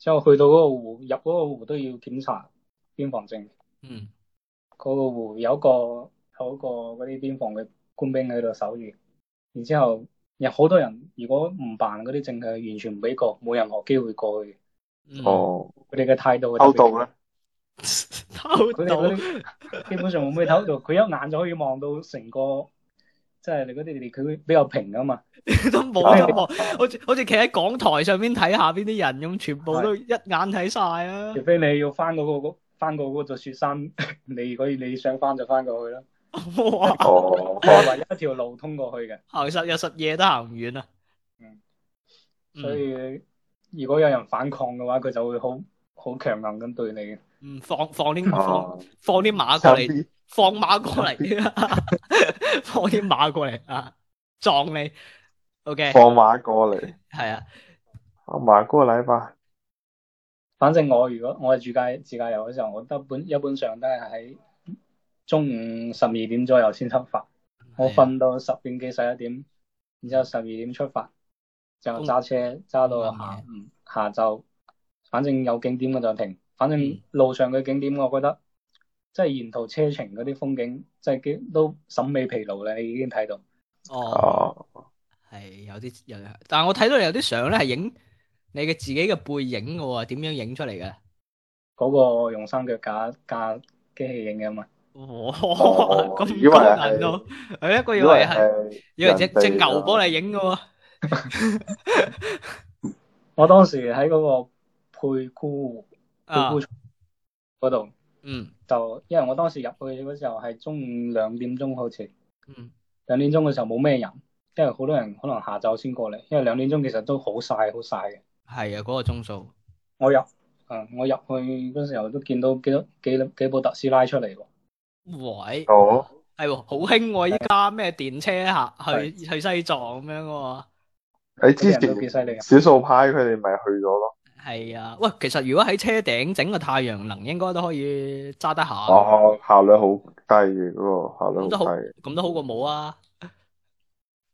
Speaker 3: 之後去到嗰個湖，入嗰個湖都要檢查邊防證。
Speaker 1: 嗯，
Speaker 3: 嗰個湖有個有個嗰啲邊防嘅官兵喺度守住，然之後有好多人，如果唔辦嗰啲證係完全唔俾過，冇任何機會過去
Speaker 1: 嗯，
Speaker 4: 哦，
Speaker 3: 嘅。佢哋嘅態度
Speaker 4: 偷
Speaker 3: 係特別
Speaker 4: 渡咧，
Speaker 1: 偷
Speaker 3: 佢哋
Speaker 1: 到
Speaker 3: 嗰啲基本上冇咩偷渡，佢一眼就可以望到成個，即係你嗰啲地區比較平啊嘛。
Speaker 1: 都冇任何，好似好似企喺港台上邊睇下邊啲人咁，全部都一眼睇晒啊
Speaker 3: 除！非你要翻嗰、個翻過嗰座雪山， 你如果你想翻就翻過去啦。
Speaker 1: 哇，
Speaker 4: 哦，
Speaker 3: 我係唯一一條路通過去嘅。
Speaker 1: 行十日十夜都行唔遠啊！
Speaker 3: 嗯
Speaker 1: 嗯，
Speaker 3: 所以如果有人反抗嘅話，佢就會好好強硬咁對你嘅。
Speaker 1: 嗯放放啲 放
Speaker 4: 哦，
Speaker 1: 放啲馬過
Speaker 4: 三
Speaker 1: 嚟，
Speaker 4: B
Speaker 1: 放馬過嚟， 放啲馬過嚟啊！撞你，OK，
Speaker 4: 放馬過嚟，
Speaker 1: 係啊，
Speaker 4: 阿馬哥禮拜，
Speaker 3: 反正我如果我係自駕自駕遊嘅時候，我得本一般上都係喺中午十二點左右先出發。我
Speaker 1: 啊
Speaker 3: 瞓到十點幾十一點，然之後十二點出發，就揸車揸到下午下晝，反正有景點我就停。反正路上嘅景點，我覺得即係沿途車程嗰啲風景，即係幾都審美疲勞啦，你已經睇到。
Speaker 1: 哦。
Speaker 4: 哦，
Speaker 1: 係有啲有，但係我睇到你有啲相咧係影你嘅自己嘅背影嘅喎，點樣影出嚟嘅？
Speaker 3: 嗰個用三腳架架機器影嘅嘛，
Speaker 1: 哇，
Speaker 4: 哦
Speaker 1: 咁
Speaker 4: 以為
Speaker 1: 高
Speaker 4: 係
Speaker 1: 難度，係一個以
Speaker 4: 以
Speaker 1: 為
Speaker 4: 為
Speaker 1: 係
Speaker 4: 係
Speaker 1: 以為只
Speaker 4: 人哋
Speaker 1: 只牛幫你影嘅喎，
Speaker 3: 我當時喺嗰個配菇配
Speaker 1: 啊
Speaker 3: 菇，嗰度，
Speaker 1: 嗯
Speaker 3: 就因為我當時入去嗰時候係中午兩點鐘好似，
Speaker 1: 嗯，
Speaker 3: 兩點鐘嘅時候冇咩人，因為好多人可能下晝先過嚟，因為兩點鐘其實都好曬好曬嘅。
Speaker 1: 係啊，嗰個鐘數，
Speaker 3: 我入，嗯，我入去嗰時候都見到幾多幾多幾部特斯拉出嚟喎，
Speaker 1: 喂，
Speaker 4: 哦，
Speaker 1: 係喎，好興喎！依家咩電車下去去西藏咁樣喎，
Speaker 4: 你
Speaker 3: 啲
Speaker 4: 之
Speaker 3: 人都幾
Speaker 4: 前
Speaker 3: 犀利嘅。
Speaker 4: 少數派佢哋咪去咗咯，
Speaker 1: 係啊，喂，其實如果喺車頂整個太陽能，應該都可以揸得下，
Speaker 4: 哦哦，效率好低嘅嗰個效率
Speaker 1: 咁都
Speaker 4: 好
Speaker 1: 好
Speaker 4: 低，
Speaker 1: 咁都好過冇啊！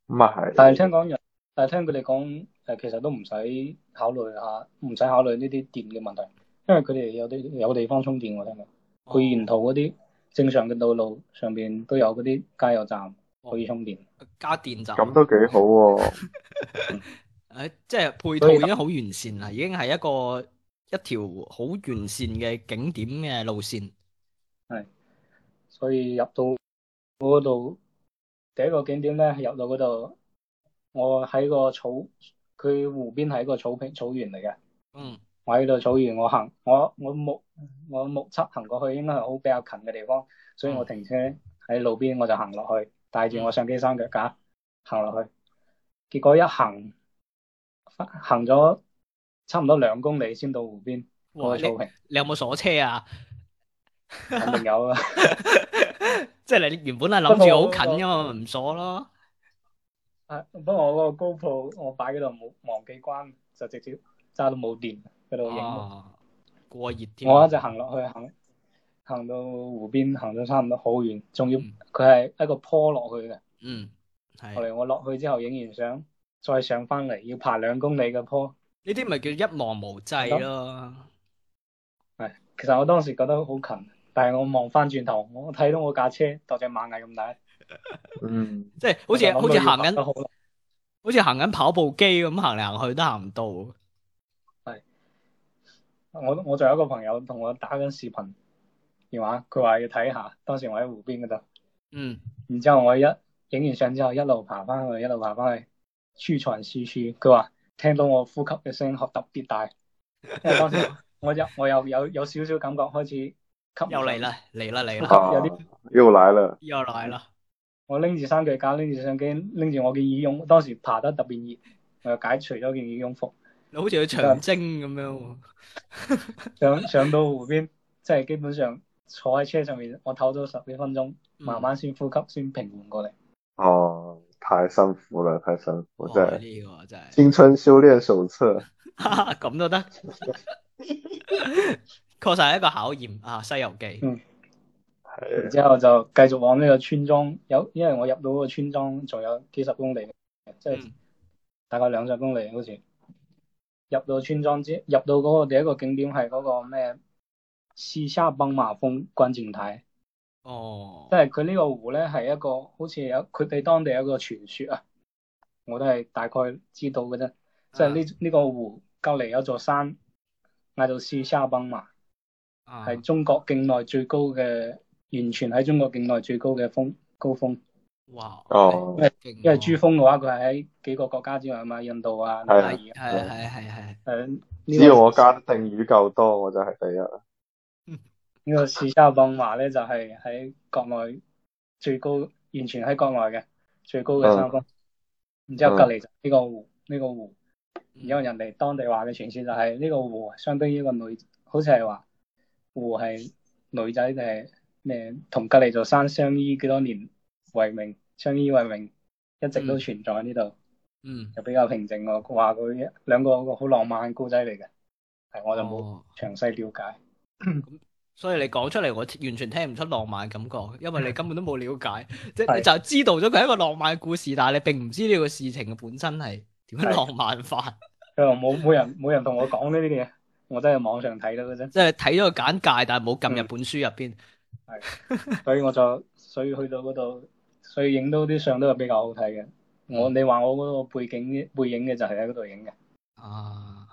Speaker 4: 咁啊係。
Speaker 3: 但係聽講人，但係聽佢哋講，誒其實都唔使考慮下，唔使考慮呢啲電嘅問題，因為佢哋有啲有地方充電喎，聽講。佢沿途嗰啲正常嘅道路上邊都有嗰啲加油站可以充電。
Speaker 1: 哦加電站，
Speaker 4: 咁都幾好喎、
Speaker 1: 誒，即係配套已經好完善啦，已經係一個一條好完善嘅景點嘅路線。
Speaker 3: 所以入到嗰度第一個景點咧，入到嗰度，我喺個草，佢湖邊係一個草坪草原嚟嘅。
Speaker 1: 嗯，
Speaker 3: 我喺度草原，我行我我目我目測行過去應該係好比較近嘅地方，所以
Speaker 1: 嗯
Speaker 3: 我停車喺路邊我就行落去，帶住我相機三腳架行落去。結果一行行咗差唔多兩公里先到湖邊嗰
Speaker 1: 哇！
Speaker 3: 個
Speaker 1: 你
Speaker 3: 草坪，
Speaker 1: 你有冇鎖車啊？
Speaker 3: 肯定有 啊！
Speaker 1: 即係你原本係諗住好近
Speaker 3: 不
Speaker 1: 噶嘛，咪唔鎖咯。
Speaker 3: 啊不過我嗰個 GoPro 我擺嗰度冇忘記關，就直接揸到冇電嗰度影。
Speaker 1: 哦，過熱添。啊
Speaker 3: 我一直行落去，行行到湖邊，行咗差唔多好遠，仲要
Speaker 1: 嗯
Speaker 3: 佢係一個坡落去嘅。
Speaker 1: 嗯，
Speaker 3: 後
Speaker 1: 係
Speaker 3: 嚟我落去之後影完相，再上翻嚟要爬兩公里嘅坡。
Speaker 1: 呢啲咪叫一望無際咯。
Speaker 3: 其實我當時覺得好近，但係我望翻轉頭，我睇到我架車當隻螞蟻咁大，
Speaker 4: 嗯，
Speaker 1: 即係好似好
Speaker 3: 我就
Speaker 1: 似
Speaker 3: 諗到要
Speaker 1: 行
Speaker 3: 爬得
Speaker 1: 緊
Speaker 3: 好耐
Speaker 1: 好似行緊跑步機咁行嚟行去都行唔到。
Speaker 3: 我我仲有一個朋友同我打緊視頻電話，佢話要睇下。當時我喺湖邊嗰度，
Speaker 1: 嗯，
Speaker 3: 然之後我一影完相之後，一路爬翻去，一路爬翻去，舒喘舒舒。佢話聽到我呼吸嘅聲學特別大，因為當時我有我有有有少少感覺開始吸唔
Speaker 1: 又嚟
Speaker 3: 上，
Speaker 1: 啦，嚟啦，嚟
Speaker 3: 呼
Speaker 1: 啦，
Speaker 3: 吸 有啲
Speaker 4: 又來了，
Speaker 1: 又嚟啦。
Speaker 3: 我拎住三腳架，拎住相機，拎住我嘅羽絨，當時爬得特別熱，我又解除咗件羽絨服，
Speaker 1: 你好似去長征咁樣喎。
Speaker 3: 上上到湖邊，即係基本上坐喺車上面，我唞咗十幾分鐘，
Speaker 1: 嗯
Speaker 3: 慢慢先呼吸，先平緩過嚟。
Speaker 4: 哦，太辛苦了，太辛苦，真
Speaker 1: 哇
Speaker 4: 係
Speaker 1: 呢個真係
Speaker 4: 青春修煉手冊，
Speaker 1: 咁都得，確實係一個考驗啊！《西遊記》
Speaker 3: 嗯然
Speaker 4: 係
Speaker 3: 之後就繼續往呢個村莊，有因為我入到嗰個村莊仲有幾十公里，即係
Speaker 1: 嗯
Speaker 3: 大概兩十公里好似。入到村莊之，入到嗰個第一個景點係嗰個咩西夏崩馬峰觀景台。
Speaker 1: 哦
Speaker 3: 即，係佢呢個湖咧係一個好似有佢哋當地有一個傳說啊，我都係大概知道嘅啫。即係呢呢個湖隔離有座山，嗌做四沙崩嘛，
Speaker 1: 啊
Speaker 3: 係中國境內最高嘅，完全喺中國境內最高嘅峰高峰。
Speaker 1: 哇，
Speaker 4: 哦，
Speaker 1: 勁喎
Speaker 3: 因為珠峰嘅話，佢係喺幾個國家之外嘛，印度啊、尼
Speaker 4: 係
Speaker 3: 泊爾
Speaker 1: 係
Speaker 3: 啊
Speaker 1: 係係係係
Speaker 3: 誒呢
Speaker 4: 只要我
Speaker 3: 個
Speaker 4: 家定語夠多，我就係第一啦。
Speaker 3: 呢個四沙崩嘛咧，就係喺國內最高，完全喺國內嘅最高嘅山峰。然之後隔離就係呢個湖，呢個湖。
Speaker 1: 嗯
Speaker 3: 然之後人哋當地話嘅傳說就係呢個湖相當於一個女，好似係話湖係女仔定係咩？同隔離座山相依幾多年為名，相依為名，一直都存在呢度，
Speaker 1: 嗯，
Speaker 3: 又比較平靜喎。話佢兩個好浪漫嘅故仔嚟嘅，係我就冇
Speaker 1: 哦
Speaker 3: 詳細了解。
Speaker 1: 所以你講出嚟，我完全聽唔出浪漫感覺，因
Speaker 4: 嗯
Speaker 1: 為你根本都冇了解，即係
Speaker 3: 係
Speaker 1: 你就知道咗佢係一個浪漫故事，但係你並唔知呢個事情嘅本身係點樣
Speaker 3: 係
Speaker 1: 浪漫化，
Speaker 3: 佢話冇冇人冇人同我講呢啲嘢，我都係網上睇到嘅啫。
Speaker 1: 即係睇咗個簡介，但係冇撳
Speaker 4: 嗯
Speaker 1: 入本書入邊。
Speaker 3: 所以我就所以去到嗰度，所以影到啲相都係比較好睇嘅。我你話我嗰個背景背影嘅就係喺嗰度影嘅，
Speaker 1: 啊，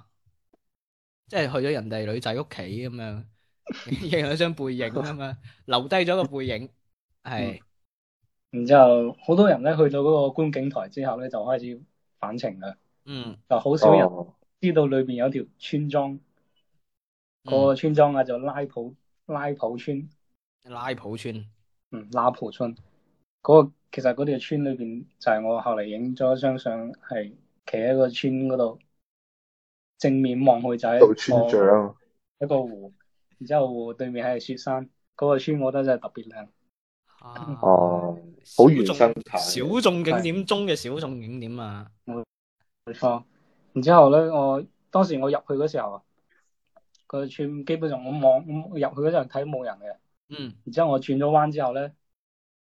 Speaker 1: 即係去咗人哋女仔屋企咁樣，影咗張背影咁樣，留低咗個背影，係
Speaker 3: 然之後好多人咧去到嗰個觀景台之後咧就開始返程啦，
Speaker 1: 嗯，
Speaker 3: 就好少人
Speaker 4: 哦，
Speaker 3: 知道裏邊有條村莊，
Speaker 1: 嗯
Speaker 3: 嗰
Speaker 4: 哦
Speaker 3: 個村莊啊就拉普拉普村，
Speaker 1: 拉普村，
Speaker 3: 嗯拉普村，嗰、個其實嗰條村裏邊就係我後嚟影咗一張相，係企喺個村嗰度，正面望去就係一
Speaker 4: 做
Speaker 3: 個
Speaker 4: 村長，
Speaker 3: 一個湖，然之後湖對面係雪山，嗰、個村我覺得真係特別靚。
Speaker 1: 啊
Speaker 4: 哦，好原
Speaker 1: 小眾
Speaker 4: 生態啊
Speaker 1: 小眾景點中嘅小眾景點啊，
Speaker 3: 冇錯。然之後咧，我當時我入去嗰時候啊，個村基本上我望我入去嗰陣睇冇人嘅。
Speaker 1: 嗯，
Speaker 3: 然之後我轉咗彎之後咧，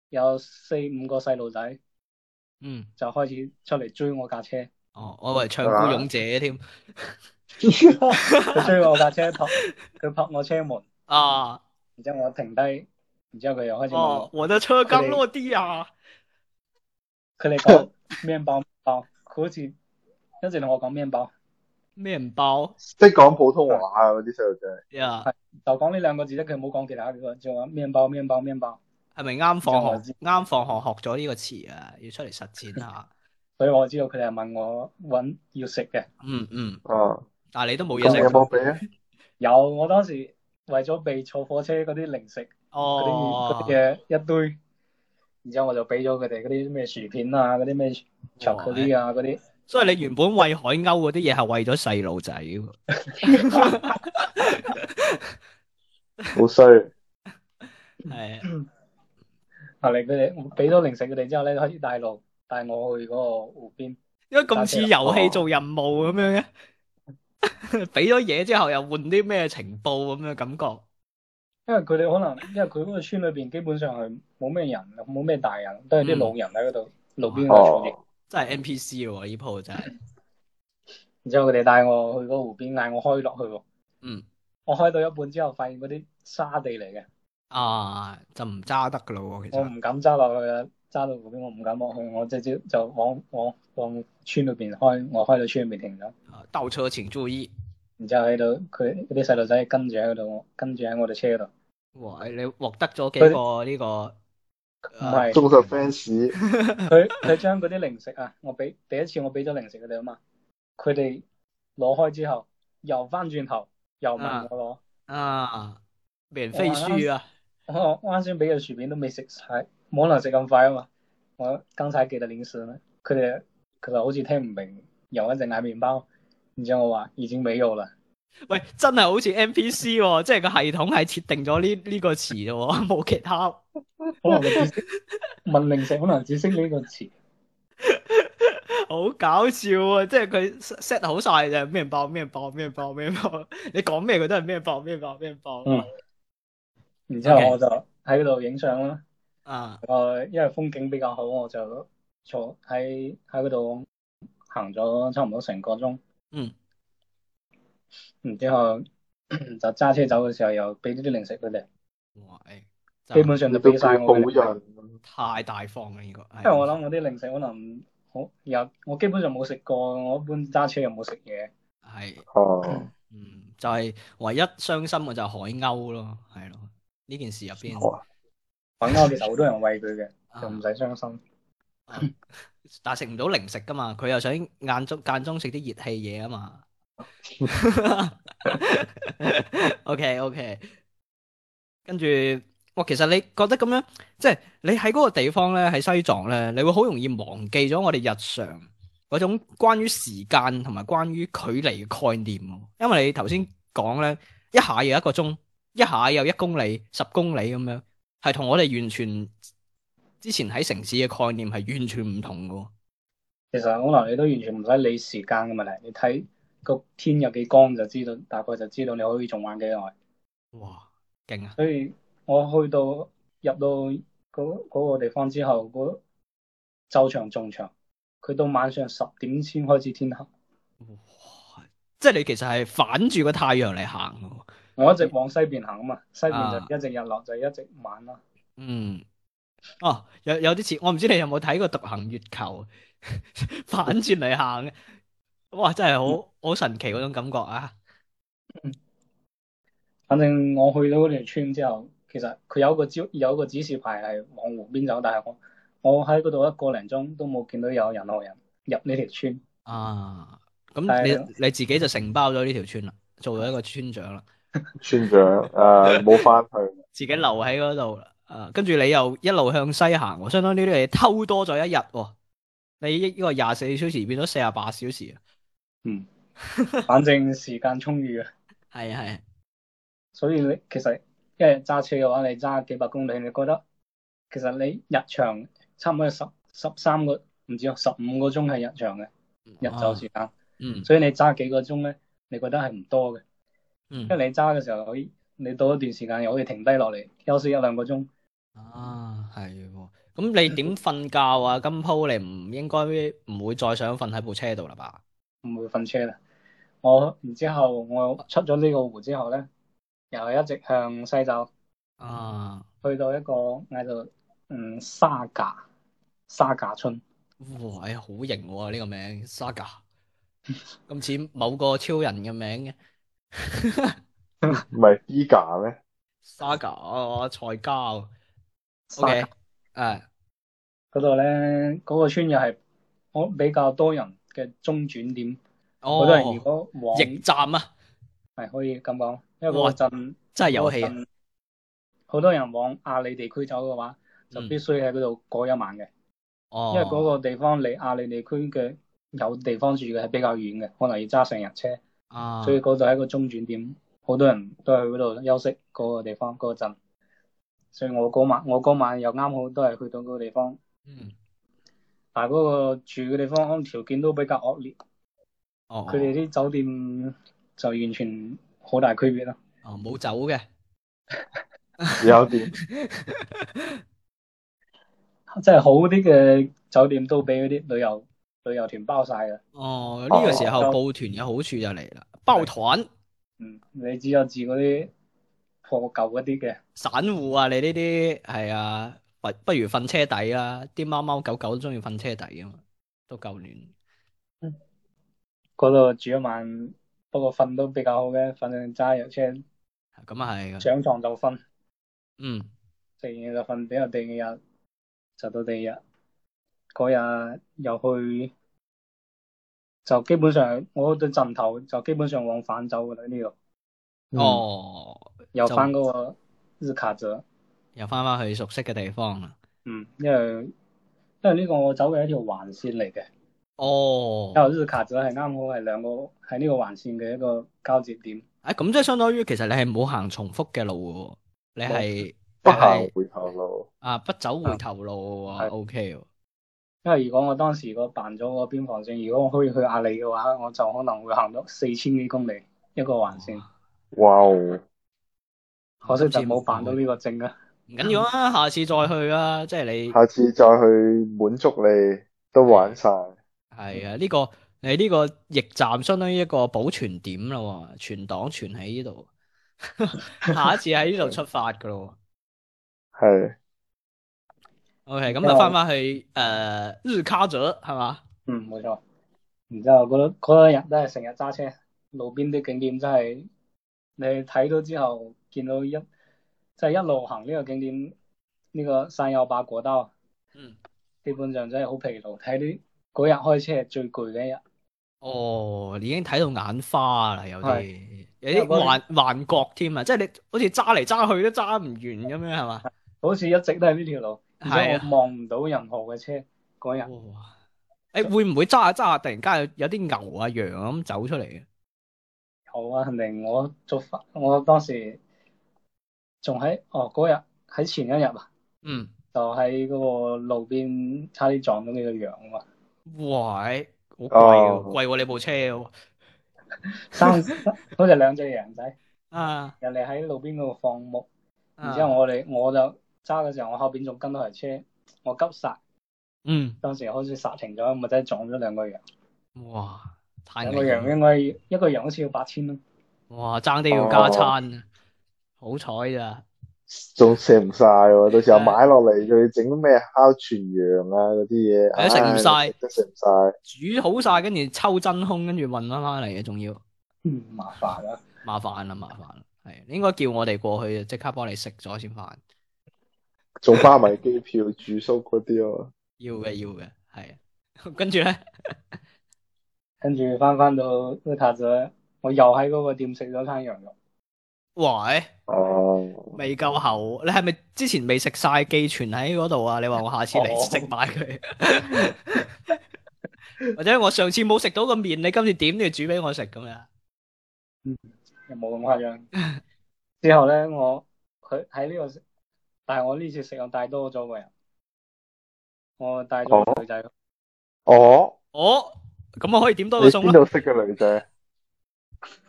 Speaker 3: 有四五個細路仔
Speaker 1: 嗯，
Speaker 3: 就開始出嚟追我架車，
Speaker 1: 哦，我以為唱孤勇者添
Speaker 3: 佢追我架車拍，佢拍我車門，
Speaker 1: 啊！
Speaker 3: 然之後我停低，然之後佢又開始問
Speaker 1: 哦
Speaker 3: 我，，
Speaker 1: 我的車剛落地啊！
Speaker 3: 佢哋講麵包麵包，佢好似一直同我講麵包，
Speaker 1: 麵包
Speaker 4: 識講普通話啊嗰啲細路仔。
Speaker 1: 呀，
Speaker 3: 就講呢兩個字啫，佢冇講其他嘅，仲話麵包麵包麵包，
Speaker 1: 係咪啱放
Speaker 3: 我
Speaker 1: 學
Speaker 3: 知
Speaker 1: 啱放學學咗呢個詞啊？要出嚟實踐啊 下。
Speaker 3: 所以我知道佢哋係問我揾要食嘅。
Speaker 1: 嗯嗯，
Speaker 4: 啊，
Speaker 1: 但係你都冇嘢
Speaker 4: 咁
Speaker 1: 食
Speaker 4: 你有冇俾啊？
Speaker 3: 有，我當時為咗避坐火車嗰啲零食嗰啲
Speaker 1: 哦
Speaker 3: 嗰啲。嘢一堆，然之後我就俾咗佢哋嗰啲咩薯片啊，嗰啲咩巧克力啊，嗰啲
Speaker 1: 所以你原本喂海鷗嗰啲嘢係為咗細路仔喎，
Speaker 4: 好衰，
Speaker 1: 係啊
Speaker 3: 後嚟佢哋我啊俾咗零食佢哋之後咧，開始帶路帶我去嗰個湖邊，
Speaker 1: 因為咁似遊戲做任務咁樣嘅， 俾咗嘢之後又換啲咩情報咁嘅感覺。
Speaker 3: 因為佢哋可能因為佢嗰個村裏邊基本上係冇咩人，冇咩大人，都係啲
Speaker 1: 嗯
Speaker 3: 老人喺嗰度路邊嗰度坐
Speaker 4: 哦
Speaker 3: 住，，
Speaker 1: 真係 NPC 喎，呢鋪真係，
Speaker 3: 然之後佢哋帶我去嗰個湖邊嗌我開落去喎，
Speaker 1: 嗯
Speaker 3: 我開到一半之後發現嗰啲沙地嚟嘅，
Speaker 1: 啊就唔揸得噶咯喎，其
Speaker 3: 我
Speaker 1: 實，
Speaker 3: 唔敢揸落去啊！揸到嗰邊我唔敢落去，我直接就往往往村裏邊開，我開到村裏邊停咗，
Speaker 1: 啊倒車前注意。
Speaker 3: 然之後喺度佢嗰啲細路仔跟住喺度，跟住喺我哋車度，
Speaker 1: 哇！你獲得咗幾
Speaker 3: 佢
Speaker 1: 個呢個？啊
Speaker 3: 唔係
Speaker 4: 忠實 fans，
Speaker 3: 佢佢將嗰啲零食啊，我俾第一次我俾咗零食佢哋啊嘛，佢哋攞開之後又翻轉頭又問我
Speaker 1: 啊，免費書啊！
Speaker 3: 攞，我我啱先俾嘅薯片都未食晒，冇可能食咁快啊嘛，我剛才記得零食呢，佢哋佢就好似聽唔明，又一直嗌麵包，然之後我話已經沒有啦。
Speaker 1: 喂，真係好似 NPC 喎，即係個系統係設定咗呢呢個詞咯， 冇其他。
Speaker 3: 可能佢只識 問零食，可能只識呢個詞。
Speaker 1: 好搞笑啊！即係佢 set 好晒就係咩包咩包咩包咩包，你講咩佢都係咩包咩包咩包。
Speaker 3: 嗯然之後
Speaker 1: Okay
Speaker 3: 我就喺嗰度影相啦。
Speaker 1: 啊，
Speaker 3: 誒，因為風景比較好，我就坐喺喺嗰度行咗差唔多成個鐘。
Speaker 1: 嗯。
Speaker 3: 然之後 就揸車走嘅時候，又俾咗啲零食佢哋，
Speaker 1: 哇，誒
Speaker 3: 基本上就
Speaker 4: 都
Speaker 3: 俾晒
Speaker 4: 好啊
Speaker 3: 我佢哋。
Speaker 4: 人。
Speaker 1: 太大方啦呢個。因
Speaker 3: 因為我諗我啲零食可能好有，我基本上冇食過，我一般揸車又冇食嘢。
Speaker 1: 係，
Speaker 4: 哦，
Speaker 1: 嗯，就係唯一傷心嘅就係海鷗咯，係咯，呢件事入邊
Speaker 4: 哦
Speaker 3: 反歐其實好多人餵佢嘅，
Speaker 1: 啊
Speaker 3: 就唔使傷心。
Speaker 1: 啊但係食唔到零食噶嘛，佢又想間中間中食啲熱氣嘢啊嘛。OK OK，跟住哇，其實你覺得咁樣，即係你喺嗰個地方咧，喺西藏咧，你會好容易忘記咗我哋日常嗰種關於時間同埋關於距離嘅概念喎。因為你頭先講咧，一下又一個鐘，一下又一公里、十公里咁樣，係同我哋完全之前喺城市嘅概念係完全唔同嘅喎。
Speaker 3: 其實可能你都完全唔使理時間嘅問題，你睇個天有幾光就知道，大概就知道你可以仲玩幾耐。
Speaker 1: 哇，勁啊！
Speaker 3: 所以我去到入到嗰、嗰個地方之後，嗰晝長仲長，佢到晚上十點先開始天黑。
Speaker 1: 即係你其實係反住個太陽嚟行嘅喎。
Speaker 3: 我一直往西邊行啊嘛，西
Speaker 1: 啊
Speaker 3: 邊就一直日落就一直晚啦。
Speaker 1: 嗯，哦，有有啲似，我唔知你有冇睇過《獨行月球》， 反轉嚟行嘅，哇，真係
Speaker 3: 嗯
Speaker 1: 好好神奇嗰種感覺啊！
Speaker 3: 反正我去到嗰條村之後，其實佢有個招有個指示牌係往湖邊走，但係我我喺嗰度一個零鐘都冇見到有任何人入呢條村。
Speaker 1: 啊，咁
Speaker 3: 係
Speaker 1: 你
Speaker 3: 啊
Speaker 1: 你自己就承包咗呢條村啦，做咗一個村長啦，
Speaker 4: 村長誒冇翻去，
Speaker 1: 自己留喺嗰度啦。啊，跟住你又一路向西行喎，相當於你偷多咗一日喎。你呢個廿四小時變咗四十八小時啊！
Speaker 3: 反正時間充裕啊，
Speaker 1: 係啊係啊，
Speaker 3: 所以你其實一日揸車嘅話，你揸幾百公里，你覺得其實你日長差唔多有十十三個唔知啊十五個鐘係日長嘅日
Speaker 1: 啊
Speaker 3: 晝時間，
Speaker 1: 嗯
Speaker 3: 所以你揸幾個鐘咧，你覺得係唔多嘅，
Speaker 1: 嗯
Speaker 3: 因為你揸嘅時候可以，你到一段時間又可以停低落嚟休息一兩個鐘，
Speaker 1: 啊，係喎。咁你點瞓覺啊？今鋪你唔應該唔會再想瞓喺部車度啦吧？
Speaker 3: 唔會瞓車啦。我然之後我出咗呢個湖之後咧，又係一直向西走，
Speaker 1: 啊，
Speaker 3: 去到一個嗌做嗯沙架沙架村，
Speaker 1: 哇！哎呀好型喎呢個名，Saga，咁似某個超人嘅名嘅
Speaker 4: 唔係 Giga 咩？
Speaker 1: Saga 哦，菜膠
Speaker 3: 沙
Speaker 1: ，OK，啊誒，
Speaker 3: 架嗰度咧，嗰、個村又係我比較多人嘅中轉點，好多人如
Speaker 1: 哦，
Speaker 3: 果往
Speaker 1: 逆站啊，
Speaker 3: 係可以咁講，因為嗰
Speaker 1: 哇
Speaker 3: 個鎮
Speaker 1: 真係有戲啊！
Speaker 3: 嗰個鎮好多人往亞里地區走嘅話，就必須喺嗰度過一晚嘅，
Speaker 1: 嗯哦，
Speaker 3: 因為嗰個地方離亞里地區嘅有地方住嘅係比較遠嘅，可能要揸成日車，
Speaker 1: 啊，
Speaker 3: 所以嗰度係一個中轉點，好多人都係去嗰度休息嗰、個地方嗰、個鎮。所以我嗰晚我嗰晚又啱好都係去到嗰個地方，
Speaker 1: 嗯，
Speaker 3: 但係嗰個住嘅地方可能條件都比較惡劣。
Speaker 1: 哦，
Speaker 3: 佢哋啲酒店就完全好大區別啦。
Speaker 1: 哦冇走嘅，
Speaker 4: 有啲
Speaker 3: 即係好啲嘅酒店都俾嗰啲旅遊旅遊團包晒嘅。
Speaker 1: 哦，呢個時候
Speaker 3: 哦
Speaker 1: 報團嘅好處就嚟啦，包團
Speaker 3: 嗯，你只有住嗰啲破舊嗰啲嘅，
Speaker 1: 散戶啊，你呢啲係啊，不不如瞓車底啦，啲貓貓狗狗都中意瞓車底啊嘛，都夠暖。
Speaker 3: 嗰度住一晚，不過瞓都比較好嘅，反正揸油車
Speaker 1: 咁啊係㗎，
Speaker 3: 上床就瞓，
Speaker 1: 嗯，
Speaker 3: 第二日就瞓，比後第二日就到第二日，嗰日又去。就基本上，我對陣頭就基本上往返走噶啦呢度，嗯
Speaker 1: 哦，
Speaker 3: 又
Speaker 1: 就
Speaker 3: 翻嗰個日卡澤。
Speaker 1: 又翻翻去熟悉嘅地方啦。
Speaker 3: 嗯，因為因為呢個我走嘅係一條環線嚟嘅，
Speaker 1: 哦，
Speaker 3: 因為日卡咗係啱好係兩個喺呢個環線嘅一個交接點，
Speaker 1: 啊咁即係相當於其實你係冇行重複嘅路嘅喎，你係
Speaker 4: 不
Speaker 1: 你
Speaker 4: 行
Speaker 1: 係
Speaker 4: 回頭路，
Speaker 1: 啊不走回頭路嘅喎
Speaker 3: 係
Speaker 1: ，OK 喎。
Speaker 3: 因為如果我當時個辦咗個邊防證，如果我可以去阿里嘅話，我就可能會行到四千幾公里一個環線，
Speaker 4: 哇哦！
Speaker 3: 可惜就冇辦到呢個證啊。
Speaker 1: 唔緊要啊，下次再去啊，即係你
Speaker 4: 下次再去滿足你都玩晒，
Speaker 1: 係啊呢個你呢個驛站相當於一個保存點啦喎，存檔存喺呢度， 下一次喺呢度出發噶咯
Speaker 4: 係
Speaker 1: 喎。OK，咁就
Speaker 3: 啊
Speaker 1: 翻翻去誒日卡咗係嘛？
Speaker 3: 嗯，冇錯。然之後嗰嗰一日都係成日揸車，路邊啲景點真係你睇到之後，見到一即係一路行呢個景點，呢、個山有八果刀，啊
Speaker 1: 嗯，
Speaker 3: 基本上真係好疲勞。睇啲嗰日開車係最攰嘅一日，
Speaker 1: 哦，已經睇到眼花啦，有啲有
Speaker 3: 因為
Speaker 1: 啲
Speaker 3: 嗰
Speaker 1: 幻幻覺添啊！即係你好似揸嚟揸去都揸唔完咁樣係嘛？
Speaker 3: 好似一直都係呢條路，而
Speaker 1: 係
Speaker 3: 且
Speaker 1: 啊
Speaker 3: 我望唔到任何嘅車嗰日。
Speaker 1: 哇！誒會唔會揸下啊揸下突然間有有啲牛啊羊咁走出嚟嘅？
Speaker 3: 好啊，肯定我做法，我當時仲喺哦嗰日喺前一日啊，
Speaker 1: 嗯，
Speaker 3: 就喺嗰個路邊差啲撞到呢個羊啊嘛。
Speaker 1: 嗯哇！誒好貴喎，
Speaker 4: 哦
Speaker 1: 貴喎你部車喎
Speaker 3: 三好似兩隻羊仔，
Speaker 1: 啊！
Speaker 3: 人哋喺路邊嗰度放牧，
Speaker 1: 啊
Speaker 3: 然之後我哋我就揸嘅時候，我後邊仲跟到台車，我急剎，
Speaker 1: 嗯，
Speaker 3: 當時好似剎停咗，咪真係撞咗兩個羊，
Speaker 1: 哇！太
Speaker 3: 兩
Speaker 1: 危
Speaker 3: 個羊
Speaker 1: 險啦！
Speaker 3: 應該一個羊好似要八千咯，
Speaker 1: 哇！爭啲要加餐啊！
Speaker 3: 哦
Speaker 1: 好彩咋
Speaker 4: 仲食唔晒喎，到時候買落嚟仲要整咩烤全羊啊嗰啲嘢，
Speaker 1: 係啊食唔晒
Speaker 4: 唉都食唔
Speaker 1: 煮
Speaker 4: 晒，
Speaker 1: 好晒，跟住抽真空，跟住運翻翻嚟嘅，仲要
Speaker 3: 嗯，麻煩啦，
Speaker 1: 麻煩啦，麻煩啦！係應該叫我哋過去，即刻幫你食咗先飯。
Speaker 4: 仲花埋機票住宿嗰啲咯。
Speaker 1: 要嘅，
Speaker 3: 嗯
Speaker 1: 要嘅，係 啊。跟住咧，
Speaker 3: 跟住翻翻到烏塔咗，我又喺嗰個店食咗餐羊肉，
Speaker 1: 喂，
Speaker 4: 哦，
Speaker 1: 未夠喉，你係咪之前未食晒寄存喺嗰度啊？你話我下次
Speaker 3: 哦
Speaker 1: 嚟食埋佢， 或者我上次冇食到個麵，你今次點都要煮俾我食咁樣。
Speaker 3: 又冇咁誇張。之後咧，我佢喺呢度食，但係我呢次食我帶多咗個人，我帶咗個女仔，
Speaker 4: 哦，
Speaker 1: 哦，咁我可以點多
Speaker 4: 你
Speaker 1: 個餸
Speaker 4: 邊
Speaker 1: 咯。
Speaker 4: 度識嘅女仔？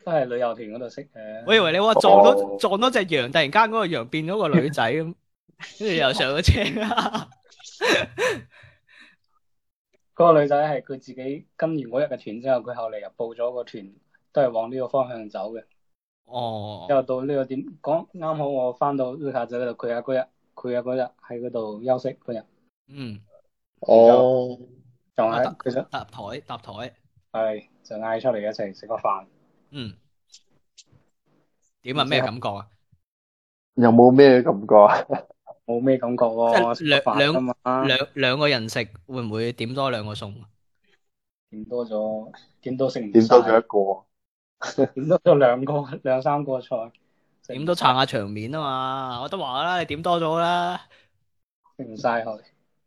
Speaker 3: 都係旅遊團嗰度識嘅。
Speaker 1: 我以為你話撞到、
Speaker 4: 哦
Speaker 1: 撞到只羊，突然間嗰個羊變咗個女仔咁，跟住又上咗車。
Speaker 3: 嗰個女仔係佢自己跟完嗰日嘅團之後，佢後嚟又報咗個團，都係往呢個方向走嘅。
Speaker 1: 哦
Speaker 3: 之，後到呢個點講啱好我翻到 l u c 仔嗰度，佢啊嗰日佢啊嗰日喺嗰度休息嗰日，
Speaker 1: 嗯，
Speaker 4: 哦，
Speaker 3: 仲
Speaker 1: 啊
Speaker 3: 喺
Speaker 1: 搭
Speaker 3: 佢想
Speaker 1: 搭台搭台，
Speaker 3: 係就嗌出嚟一齊食個飯。
Speaker 1: 嗯，點啊？咩感覺啊？
Speaker 4: 有冇咩感覺啊？
Speaker 3: 冇咩感覺
Speaker 1: 即
Speaker 3: 喎，
Speaker 1: 係
Speaker 3: 食
Speaker 1: 兩
Speaker 3: 個飯啊嘛，
Speaker 1: 兩兩個人食會唔會點多兩個餸？
Speaker 3: 點多咗，點都食唔
Speaker 4: 點
Speaker 3: 晒
Speaker 4: 到咗一個，
Speaker 3: 點多咗兩個 兩三個菜，食唔
Speaker 1: 點都撐下場面啊嘛！我都話啦，你點多咗啦，
Speaker 3: 食唔晒佢，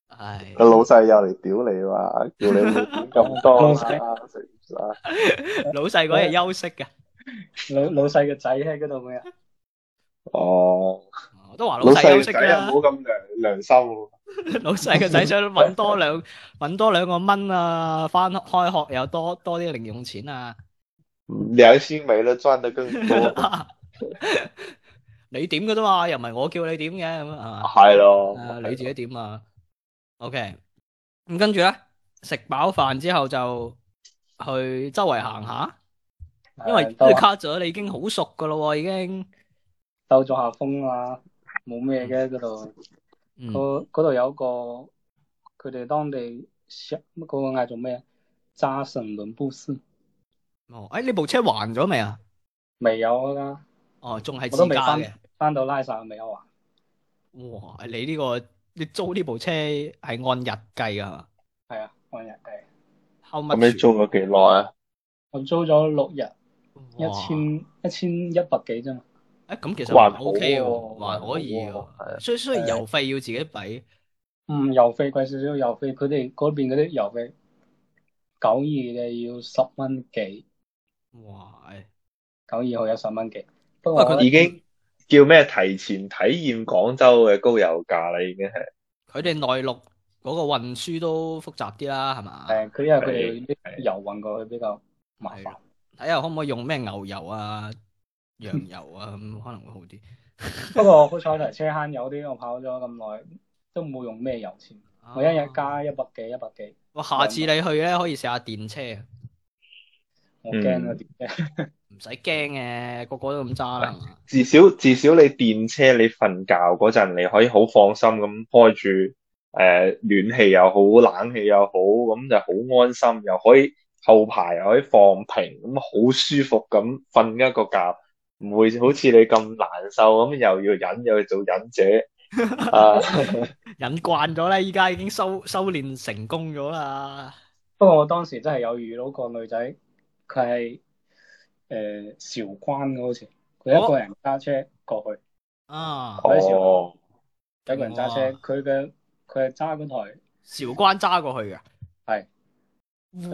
Speaker 1: 唉，
Speaker 4: 個老細又嚟屌你話，叫你冇點咁
Speaker 3: 老
Speaker 4: 多
Speaker 3: 細
Speaker 4: 啦，食唔晒。
Speaker 1: 老細嗰日休息嘅，
Speaker 3: 老老細嘅仔喺嗰度嘅，
Speaker 4: 哦，
Speaker 1: 我都話老
Speaker 4: 老
Speaker 1: 細休
Speaker 4: 細
Speaker 1: 息
Speaker 4: 仔又
Speaker 1: 啦
Speaker 4: 唔好。咁良良心喎。
Speaker 1: 老細個仔想揾多兩揾多兩個蚊啊，翻開學又多多啲零用錢啊！
Speaker 4: 良心沒了，賺得更多。
Speaker 1: 你點嘅啫嘛，又唔係我叫你點嘅咁啊，
Speaker 4: 係咯
Speaker 1: 啊你自己點啊？OK，咁跟住咧食飽飯之後就去周圍行下，因為
Speaker 3: 誒兜
Speaker 1: 對卡咗你已經好熟噶咯喎，已經
Speaker 3: 兜咗下風啊，冇咩嘅嗰度，
Speaker 1: 嗯
Speaker 3: 嗰嗰度有個佢哋當地小嗰個嗌做咩啊？揸神輪布斯
Speaker 1: 哦，誒你部車還咗未啊？
Speaker 3: 未有啊，
Speaker 1: 哦，仲係自
Speaker 3: 我都未
Speaker 1: 家
Speaker 3: 翻
Speaker 1: 嘅，
Speaker 3: 翻到拉薩未有啊？
Speaker 1: 哇！你呢個你租呢部車係按日計㗎係嘛？
Speaker 3: 係啊，按日計，
Speaker 1: 後
Speaker 4: 咁你
Speaker 1: 乜
Speaker 4: 租咗幾耐啊？
Speaker 3: 我租咗六日，一
Speaker 1: 哇
Speaker 3: 千一千一百幾啫嘛。
Speaker 1: 誒咁其實
Speaker 4: 還
Speaker 1: 還
Speaker 4: 好
Speaker 1: O K 喎，
Speaker 4: 喎
Speaker 1: 還可以
Speaker 4: 還好喎係
Speaker 1: 喎。雖雖然郵費要自己俾，
Speaker 3: 嗯，郵費貴少少，郵費佢哋嗰邊嗰啲郵費九二嘅要十蚊幾，
Speaker 1: 哇！
Speaker 3: 九二號有十蚊幾。不
Speaker 1: 不
Speaker 3: 過
Speaker 1: 過
Speaker 3: 我
Speaker 1: 佢
Speaker 4: 已經叫咩？提前體驗廣州嘅高油價啦，已經係。
Speaker 1: 佢哋內陸嗰個運輸都複雜啲啦，係嘛？
Speaker 3: 誒，佢因為佢哋啲油運過去比較麻
Speaker 1: 係
Speaker 3: 煩
Speaker 1: 啊。睇下可唔可以用咩牛油啊、羊油啊咁可能會好啲。
Speaker 3: 不過好彩台車慳油啲，我跑咗咁耐都冇用咩油錢， 我一日
Speaker 1: 啊
Speaker 3: 加一百幾一百幾，
Speaker 1: 哇！下次你去咧可以試下電車，
Speaker 3: 我驚啊嗰啲車。
Speaker 1: 唔使驚嘅，個個都咁揸啦。係嘛
Speaker 4: 至少至少你電車你瞓覺嗰陣，你可以好放心咁開住誒、呃暖氣又好，冷氣又好，咁就好安心，又可以後排又可以放平，咁好舒服咁瞓一個覺，唔會好似你咁難受咁，又要忍又要做忍 者啊！
Speaker 1: 忍慣咗啦，依家已經修修練成功咗啦。
Speaker 3: 不過我當時真係有遇到個女仔，佢係誒韶關嘅好似，佢一個人揸車過去。
Speaker 1: 啊，
Speaker 3: 嗰時
Speaker 4: 哦，
Speaker 3: 一個人揸車，
Speaker 1: 哇
Speaker 3: 佢嘅佢係揸嗰台
Speaker 1: 韶關揸過去嘅。
Speaker 3: 係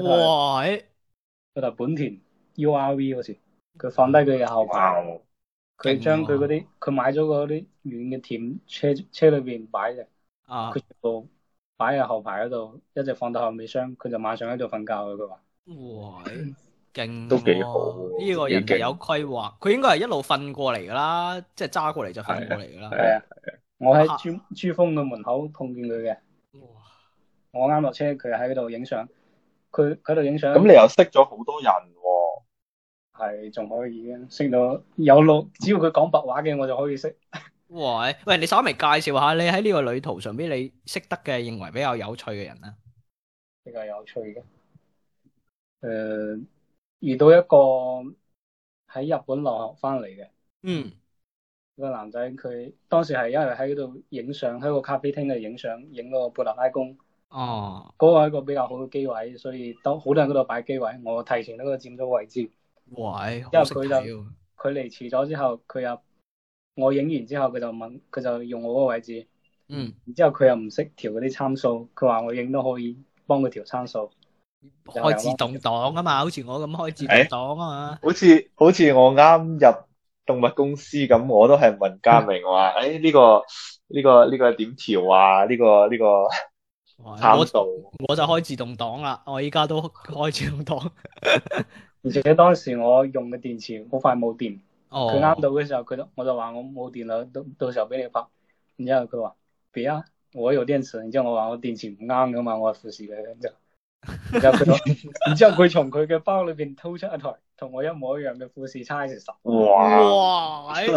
Speaker 1: 哇！誒
Speaker 3: 嗰台本田 URV 好似，佢放低佢嘅後排，
Speaker 4: 哇
Speaker 3: 佢將佢嗰啲佢買咗嗰啲軟嘅甜車車裏邊擺嘅，
Speaker 1: 啊
Speaker 3: 佢！全部擺喺後排嗰度，一直放到後尾箱，佢就晚上喺度瞓覺嘅。佢話
Speaker 1: 哇，勁
Speaker 4: 都
Speaker 1: 幾
Speaker 4: 幾好喎
Speaker 1: 呢個人
Speaker 4: 幾
Speaker 1: 係
Speaker 4: 勁
Speaker 1: 有規劃，佢應該係一路瞓過嚟噶啦，即係揸過嚟就瞓過嚟噶啦。
Speaker 3: 係啊，我喺
Speaker 1: 啊
Speaker 3: 珠珠峰嘅門口碰見佢嘅，
Speaker 1: 哇，
Speaker 3: 我啱落車，佢喺嗰度影相，佢佢喺度影相，
Speaker 4: 咁你又識咗好多人喎、
Speaker 3: 係仲可以嘅，識到有路，只要佢講白話嘅，我就可以識。
Speaker 1: 哇，喂，你稍微介紹下你喺呢個旅途上邊你識得嘅，認為比較有趣嘅人啊啦。
Speaker 3: 比較有趣嘅。誒、遇到一個喺日本留學翻嚟嘅
Speaker 1: 嗯，
Speaker 3: 個男仔，佢當時係因為喺度影相，喺個咖啡廳度影相，影嗰個布達拉宮，
Speaker 1: 哦，
Speaker 3: 嗰、個係一個比較好嘅機位，所以當好多人嗰度擺機位，我提前喺嗰度佔咗位置。
Speaker 1: 喂，
Speaker 3: 因
Speaker 1: 好
Speaker 3: 為
Speaker 1: 識
Speaker 3: 佢
Speaker 1: 睇
Speaker 3: 就
Speaker 1: 喎。嗯
Speaker 3: 佢嚟遲咗之後，佢又我影完之後，佢就問，佢就用我嗰個位置，
Speaker 1: 嗯，
Speaker 3: 然之後佢又唔識調嗰啲參數，佢話我影都可以幫佢調參數，
Speaker 1: 開自動檔啊嘛，好似我咁開自動檔啊嘛。
Speaker 4: 好似好似我啱入動物公司咁，我都係問家 明話，哎誒呢、個呢、個呢、個點調啊？呢、個呢、個
Speaker 1: 哇
Speaker 4: 參
Speaker 1: 我
Speaker 4: 數
Speaker 1: 我就開自動檔啦，我依家都開自動檔。
Speaker 3: 而且當時我用嘅電池好快冇電。
Speaker 1: 哦，
Speaker 3: 佢啱到嘅時候，佢就我就話我冇電啦，到到時候俾你拍。然之後佢話別啊，我有電池，然之後我話我電池唔啱噶嘛，我係富士嘅，然之後，然之後佢話 然之後佢從佢嘅包裏邊掏出一台同我一模一樣嘅富士 X 十，
Speaker 4: 哇！
Speaker 1: 哇！哎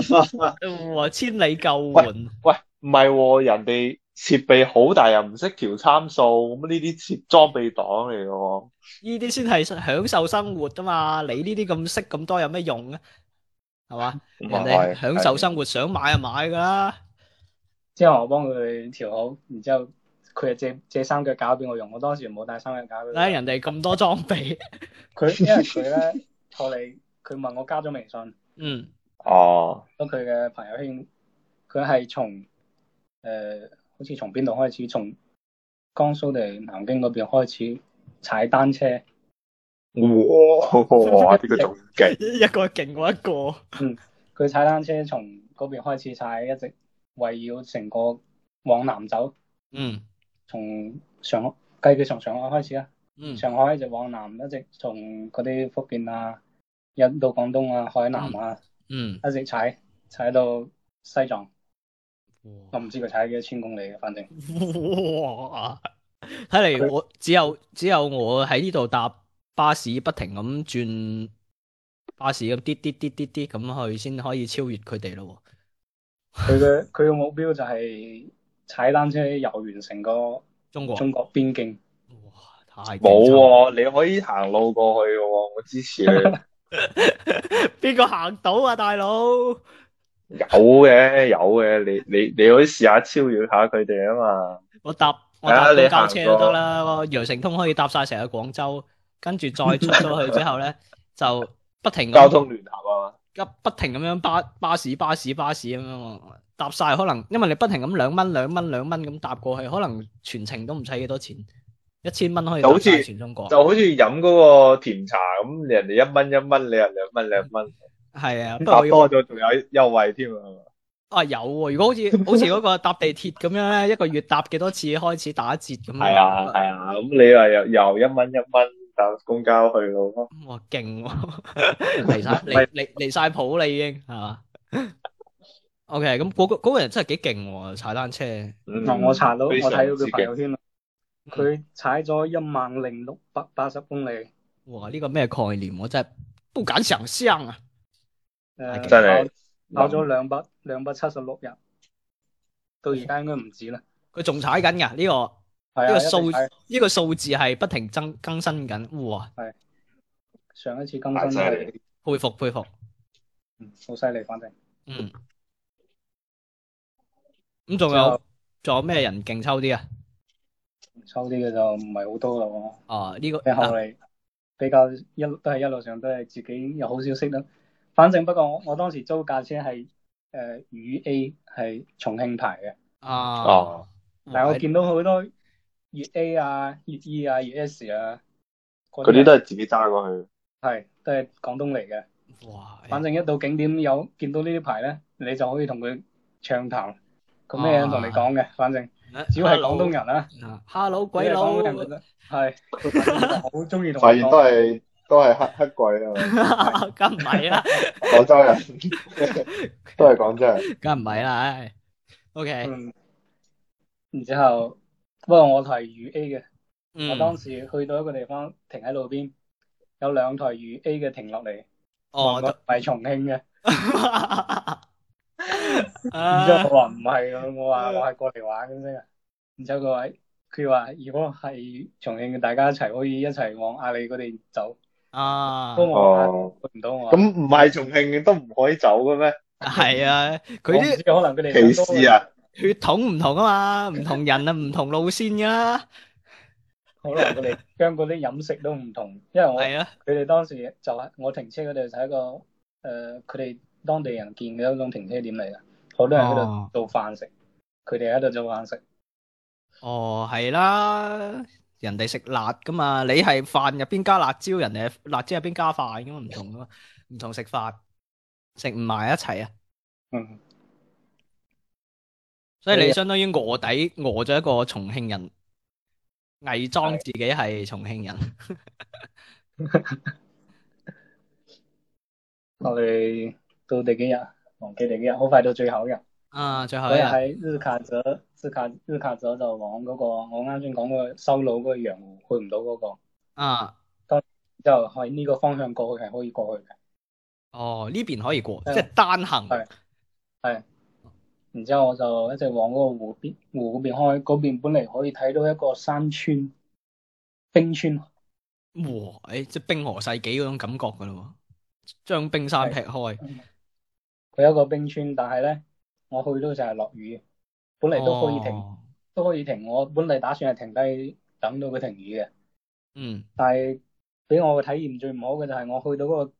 Speaker 1: 哇！千里救援，
Speaker 4: 喂，唔係喎，人哋設備好，但係又唔識調參數，咁呢啲設裝備黨嚟嘅喎。
Speaker 1: 呢啲先係享受生活啊嘛！你呢啲咁識咁多有咩用啊？嗯係嘛？人哋享受生活，想買就買噶啦。
Speaker 3: 之後我幫佢調好，然之後佢就借借三腳架俾我用，我當時冇帶三腳架俾
Speaker 1: 唉，
Speaker 3: 佢，
Speaker 1: 人哋咁多裝備，
Speaker 3: 佢因為佢 咧後嚟佢問我加咗微信。
Speaker 1: 嗯，
Speaker 4: 哦，
Speaker 3: 咗佢嘅朋友圈，佢係從誒好似從邊度開始，從江蘇定南京嗰邊開始踩單車，
Speaker 4: 哇！呢個仲 勁，
Speaker 1: 一個勁過一個。
Speaker 3: 佢踩單車從嗰邊開始踩，一直圍繞成個往南走，
Speaker 1: 嗯
Speaker 3: 從上海，計佢從上海開始啊，
Speaker 1: 嗯
Speaker 3: 上海就往南一直從嗰啲福建啊，一到廣東啊、海南啊，
Speaker 1: 嗯，
Speaker 3: 一直踩踩到西藏，我
Speaker 1: 哇！
Speaker 3: 唔知佢踩幾多千公里嘅，反正。
Speaker 1: 睇嚟我只有只有我喺呢度搭巴士，不停咁轉巴士咁滴滴滴滴滴咁去，先可以超越佢哋咯
Speaker 3: 佢嘅佢嘅目標就係踩單車遊完成個
Speaker 1: 喎。中國
Speaker 3: 中國邊境。
Speaker 1: 哇，太
Speaker 4: 冇
Speaker 1: 喎、
Speaker 4: 喎，你可以行路過去嘅喎，我支持你。
Speaker 1: 邊個行到啊，大佬？
Speaker 4: 有嘅，有嘅，你你你可以試下超越下佢哋啊嘛。
Speaker 1: 我搭我
Speaker 4: 係啊
Speaker 1: 搭公
Speaker 4: 你
Speaker 1: 交
Speaker 4: 行
Speaker 1: 車
Speaker 4: 過
Speaker 1: 都得啦，我羊城通可以搭晒成個廣州，跟住再出咗去之後 咧，就不停咁
Speaker 4: 交通聯合啊嘛，
Speaker 1: 急不停咁樣巴巴士巴士巴士咁樣喎搭晒，可能因為你不停咁兩蚊兩蚊兩蚊咁搭過去，可能全程都唔使幾多錢，一千蚊可以
Speaker 4: 就
Speaker 1: 搭
Speaker 4: 好似
Speaker 1: 晒全中國。
Speaker 4: 就好似飲嗰個甜茶咁，人哋一蚊一蚊，你人兩蚊兩蚊，
Speaker 1: 係啊，不過
Speaker 4: 搭
Speaker 1: 我要
Speaker 4: 多咗仲有優惠添啊。
Speaker 1: 啊有喎、如果好似好似嗰個搭地鐵咁樣咧，一個月搭幾多次開始打折咁樣。
Speaker 4: 係啊係啊，咁你話又又一蚊一蚊搭公交去咯，
Speaker 1: 哇勁喎， 離晒離離離曬譜啦已經係嘛？OK，咁嗰個嗰個人真係幾勁喎，踩單車。
Speaker 3: 嗱、哦我查到
Speaker 4: 嗯
Speaker 3: 我
Speaker 4: 非
Speaker 3: 睇
Speaker 4: 常
Speaker 3: 到佢
Speaker 4: 之
Speaker 3: 朋友
Speaker 4: 勁
Speaker 3: 圈啦，佢踩咗一萬零六百八十公里。
Speaker 1: 哇！呢、個咩概念？我真係不敢想象啊！
Speaker 3: 誒，
Speaker 4: 真係
Speaker 3: 跑跑咗兩百兩百七十六日，到而家應該唔止啦。
Speaker 1: 佢仲踩緊㗎呢個。呢
Speaker 3: 係啊，
Speaker 1: 個
Speaker 3: 一直
Speaker 1: 數
Speaker 3: 踩
Speaker 1: 呢個數字係不停增更新緊，哇！
Speaker 3: 上一次更
Speaker 4: 太
Speaker 3: 新
Speaker 4: 犀
Speaker 3: 係
Speaker 4: 利
Speaker 1: 佩服佩服，
Speaker 3: 嗯好犀利，反正
Speaker 1: 嗯。咁仲有仲有咩人勁抽啲啊？
Speaker 3: 抽啲嘅就唔係好多啦喎。
Speaker 1: 哦，呢、個
Speaker 3: 你後
Speaker 1: 啊
Speaker 3: 嚟比較一路都係一路上都係自己有好消息啦。反正不過我我當時租架車係誒宇 A 係重慶牌嘅，
Speaker 1: 啊，
Speaker 4: 哦，
Speaker 3: 但係我見到好多粵 A 啊、粵 E 啊、粵 S 啊嗰
Speaker 4: 嗰啲都係自己揸過去。
Speaker 3: 係都係廣東嚟嘅。
Speaker 1: 哇！
Speaker 3: 反正一到景點有見到呢啲牌咧，你就可以同佢暢談，佢咩嘢都同你講嘅。反正只要係廣東人啦，
Speaker 1: 人啊，Hello
Speaker 3: 只
Speaker 1: 鬼
Speaker 3: 要係
Speaker 1: 佬
Speaker 3: 廣東人覺得係佢好中意同
Speaker 4: 發
Speaker 3: 你
Speaker 4: 現都
Speaker 3: 講。
Speaker 4: 係都係黑黑鬼啊嘛，
Speaker 1: 梗唔係啦，
Speaker 4: 廣州人都係廣州人。
Speaker 1: 梗唔係啦，唉，OK，
Speaker 3: 嗯，然之後，不過我台粵 A 嘅。
Speaker 1: 嗯
Speaker 3: 我當時去到一個地方，停喺路邊，有兩台粵 A 嘅停落嚟，我
Speaker 1: 哦，
Speaker 3: 唔係重慶嘅， 然之
Speaker 1: 啊
Speaker 3: 後我話唔係啊，我話我係過嚟玩嘅啫。然之後佢話佢話如果係重慶嘅，大家一齊可以一齊往阿里嗰邊走。
Speaker 1: 啊
Speaker 3: 不過，我話
Speaker 4: 哦，
Speaker 3: 去唔到我話，
Speaker 4: 咁唔係重慶都唔可以走嘅咩？
Speaker 1: 係啊，佢
Speaker 3: 我唔
Speaker 1: 啲
Speaker 3: 知可能佢哋
Speaker 4: 歧
Speaker 3: 想多
Speaker 4: 視啊！
Speaker 1: 血統唔同啊嘛，唔同人啊，唔同路線噶啦，
Speaker 3: 可能佢哋將嗰啲飲食都唔同，因為我
Speaker 1: 係啊，
Speaker 3: 佢哋當時就係我停車嗰度就係一個誒，呃佢哋當地人建嘅一種停車點嚟嘅，好多人喺
Speaker 1: 哦
Speaker 3: 度做飯食，佢哋喺度做飯食。
Speaker 1: 哦係啦，人哋食辣噶嘛，你係飯入邊加辣椒，人哋係辣椒入邊加飯啊噶嘛，唔同噶嘛，唔同食法，食唔埋一齊啊，
Speaker 3: 嗯，
Speaker 1: 所
Speaker 3: 啊
Speaker 1: 以你相當於卧底餓咗一個重慶人，偽裝自己係重慶人，
Speaker 3: 我哋到第幾日？忘記第幾日，好快到最後一日。
Speaker 1: 啊，最後一
Speaker 3: 我又
Speaker 1: 日
Speaker 3: 喺日卡澤，日卡日卡澤就往嗰、個我啱先講嗰個修路嗰個洋湖去唔到嗰、個，
Speaker 1: 啊，
Speaker 3: 之後喺呢個方向過去係可以過去嘅。
Speaker 1: 哦呢邊可以過，
Speaker 3: 係
Speaker 1: 即係單行
Speaker 3: 係然之後我就一直往嗰個湖邊湖嗰邊開，嗰邊本嚟可以睇到一個山村冰川，
Speaker 1: 哇！誒，即係冰河世紀嗰種感覺噶咯喎，將冰山劈開。
Speaker 3: 佢有一個冰川，但係咧我去到就係落雨，本嚟都可以停，
Speaker 1: 哦
Speaker 3: 都可以停。我本嚟打算係停低等到佢停雨嘅，
Speaker 1: 嗯，
Speaker 3: 但係俾我嘅體驗最唔好嘅就係我去到嗰、個誒、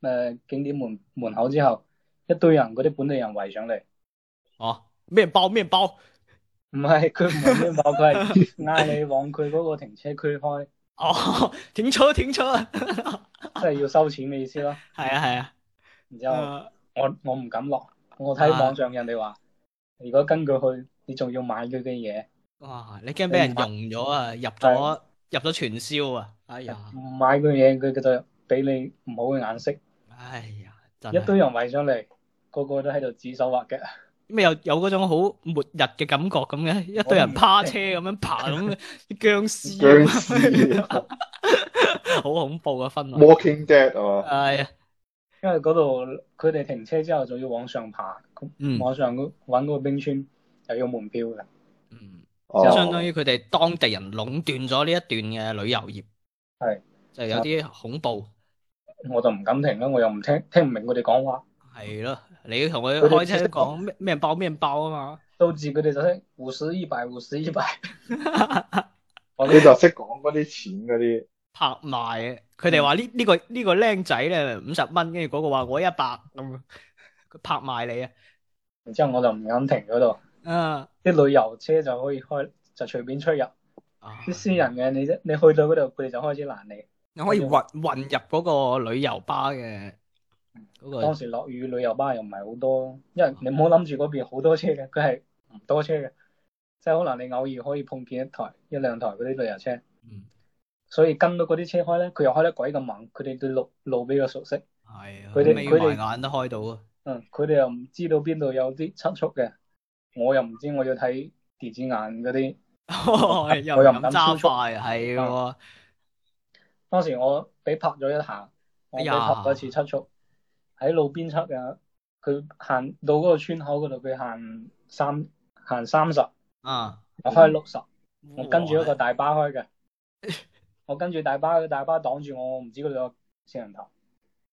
Speaker 3: 呃景點門門口之後，一堆人嗰啲本地人圍上嚟，
Speaker 1: 哦，麵包麵包，
Speaker 3: 唔係佢唔係要爆，佢係嗌你往佢嗰個停車區開，
Speaker 1: 哦， 停車停車，係啊
Speaker 3: 即係要收錢嘅意思咯。
Speaker 1: 係啊，
Speaker 3: 然之後。我我唔敢落，我睇網上人哋話，如果跟佢去，你仲要買佢嘅嘢，
Speaker 1: 哇！你驚俾人用咗啊，入咗
Speaker 3: 係
Speaker 1: 入咗傳銷啊！哎呀，
Speaker 3: 唔買佢嘢，佢佢就俾你唔好嘅眼色，
Speaker 1: 哎呀，真
Speaker 3: 一
Speaker 1: 係
Speaker 3: 堆人圍上嚟，個個都喺度指手畫腳，
Speaker 1: 咩有有嗰種好末日嘅感覺咁嘅，一堆人趴車咁樣爬咁，僵屍
Speaker 4: 僵
Speaker 1: 咁
Speaker 4: 屍啊
Speaker 1: 樣好恐怖嘅氛圍。
Speaker 4: Walking Dead 啊嘛，
Speaker 1: 哎呀，
Speaker 3: 因為嗰度佢哋停車之後仲要往上爬，咁
Speaker 1: 嗯
Speaker 3: 往上嗰搵嗰個冰川又要門票嘅，
Speaker 1: 嗯，即係相
Speaker 4: 哦
Speaker 1: 當於佢哋當地人壟斷咗呢一段嘅旅遊業，
Speaker 3: 係
Speaker 1: 就有啲恐怖。
Speaker 3: 我就唔敢停啦，我又唔聽聽唔明佢哋講話，
Speaker 1: 係咯，你同佢
Speaker 3: 佢哋
Speaker 1: 開車
Speaker 3: 識得
Speaker 1: 講咩咩包咩包啊嘛。
Speaker 3: 導致佢哋就識胡死一百胡死一百，我
Speaker 4: 你就哦識講嗰啲錢嗰啲，
Speaker 1: 拍賣，佢哋話呢呢個呢、個僆仔咧五十蚊，跟住嗰個話我一百咁，佢拍賣你啊！
Speaker 3: 然之後我就唔敢停嗰度，
Speaker 1: 啊
Speaker 3: 啲旅遊車就可以開就隨便出入。
Speaker 1: 啊
Speaker 3: 啲私人嘅，你你去到嗰度，佢哋就開始攔你。
Speaker 1: 你可以混混入嗰個旅遊巴嘅嗰、個
Speaker 3: 當時落雨，旅遊巴又唔係好多，因為你唔好諗住嗰邊好多車嘅，佢係唔多車嘅，即係可能你偶爾可以碰見一台一兩台嗰啲旅遊車。
Speaker 1: 嗯
Speaker 3: 所以跟到嗰啲車開咧，佢又開得鬼咁猛，佢哋對路路比較熟悉，
Speaker 1: 係啊，
Speaker 3: 佢哋
Speaker 1: 眯
Speaker 3: 佢哋
Speaker 1: 埋眼都開到啊！
Speaker 3: 嗯，佢哋又唔知道邊度有啲七速嘅，我又唔知我要睇電子眼嗰啲。
Speaker 1: 又
Speaker 3: 我又
Speaker 1: 唔
Speaker 3: 唔
Speaker 1: 敢
Speaker 3: 敢
Speaker 1: 揸
Speaker 3: 超速
Speaker 1: 快，係喎，
Speaker 3: 當時我俾拍咗一下，我
Speaker 1: 哎
Speaker 3: 俾
Speaker 1: 呀
Speaker 3: 拍咗一次七速，喺路邊七嘅，佢行到嗰個村口嗰度，佢行三行三十，
Speaker 1: 啊！
Speaker 3: 我開六十，我跟住一個
Speaker 1: 哇
Speaker 3: 大巴開嘅，我跟住大巴，個大巴擋住我，我唔知嗰度有攝人頭，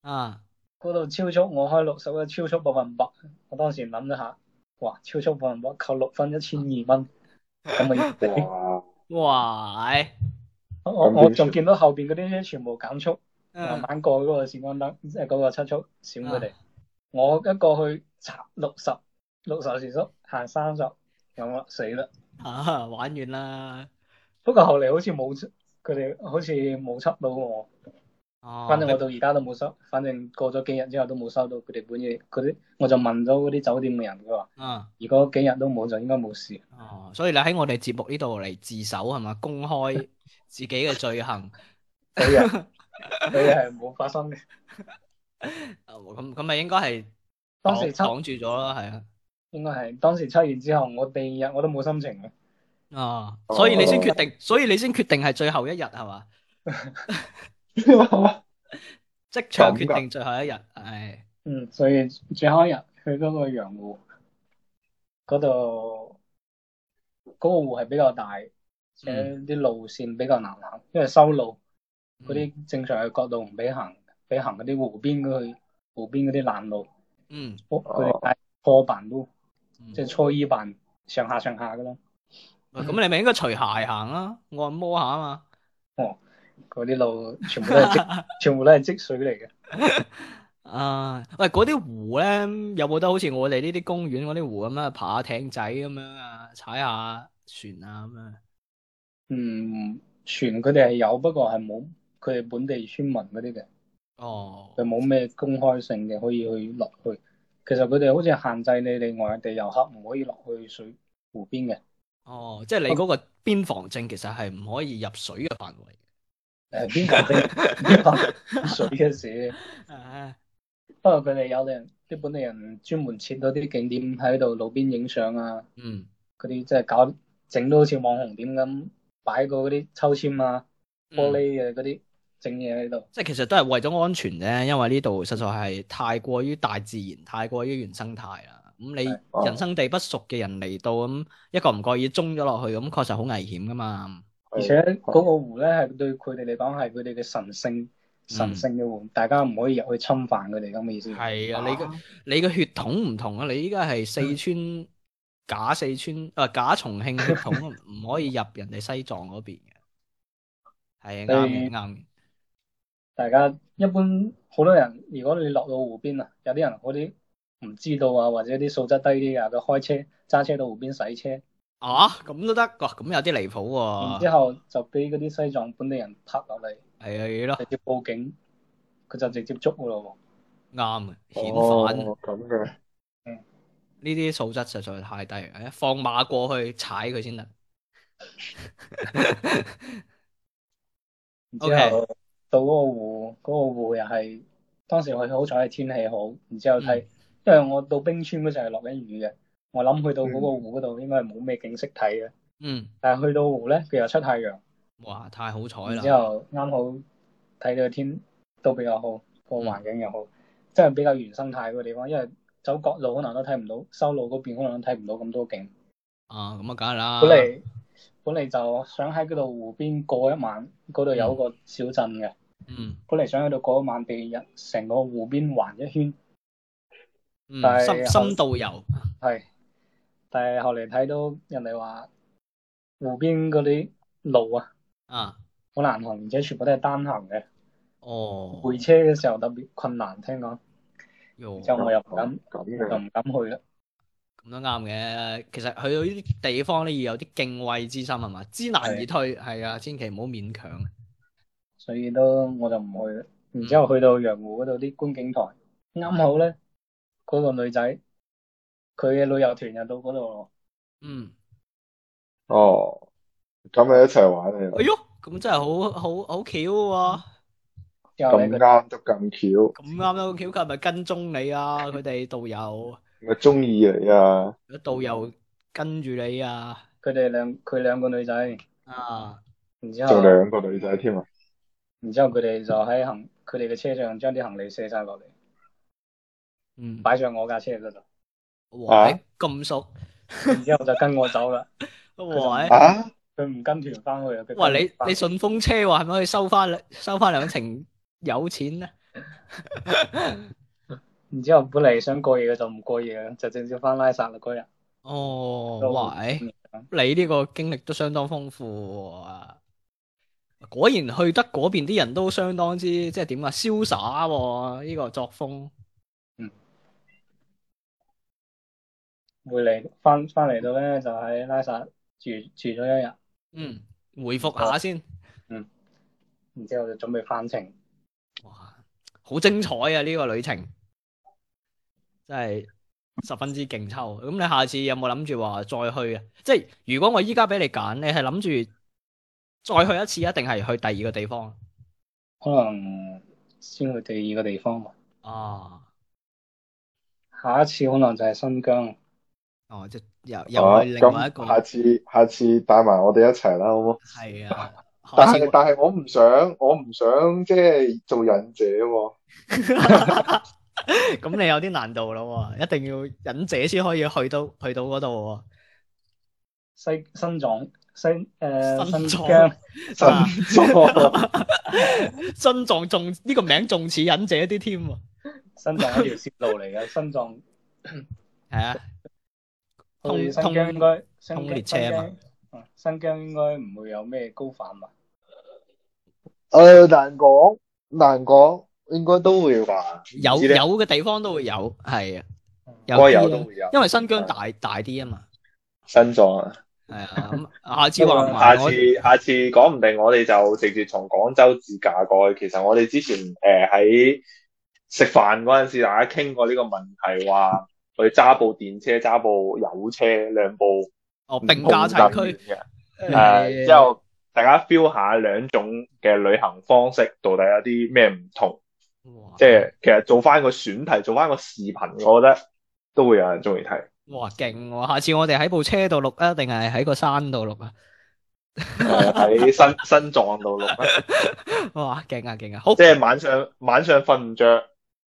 Speaker 1: 啊，
Speaker 3: 嗰度超速，我開六十，嗰度超速百分百，我當時諗咗下，哇，超速百分百扣六分一千二蚊，咁 嘅意思
Speaker 4: 哇！
Speaker 1: 哇！唉
Speaker 3: 我我我仲見到後邊嗰啲車全部減速。慢
Speaker 1: 嗯
Speaker 3: 慢過嗰個閃光燈，即係嗰個七速閃佢哋。我一過去，插六十，六十時速行三十，咁啦死啦！
Speaker 1: 啊，玩完啦！
Speaker 3: 不過後嚟好似冇，佢哋好似冇測到我。
Speaker 1: 哦，
Speaker 3: 反正我到而家都冇收，反正過咗幾日之後都冇收到佢哋本嘢。嗰啲我就問咗嗰啲酒店嘅人，佢話
Speaker 1: 啊，
Speaker 3: 如果幾日都冇就應該冇事。
Speaker 1: 哦，所以你喺我哋節目呢度嚟自首係嘛，公開 自己嘅罪行。
Speaker 3: 嗰日嗰日係冇發生嘅。
Speaker 1: 哦咁咁咪應該係
Speaker 3: 當時測
Speaker 1: 擋住咗啦，係啊，
Speaker 3: 應該係當時測完之後，我第二日我都冇心情嘅。
Speaker 1: 啊，
Speaker 4: 哦
Speaker 1: 所以你先決定，所以你先決定係最後一日係嘛？
Speaker 4: 啊
Speaker 1: 即場決定最後一日，係
Speaker 3: 嗯，所以最後一日去嗰個洋湖嗰度，嗰、個湖係比較大，而且啲路線比較難行，因為修路
Speaker 1: 嗯
Speaker 3: 嗰啲正常嘅國道唔俾行，俾行嗰啲湖邊嗰去湖邊嗰啲爛路，
Speaker 1: 嗯，
Speaker 3: 屋佢哋係破板路，
Speaker 1: 嗯
Speaker 3: 即係初衣板上下上下噶啦，
Speaker 1: 喂咁你咪應該除鞋行啦，按摩下啊嘛。
Speaker 3: 嗰啲路全部都係積，全部都係積水嚟嘅。
Speaker 1: 啊，喂，嗰啲湖咧有冇得好似我哋呢啲公園嗰啲湖咁樣爬下艇仔咁樣啊，踩下船啊咁樣？
Speaker 3: 嗯，船佢哋係有，不過係冇佢哋本地村民嗰啲嘅。
Speaker 1: 哦
Speaker 3: 就，冇咩公開性嘅可以去落去。其實佢哋好似限制你哋外地遊客唔可以落去水湖邊嘅，
Speaker 1: 哦，即係你嗰個邊防證其實係唔可以入水嘅範圍。
Speaker 3: 誒邊個邊邊個水嘅事。
Speaker 1: 啊
Speaker 3: 不過佢哋有啲人，啲本地人專門設嗰啲景點喺度路邊影相啊，
Speaker 1: 嗯
Speaker 3: 嗰啲即係搞整到好似網紅點咁，擺個嗰啲抽籤啊、
Speaker 1: 嗯
Speaker 3: 玻璃嘅嗰啲整嘢喺度。
Speaker 1: 即係其實都係為咗安全啫，因為呢度實在係太過於大自然，太過於原生態啦。咁你
Speaker 4: 哦
Speaker 1: 人生地不熟嘅人嚟到，咁一個唔覺意中咗落去，咁確實好危險噶嘛。
Speaker 3: 而且嗰個湖咧係對佢哋嚟講係佢哋嘅神
Speaker 1: 嗯
Speaker 3: 聖神聖嘅湖，大家唔可以入去侵犯佢哋咁嘅意思。
Speaker 1: 係啊，你嘅你嘅血統唔同啊，你依家係
Speaker 3: 嗯
Speaker 1: 四川假四川啊假重慶血統，啊 唔可以入人哋西藏嗰邊嘅。係啊啱嘅啱嘅。
Speaker 3: 大家一般好多人，如果你落到湖邊啊，有啲人嗰啲唔知道啊，或者啲素質低啲啊，佢開車揸車到湖邊洗車，
Speaker 1: 啊，咁都得，哇，咁有啲離譜喎。
Speaker 3: 然之後就俾嗰啲西藏本地人拍落嚟，
Speaker 1: 係咯，
Speaker 3: 直接報警，佢就直接捉噶咯
Speaker 1: 啱嘅，
Speaker 4: 哦
Speaker 1: 顯反。
Speaker 4: 咁嘅，
Speaker 1: 呢啲素質實在太低啦，哎放馬過去踩佢先得。
Speaker 3: 喎。然之後到嗰個湖，嗰、個湖又係當時佢好彩係天氣好，然之後睇，
Speaker 1: 嗯
Speaker 3: 因為我到冰川嗰陣係落緊雨嘅，我諗去到嗰個湖嗰度應該係冇咩景色睇嘅，
Speaker 1: 嗯，
Speaker 3: 但係去到湖咧佢又出太陽。
Speaker 1: 哇，太好彩
Speaker 3: 然之
Speaker 1: 啦！
Speaker 3: 後啱好睇到天都比較好，個環境又好，即係比較原生態嗰個地方。因為走角路可能都睇唔到，修路嗰邊可能都睇唔到咁多景。
Speaker 1: 啊，咁啊，梗係啦。
Speaker 3: 本嚟本嚟就想喺嗰度湖邊過一晚，嗰度有個小鎮嘅。
Speaker 1: 嗯
Speaker 3: 本嚟想喺度過一晚，第二日成個湖邊環一圈，
Speaker 1: 嗯，
Speaker 3: 但係
Speaker 1: 深深度遊，
Speaker 3: 係。但係後嚟睇到人哋話湖邊嗰啲路啊
Speaker 1: 啊，
Speaker 3: 好難行，而且全部都係單行嘅，
Speaker 1: 哦，
Speaker 3: 回車嘅時候特別困難，聽講。
Speaker 1: 喲
Speaker 3: 之後我又唔敢。
Speaker 4: 咁
Speaker 3: 就
Speaker 4: 嘅，
Speaker 3: 唔敢去啦。
Speaker 1: 咁都啱嘅。其實去到呢啲地方咧，要有啲敬畏之心係啊嘛，知難而退係啊，千祈唔好勉強。
Speaker 3: 所以都我就唔去啦。
Speaker 4: 嗯
Speaker 3: 然之後去到洋湖嗰度啲觀景台，啱好咧嗰、個女仔，佢嘅旅遊團又到嗰度咯。
Speaker 1: 嗯，
Speaker 4: 哦，咁咪一齊玩啊嘅啦
Speaker 1: 哎，喲，咁真係好好好巧喎！
Speaker 3: 之後咧
Speaker 4: 咁
Speaker 3: 佢
Speaker 4: 啱得咁巧，
Speaker 1: 咁啱啦，咁巧佢係咪跟蹤你啊？佢哋導遊，
Speaker 4: 咪中意你啊，
Speaker 1: 有導遊跟住你啊，
Speaker 3: 佢哋兩佢兩個女仔，
Speaker 1: 啊，
Speaker 3: 然之
Speaker 4: 仲
Speaker 3: 後
Speaker 4: 兩個女仔添啊，
Speaker 3: 然之後佢哋就喺行佢哋嘅車上將啲行李卸晒落嚟，
Speaker 1: 嗯，
Speaker 3: 擺上我架車嗰度，
Speaker 1: 哇
Speaker 4: 啊，
Speaker 1: 咁熟。
Speaker 3: 然之後就跟我走啦。
Speaker 1: 喂，
Speaker 4: 啊，
Speaker 3: 佢唔跟團翻去啊！佢
Speaker 1: 喂，
Speaker 3: 跟
Speaker 1: 你你順風車喎，係咪可以收翻收翻兩程有錢咧？
Speaker 3: 然之後本嚟想過夜嘅就唔過夜啦，就直接翻拉薩啦嗰日。
Speaker 1: 哦，喂，你呢個經歷都相當豐富啊！果然去得嗰邊啲人都相當之即係點啊，瀟灑喎呢個作風。
Speaker 3: 回嚟翻翻嚟到咧就喺拉薩住住咗一日。
Speaker 1: 嗯，回覆下先。
Speaker 3: 然之後就準備返程，
Speaker 1: 哇，好精彩啊！呢、個旅程真係十分之勁抽。咁你下次有冇諗住話再去啊？即係如果我依家俾你揀，你係諗住再去一次，一定係去第二個地方
Speaker 3: 可能先去第二個地方吧。
Speaker 1: 啊？
Speaker 3: 下一次可能就係新疆，
Speaker 1: 哦，即係又又
Speaker 4: 啊
Speaker 1: 係另外一個
Speaker 4: 咁下次下次帶埋我哋一齊啦，好唔好？
Speaker 1: 係啊。
Speaker 4: 但
Speaker 1: 下次
Speaker 4: 係但係我唔想，我唔想即係做忍者喎、
Speaker 1: 咁你有啲難度咯喎，一定要忍者先可以去到去到嗰度
Speaker 3: 西新藏、西誒、
Speaker 1: 新
Speaker 3: 呃、新
Speaker 1: 藏
Speaker 3: 疆，
Speaker 1: 喎。啊
Speaker 4: 新 疆
Speaker 1: 新藏仲呢、個名仲似忍者啲添喎。
Speaker 3: 新藏一條線路嚟嘅， 新藏
Speaker 1: 係啊，
Speaker 3: 去
Speaker 1: 通
Speaker 3: 新疆
Speaker 1: 通
Speaker 3: 應該新
Speaker 1: 通
Speaker 3: 疆
Speaker 1: 列車啊嘛
Speaker 3: 新疆嗯新疆應該唔會有咩高反吧？
Speaker 4: 誒難講難講，應該都會話
Speaker 1: 有
Speaker 4: 唔知咧
Speaker 1: 有嘅地方都會有，係啊，有
Speaker 4: 應該有
Speaker 1: 啲
Speaker 4: 都
Speaker 1: 啊
Speaker 4: 會有。
Speaker 1: 因為新疆大大啲啊嘛，
Speaker 4: 新藏啊，
Speaker 1: 係 啊，咁下次
Speaker 4: 因為
Speaker 1: 話
Speaker 4: 下
Speaker 1: 埋我，
Speaker 4: 次下次講唔定我哋就直接從廣州自駕過去。其實我哋之前誒喺、食飯嗰陣時，大家傾過呢個問題，話去揸部電車、揸部油車兩部
Speaker 1: 哦
Speaker 4: 唔
Speaker 1: 並
Speaker 4: 同
Speaker 1: 駕齊驅哎
Speaker 4: 陣，嘅。呃
Speaker 1: 誒
Speaker 4: 誒，之後大家 feel 下兩種嘅旅行方式到底有啲咩唔同，
Speaker 1: 哇
Speaker 4: 即係其實做翻個選題，做翻個視頻，我覺得都會有人中意睇。
Speaker 1: 哇勁喎！下次我哋喺部車度錄啊，定係喺個山度錄啊？
Speaker 4: 係呃喺 新新藏度錄啦，
Speaker 1: 哇勁啊勁啊！好，
Speaker 4: 即係晚上晚上瞓唔着，腳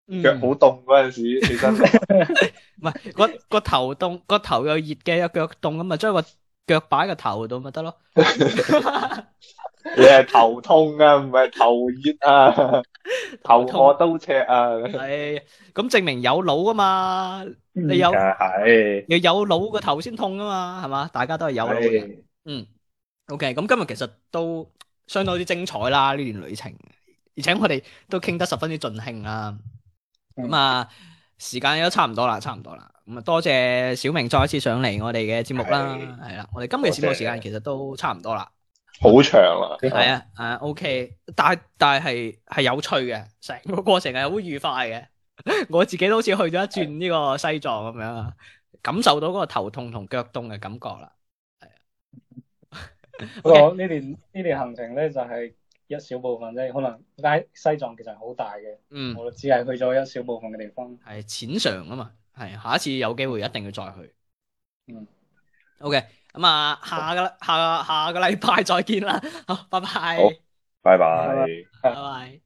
Speaker 1: 嗯
Speaker 4: 好凍嗰陣 時，起身
Speaker 1: 唔係個個頭凍，個頭又熱嘅，有腳凍咁啊，將個腳擺個頭度咪得咯。
Speaker 4: 你係頭痛啊，唔係頭熱啊， 頭
Speaker 1: 痛
Speaker 4: 破刀赤啊，
Speaker 1: 係咁證明有腦啊嘛，你有
Speaker 4: 係
Speaker 1: 要有腦個頭先痛啊嘛，係嘛？大家都係有腦嘅。
Speaker 4: 係
Speaker 1: OK，咁今日其實都相當之精彩啦，呢段旅程，而且我哋都傾得十分之盡興啦。
Speaker 3: 嗯
Speaker 1: 咁啊，時間都差唔多啦，差唔多啦。咁啊，多謝小明再一次上嚟我哋嘅節目啦，
Speaker 4: 係
Speaker 1: 係啦，我哋今期節目
Speaker 4: 多謝
Speaker 1: 時間其實都差唔多啦。
Speaker 4: 好長啦，
Speaker 1: 係啊，啊 OK，但係但係係係有趣嘅，成個過程係好愉快嘅。 我自己都好似去咗一轉呢個西藏咁樣啊，感受到嗰個頭痛同腳凍嘅感覺啦。
Speaker 3: 不過呢段呢段行程咧就係、一小部分啫，可能街西藏其實好大嘅，
Speaker 1: 嗯，
Speaker 3: 我只係去咗一小部分嘅地方。
Speaker 1: 係淺嘗啊嘛，係下一次有機會一定要再去。
Speaker 3: 嗯
Speaker 1: ，OK，咁啊，下個下下個禮拜再見啦，好，拜拜，
Speaker 4: 好拜
Speaker 3: 拜
Speaker 4: 拜。
Speaker 1: 拜拜。